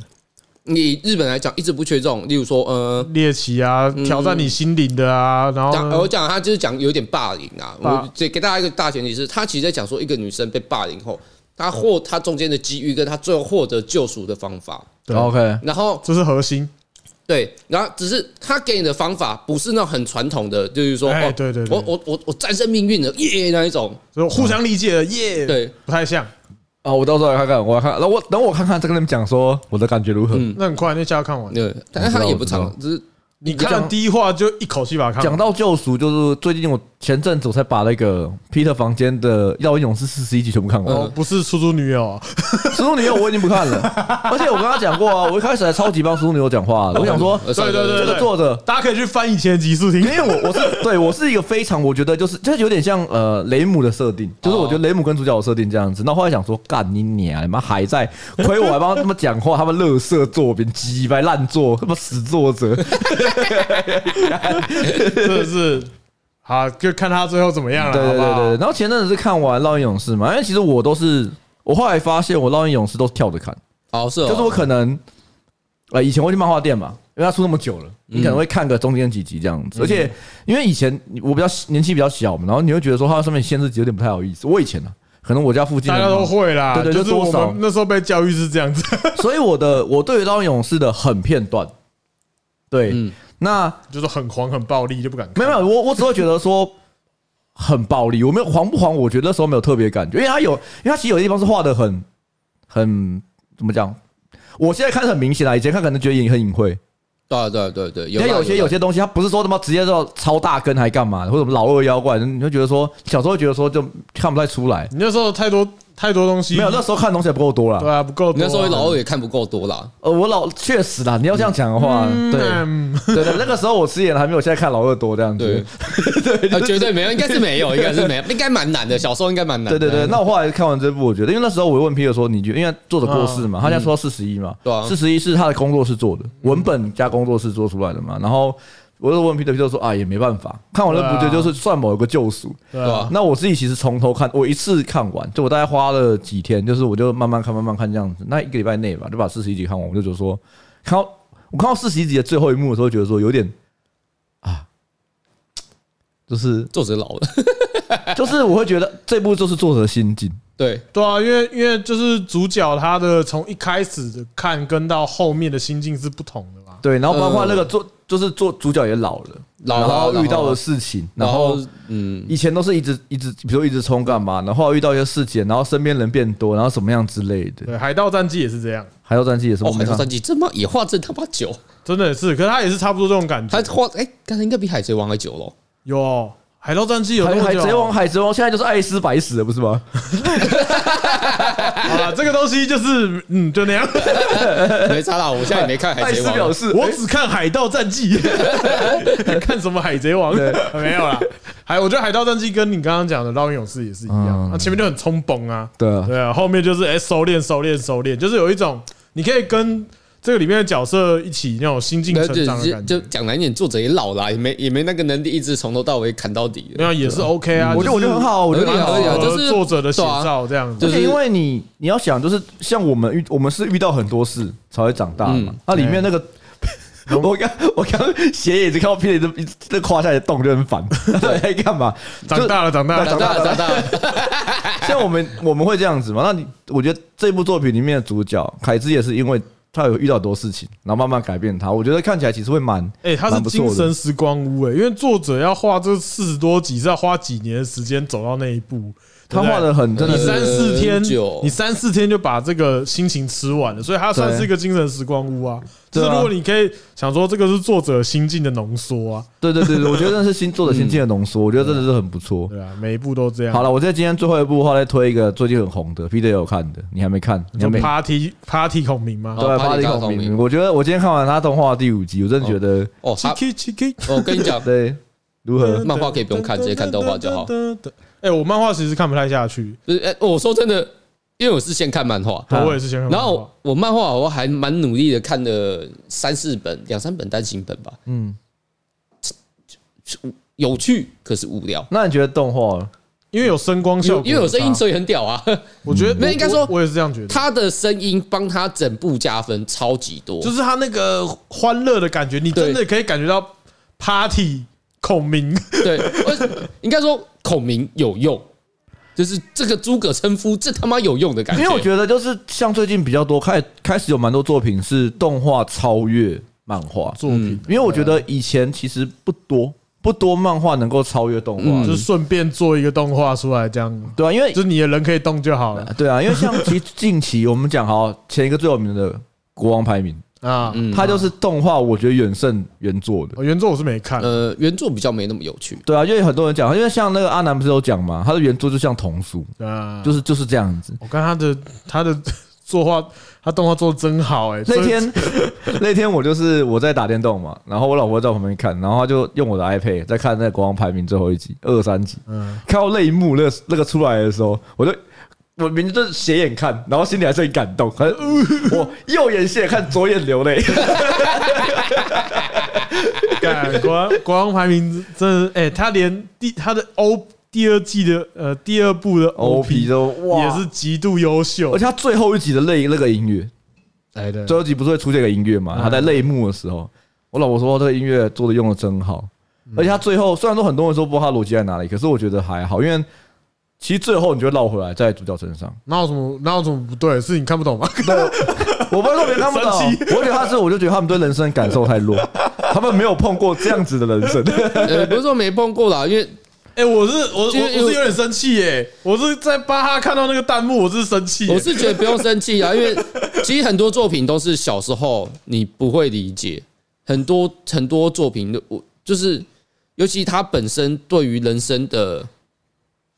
[SPEAKER 3] 你日本来讲，一直不缺这种，例如说，呃，
[SPEAKER 2] 猎奇啊，
[SPEAKER 1] 嗯
[SPEAKER 2] 挑战你心灵的啊，然后
[SPEAKER 3] 讲呃
[SPEAKER 2] 呢
[SPEAKER 3] 我讲他就是讲有点霸凌啊。
[SPEAKER 2] 霸
[SPEAKER 3] 我这给大家一个大前提是，他其实在讲说一个女生被霸凌后，她获她中间的机遇跟她最后获得救赎的方法。
[SPEAKER 2] 对
[SPEAKER 1] OK，
[SPEAKER 3] 然后
[SPEAKER 2] 这是核心。
[SPEAKER 3] 对，然后只是他给你的方法不是那种很传统的，就是说，
[SPEAKER 2] 哎
[SPEAKER 3] 哦
[SPEAKER 2] 对对对
[SPEAKER 3] 我我我我战胜命运了耶那一种，
[SPEAKER 2] 就互相理解了
[SPEAKER 1] 嗯
[SPEAKER 2] 耶，
[SPEAKER 3] 对，
[SPEAKER 2] 不太像。
[SPEAKER 1] 啊，我到时候来看看，我来看，那我等我看看再跟你们讲说我的感觉如何。
[SPEAKER 3] 嗯
[SPEAKER 2] 那很快，那下要看完。
[SPEAKER 3] 对，但是他也不
[SPEAKER 1] 我
[SPEAKER 3] 长，只是
[SPEAKER 2] 你看了第一话就一口气把它看
[SPEAKER 1] 讲
[SPEAKER 2] 完。
[SPEAKER 1] 到救赎，就是最近我前阵子我才把那个 Peter 房间的《耀英勇士》四十一集全部看完。
[SPEAKER 2] 哦，不是出租女友啊，
[SPEAKER 1] 《始祖女友》我已经不 看了，而且我跟他讲过啊，我一开始还超级帮《始祖女友》讲话的，我想说
[SPEAKER 3] 呃算了
[SPEAKER 2] 哦对对
[SPEAKER 1] 这
[SPEAKER 2] 对
[SPEAKER 1] 个作者，
[SPEAKER 2] 大家可以去翻以前的集 数听
[SPEAKER 1] 因。为我我是对我是一个非常我觉得就是就是有点像呃雷姆的设定，就是我觉得雷姆跟主角的设定这样
[SPEAKER 2] 哦
[SPEAKER 1] 子。那后来想说，干你娘，你妈还在亏我还帮他们讲话，他们乐色作品鸡掰烂作，他妈死作者。
[SPEAKER 2] 真的是啊，就看他最后怎么样了，
[SPEAKER 1] 对
[SPEAKER 2] 好
[SPEAKER 1] 对
[SPEAKER 2] 不
[SPEAKER 1] 对对
[SPEAKER 2] 好
[SPEAKER 1] 对。？然后前阵子是看完《烙印勇士》嘛，因为其实我都是，我后来发现我《烙印勇士》都是跳着看，
[SPEAKER 3] 哦，是哦，
[SPEAKER 1] 就是我可能，呃，以前会去漫画店嘛，因为它出那么久了，你可能会看个中间几集这样子。而且因为以前我比较年纪比较小嘛，然后你会觉得说它上面限制级有点不太好意思。我以前呢、啊可能我家附近
[SPEAKER 2] 大
[SPEAKER 1] 的
[SPEAKER 2] 家都会啦，
[SPEAKER 1] 对对
[SPEAKER 2] 就
[SPEAKER 1] 就
[SPEAKER 2] 是
[SPEAKER 1] 多
[SPEAKER 2] 我
[SPEAKER 1] 少
[SPEAKER 2] 们那时候被教育是这样子，
[SPEAKER 1] 所以我的我对于《烙印勇士》的很片段，对，
[SPEAKER 3] 嗯
[SPEAKER 1] 那
[SPEAKER 2] 就是很狂很暴力就不敢看。
[SPEAKER 1] 没有没有，我我只会觉得说很暴力，我没有黄不黄，我觉得那时候没有特别感觉，因为它有，因为它其实有些地方是画的很很怎么讲，我现在看是很明显啦，以前看可能觉得隐很隐晦，
[SPEAKER 3] 对啊对对对，
[SPEAKER 1] 因为
[SPEAKER 3] 啦
[SPEAKER 1] 有些有
[SPEAKER 3] 啦
[SPEAKER 1] 些东西，它不是说他妈直接到超大根还干嘛的，或者什么老二妖怪，你会觉得说小时候会觉得说就看不太出来，
[SPEAKER 2] 你那时候太多太多东西，
[SPEAKER 1] 没有那时候看的东西也不够多
[SPEAKER 2] 嗯对
[SPEAKER 1] 啦。
[SPEAKER 2] 啊，不够
[SPEAKER 3] 你
[SPEAKER 2] 多啊。
[SPEAKER 3] 那时候老二也看不够多啦，
[SPEAKER 1] 呃，我老确实啦，你要这样讲的话，对
[SPEAKER 2] 嗯
[SPEAKER 1] 对对，那个时候我吃演还没有现在看老二多这样
[SPEAKER 3] 对
[SPEAKER 1] 子。
[SPEAKER 3] 呃，绝对没有，应该是没有，应该是没有，应该蛮难的，小时候应该蛮难
[SPEAKER 1] 对
[SPEAKER 3] 的，
[SPEAKER 1] 对对，那我后来看完这部，我觉得，因为那时候我问 Peter 说，你觉得，因为作者过世嘛，他现在说四十一嘛
[SPEAKER 3] 嗯对啊，
[SPEAKER 1] 四十一是他的工作室做的，文本加工作室做出来的嘛。
[SPEAKER 3] 嗯
[SPEAKER 1] 然后我就问 Peter，Peter 说啊，也没办法，看完那部
[SPEAKER 2] 对
[SPEAKER 1] 就
[SPEAKER 2] 啊
[SPEAKER 1] 就是算某一个救赎。
[SPEAKER 2] 对
[SPEAKER 3] 对啊
[SPEAKER 2] 啊，
[SPEAKER 1] 那我自己其实从头看，我一次看完，就我大概花了几天，就是我就慢慢看，慢慢看这样子，那一个礼拜内吧，就把四十一集看完。我就觉得说，看到我看到四十一集的最后一幕的时候，觉得说有点啊，就是
[SPEAKER 3] 作者老了，
[SPEAKER 1] 就是我会觉得这部就是作者的心境。
[SPEAKER 3] 对
[SPEAKER 2] 对啊，因为因为就是主角他的从一开始的看跟到后面的心境是不同的嘛。
[SPEAKER 1] 对，然后包括那个做，就是做主角也老了，
[SPEAKER 3] 嗯老了
[SPEAKER 1] 然
[SPEAKER 3] 然
[SPEAKER 1] 后
[SPEAKER 3] 后
[SPEAKER 1] 遇到的事情，然
[SPEAKER 3] 然后
[SPEAKER 1] 后
[SPEAKER 3] 嗯，
[SPEAKER 1] 以前都是一直一直，比如说一直冲干嘛，然后后来遇到一些事情，然后身边人变多，然后什么样之类的。
[SPEAKER 2] 对，《海盗战记》也是这样，
[SPEAKER 1] 海盗战记也是，
[SPEAKER 3] 哦，
[SPEAKER 1] 我没
[SPEAKER 3] 海
[SPEAKER 1] 看
[SPEAKER 3] 盗战记这妈也画这他妈久，
[SPEAKER 2] 真的是，可是他也是差不多这种感
[SPEAKER 3] 他
[SPEAKER 2] 觉。
[SPEAKER 3] 画哎，刚才应该比海贼王还久咯。
[SPEAKER 2] 有《海盗战记》有那
[SPEAKER 1] 海
[SPEAKER 2] 么
[SPEAKER 1] 海
[SPEAKER 2] 久哦
[SPEAKER 1] 贼
[SPEAKER 3] 哦
[SPEAKER 1] 王，海贼王现在就是爱斯白死了，不是吗？
[SPEAKER 2] 好啦，这个东西就是嗯，就 那样。
[SPEAKER 3] 没差啦，我现在也没看海
[SPEAKER 1] 爱
[SPEAKER 3] 贼
[SPEAKER 1] 斯表
[SPEAKER 3] 王，哎
[SPEAKER 1] 示
[SPEAKER 2] 我只看《海盗战记》，看什么《海贼王》没有啦。还有我觉得《海盗战记》跟你刚刚讲的《烙印勇士》也是一样，
[SPEAKER 1] 嗯
[SPEAKER 2] 那前面就很冲崩啊，
[SPEAKER 1] 对啊，
[SPEAKER 2] 对啊，后面就是哎、收敛收敛收敛，就是有一种你可以跟这个里面的角色一起那种心境
[SPEAKER 3] 那
[SPEAKER 2] 成
[SPEAKER 3] 就
[SPEAKER 2] 长的
[SPEAKER 3] 就
[SPEAKER 2] 感
[SPEAKER 3] 就
[SPEAKER 2] 觉，
[SPEAKER 3] 讲难一点，作者也老啦，也没也没那个能力一直从头到尾砍到底
[SPEAKER 2] 没有也是 OK 啊。
[SPEAKER 1] 我觉得我觉得很，好，我觉得
[SPEAKER 3] 合理
[SPEAKER 1] 蛮
[SPEAKER 3] 啊
[SPEAKER 1] 好
[SPEAKER 3] 合理啊
[SPEAKER 1] 的。
[SPEAKER 3] 就
[SPEAKER 2] 就是是作者的写照这样
[SPEAKER 3] 对
[SPEAKER 1] 而
[SPEAKER 2] 子
[SPEAKER 3] 啊。
[SPEAKER 1] 且因为你你要想，就是像我们遇我们是遇到很多事才会长大嘛
[SPEAKER 3] 嗯。
[SPEAKER 1] 那里面那个。 我刚我刚斜眼睛看到 Peter 一直在胯下的动就很 烦，对，在干嘛？
[SPEAKER 2] 长大了，长大了
[SPEAKER 3] 长，大了，长大了，
[SPEAKER 1] 像我们我们会这样子嘛？那你我觉得这部作品里面的主角凯兹也是因为他有遇到很多事情，然后慢慢改变他。我觉得看起来其实会蛮
[SPEAKER 2] 哎，他是
[SPEAKER 1] 蛮不错
[SPEAKER 2] 精
[SPEAKER 1] 的
[SPEAKER 2] 神时光屋哎、因为作者要画这四十多集是要花几年的时间走到那一步，对
[SPEAKER 1] 他
[SPEAKER 2] 不对
[SPEAKER 1] 画的很真
[SPEAKER 2] 你
[SPEAKER 1] 的
[SPEAKER 3] 是
[SPEAKER 1] 是
[SPEAKER 2] 三四天
[SPEAKER 3] 很久，
[SPEAKER 2] 你三四天就把这个心情吃完了，所以它算是一个精神时光屋啊。就
[SPEAKER 1] 对
[SPEAKER 2] 是
[SPEAKER 1] 啊
[SPEAKER 2] 如果你可以想说，这个是作者心境的浓缩啊，
[SPEAKER 1] 对对对对，我觉得那是新作者心境的浓缩，我觉得真的是很不错。
[SPEAKER 2] 嗯对啊，每一部都这样。
[SPEAKER 1] 好了，我在今天最后一部的话再推一个最近很红的，Peter 也有看的，你还没看？你
[SPEAKER 2] 就
[SPEAKER 1] 还没？
[SPEAKER 2] party party 孔明吗
[SPEAKER 3] 哦？
[SPEAKER 1] 对，
[SPEAKER 3] 巴
[SPEAKER 1] 巴
[SPEAKER 3] 黎
[SPEAKER 1] 黎
[SPEAKER 3] 大
[SPEAKER 1] 孔
[SPEAKER 3] 孔明
[SPEAKER 1] 明。我觉得我今天看完他动画第五集，我真的觉得
[SPEAKER 3] 哦，他
[SPEAKER 2] Chiki chiki
[SPEAKER 3] 我跟你讲，
[SPEAKER 1] 对如何？
[SPEAKER 3] 呃漫画可以不用看直接看动画就好。
[SPEAKER 2] 哎，我漫画其实看不太下去，
[SPEAKER 3] 不是，哎我说真的，因为我是先看漫画，
[SPEAKER 1] 啊
[SPEAKER 2] 我也是先看漫
[SPEAKER 3] 然
[SPEAKER 2] 画。
[SPEAKER 3] 后我漫画我还蛮努力的看了三四本、两三本单行本吧，
[SPEAKER 1] 嗯，
[SPEAKER 3] 有趣可是无聊，
[SPEAKER 1] 那你觉得动画？
[SPEAKER 2] 因为有声光效
[SPEAKER 3] 有
[SPEAKER 2] 果，
[SPEAKER 3] 因为有声音，
[SPEAKER 2] 差
[SPEAKER 3] 所以很屌啊。
[SPEAKER 2] 我觉得
[SPEAKER 3] 没有
[SPEAKER 2] 我
[SPEAKER 3] 应该说
[SPEAKER 2] 我我也是这样觉得。
[SPEAKER 3] 他的声音帮他整部加分超级多，
[SPEAKER 2] 就是他那个欢乐的感觉，你真的可以感觉到 party 孔明。
[SPEAKER 3] 对，而应该说孔明有用，就是这个诸葛称夫，这他妈有用的感
[SPEAKER 1] 因
[SPEAKER 3] 觉。
[SPEAKER 1] 为我觉得就是像最近比较多开开始有蛮多作品是动画超越漫画，
[SPEAKER 2] 作品，
[SPEAKER 1] 因为我觉得以前其实不多不多漫画能够超越动画
[SPEAKER 3] 嗯
[SPEAKER 2] 就，是顺便做一个动画出来，这样
[SPEAKER 1] 对啊，因为
[SPEAKER 2] 就是你的人可以动就好了
[SPEAKER 1] 对啊，因为像其实近期我们讲好前一个最有名的国王排名，
[SPEAKER 2] 啊。
[SPEAKER 3] 嗯
[SPEAKER 1] 它就是动画，我觉得远胜原作的。
[SPEAKER 2] 我原作我是没看，
[SPEAKER 3] 呃原作比较没那么有趣，
[SPEAKER 1] 对啊，因为很多人讲，因为像那个阿南不是有讲嘛，他的原作就像童书，
[SPEAKER 3] 嗯
[SPEAKER 2] 啊，
[SPEAKER 1] 就是就是这样子。
[SPEAKER 2] 我看他的他的 作画，他动画做的真好哎、欸。
[SPEAKER 1] 那
[SPEAKER 2] 所以
[SPEAKER 1] 天那天我就是我在打电动嘛，然后我老婆在我旁边看，然后她就用我的 iPad 在看那个国王排名最后一集二三集，
[SPEAKER 2] 嗯
[SPEAKER 1] 看到那一幕那个那个出来的时候，我就。我明明就是斜眼看，然后心里还是很感动，还是呃 我右眼斜眼看，左眼流泪。
[SPEAKER 2] 干国王国王排名真的是，哎、他连第他的 O 第二季的呃第二部的
[SPEAKER 1] OP 都哇
[SPEAKER 2] 也是极度优秀
[SPEAKER 1] 而，且他最后一集的类那个音乐，
[SPEAKER 2] 哎对
[SPEAKER 1] 最后一集不是会出现一个音乐嘛？他在
[SPEAKER 2] 嗯
[SPEAKER 1] 泪幕的时候，我老婆说这个音乐做的用的真好，
[SPEAKER 2] 嗯
[SPEAKER 1] 而且他最后虽然说很多人说不知道他逻辑在哪里，可是我觉得还好，因为其实最后你就会绕回来在主角身 上。
[SPEAKER 2] 哪有什么哪有什么不对？是你看不懂吗？
[SPEAKER 1] 我不是说别人看不懂，
[SPEAKER 2] 生
[SPEAKER 1] 我觉得他是，我就觉得他们对人生感受太弱，他们没有碰过这样子的人生。
[SPEAKER 3] 呃，不是说没碰过啦，因为
[SPEAKER 2] 哎、我是我我我
[SPEAKER 3] 因为因为
[SPEAKER 2] 是有点生气耶、我是在巴哈看到那个弹幕，我是生气耶、
[SPEAKER 3] 我是觉得不用生气啊，因为其实很多作品都是小时候你不会理解，很多很多作品的我就是，尤其他本身对于人生的，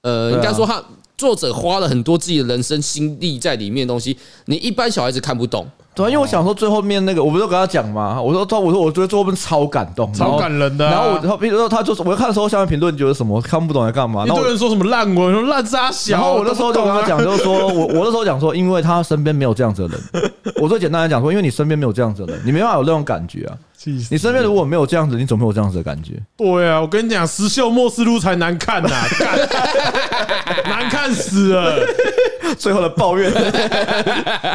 [SPEAKER 3] 呃，
[SPEAKER 1] 对啊
[SPEAKER 3] 应该说他作者花了很多自己的人生心力在里面的东西，你一般小孩子看不懂。
[SPEAKER 1] 对啊，因为我想说最后面那个，我不是都跟他讲嘛，我说他，我说我觉得最后面超感动，然后
[SPEAKER 2] 超感人的啊
[SPEAKER 1] 然后我，他比如说他就是，我看的时候下面评论觉得什么看不懂在干嘛，
[SPEAKER 2] 一
[SPEAKER 1] 然后
[SPEAKER 2] 堆
[SPEAKER 1] 我
[SPEAKER 2] 人说什么烂文，说烂渣小，
[SPEAKER 1] 然后我那时候就跟他
[SPEAKER 2] 我都不懂啊，
[SPEAKER 1] 讲，就是说我我那时候讲说，因为他身边没有这样子的人， 我最简单的讲说，因为你身边没有这样子的人，你没办法有那种感觉啊，
[SPEAKER 2] 气死
[SPEAKER 1] 你身边如果没有这样子，你怎么会有这样子的感觉？
[SPEAKER 2] 对啊，我跟你讲，石秀末世路才 难看呐、干难看死了，
[SPEAKER 1] 最后的抱怨，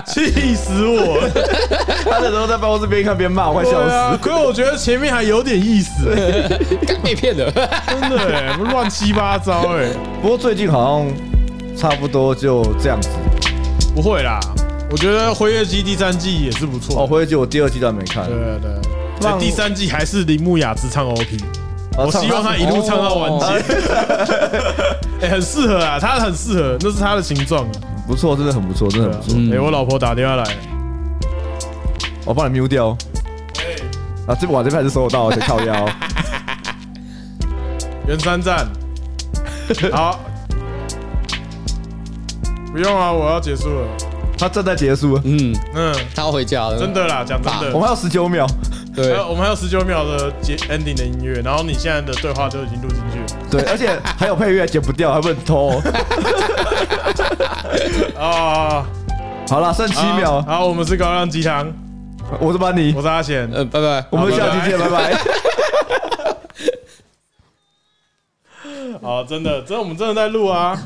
[SPEAKER 2] 气死我 了！
[SPEAKER 1] 他那时候在办公室边看边骂，我快笑
[SPEAKER 2] 对
[SPEAKER 1] 死。
[SPEAKER 2] 啊，可是我觉得前面还有点意思、
[SPEAKER 3] 干被骗了，
[SPEAKER 2] 真的、欸，乱七八糟哎、
[SPEAKER 1] 不过最近好像差不多就这样子。
[SPEAKER 2] 不会啦，我觉得《辉夜姬》第三季也是不错。
[SPEAKER 1] 哦，回去我第二季都还没看
[SPEAKER 2] 对，啊对啊，
[SPEAKER 1] 让
[SPEAKER 2] 所以第三季还是铃木雅之唱 OP，我
[SPEAKER 1] 啊
[SPEAKER 2] 希望他一路唱到完
[SPEAKER 1] 哦
[SPEAKER 2] 结。 哎，很适合啊，他很适合，那是他的形状啊。
[SPEAKER 1] 不错，真的很不错，真的很不错。
[SPEAKER 3] 嗯
[SPEAKER 2] 哎，我老婆打电话来，
[SPEAKER 1] 我帮哦你 mute 掉。啊，这我这边还是收得到，且靠腰。
[SPEAKER 2] 圆山站， 好，不用啊，我要结束了。
[SPEAKER 1] 他正在结束，
[SPEAKER 3] 嗯，
[SPEAKER 2] 嗯，
[SPEAKER 3] 他要回家了，
[SPEAKER 2] 真的啦，讲真
[SPEAKER 1] 啊我
[SPEAKER 2] 的。
[SPEAKER 1] 们还有十九秒。
[SPEAKER 3] 对
[SPEAKER 2] 还有，我们还有十九秒的结 ending 的音乐，然后你现在的对话都已经录进去了
[SPEAKER 1] 对，而且还有配乐剪不掉，还不能偷哦。
[SPEAKER 2] 啊。
[SPEAKER 1] 好了，剩七秒，
[SPEAKER 2] 好，我们是高亮鸡汤，
[SPEAKER 1] 我是班尼
[SPEAKER 2] 我，是阿贤，
[SPEAKER 3] 呃，拜拜，
[SPEAKER 1] 我们下期见，拜拜。
[SPEAKER 2] 好，真的，真的，我们真的在录啊。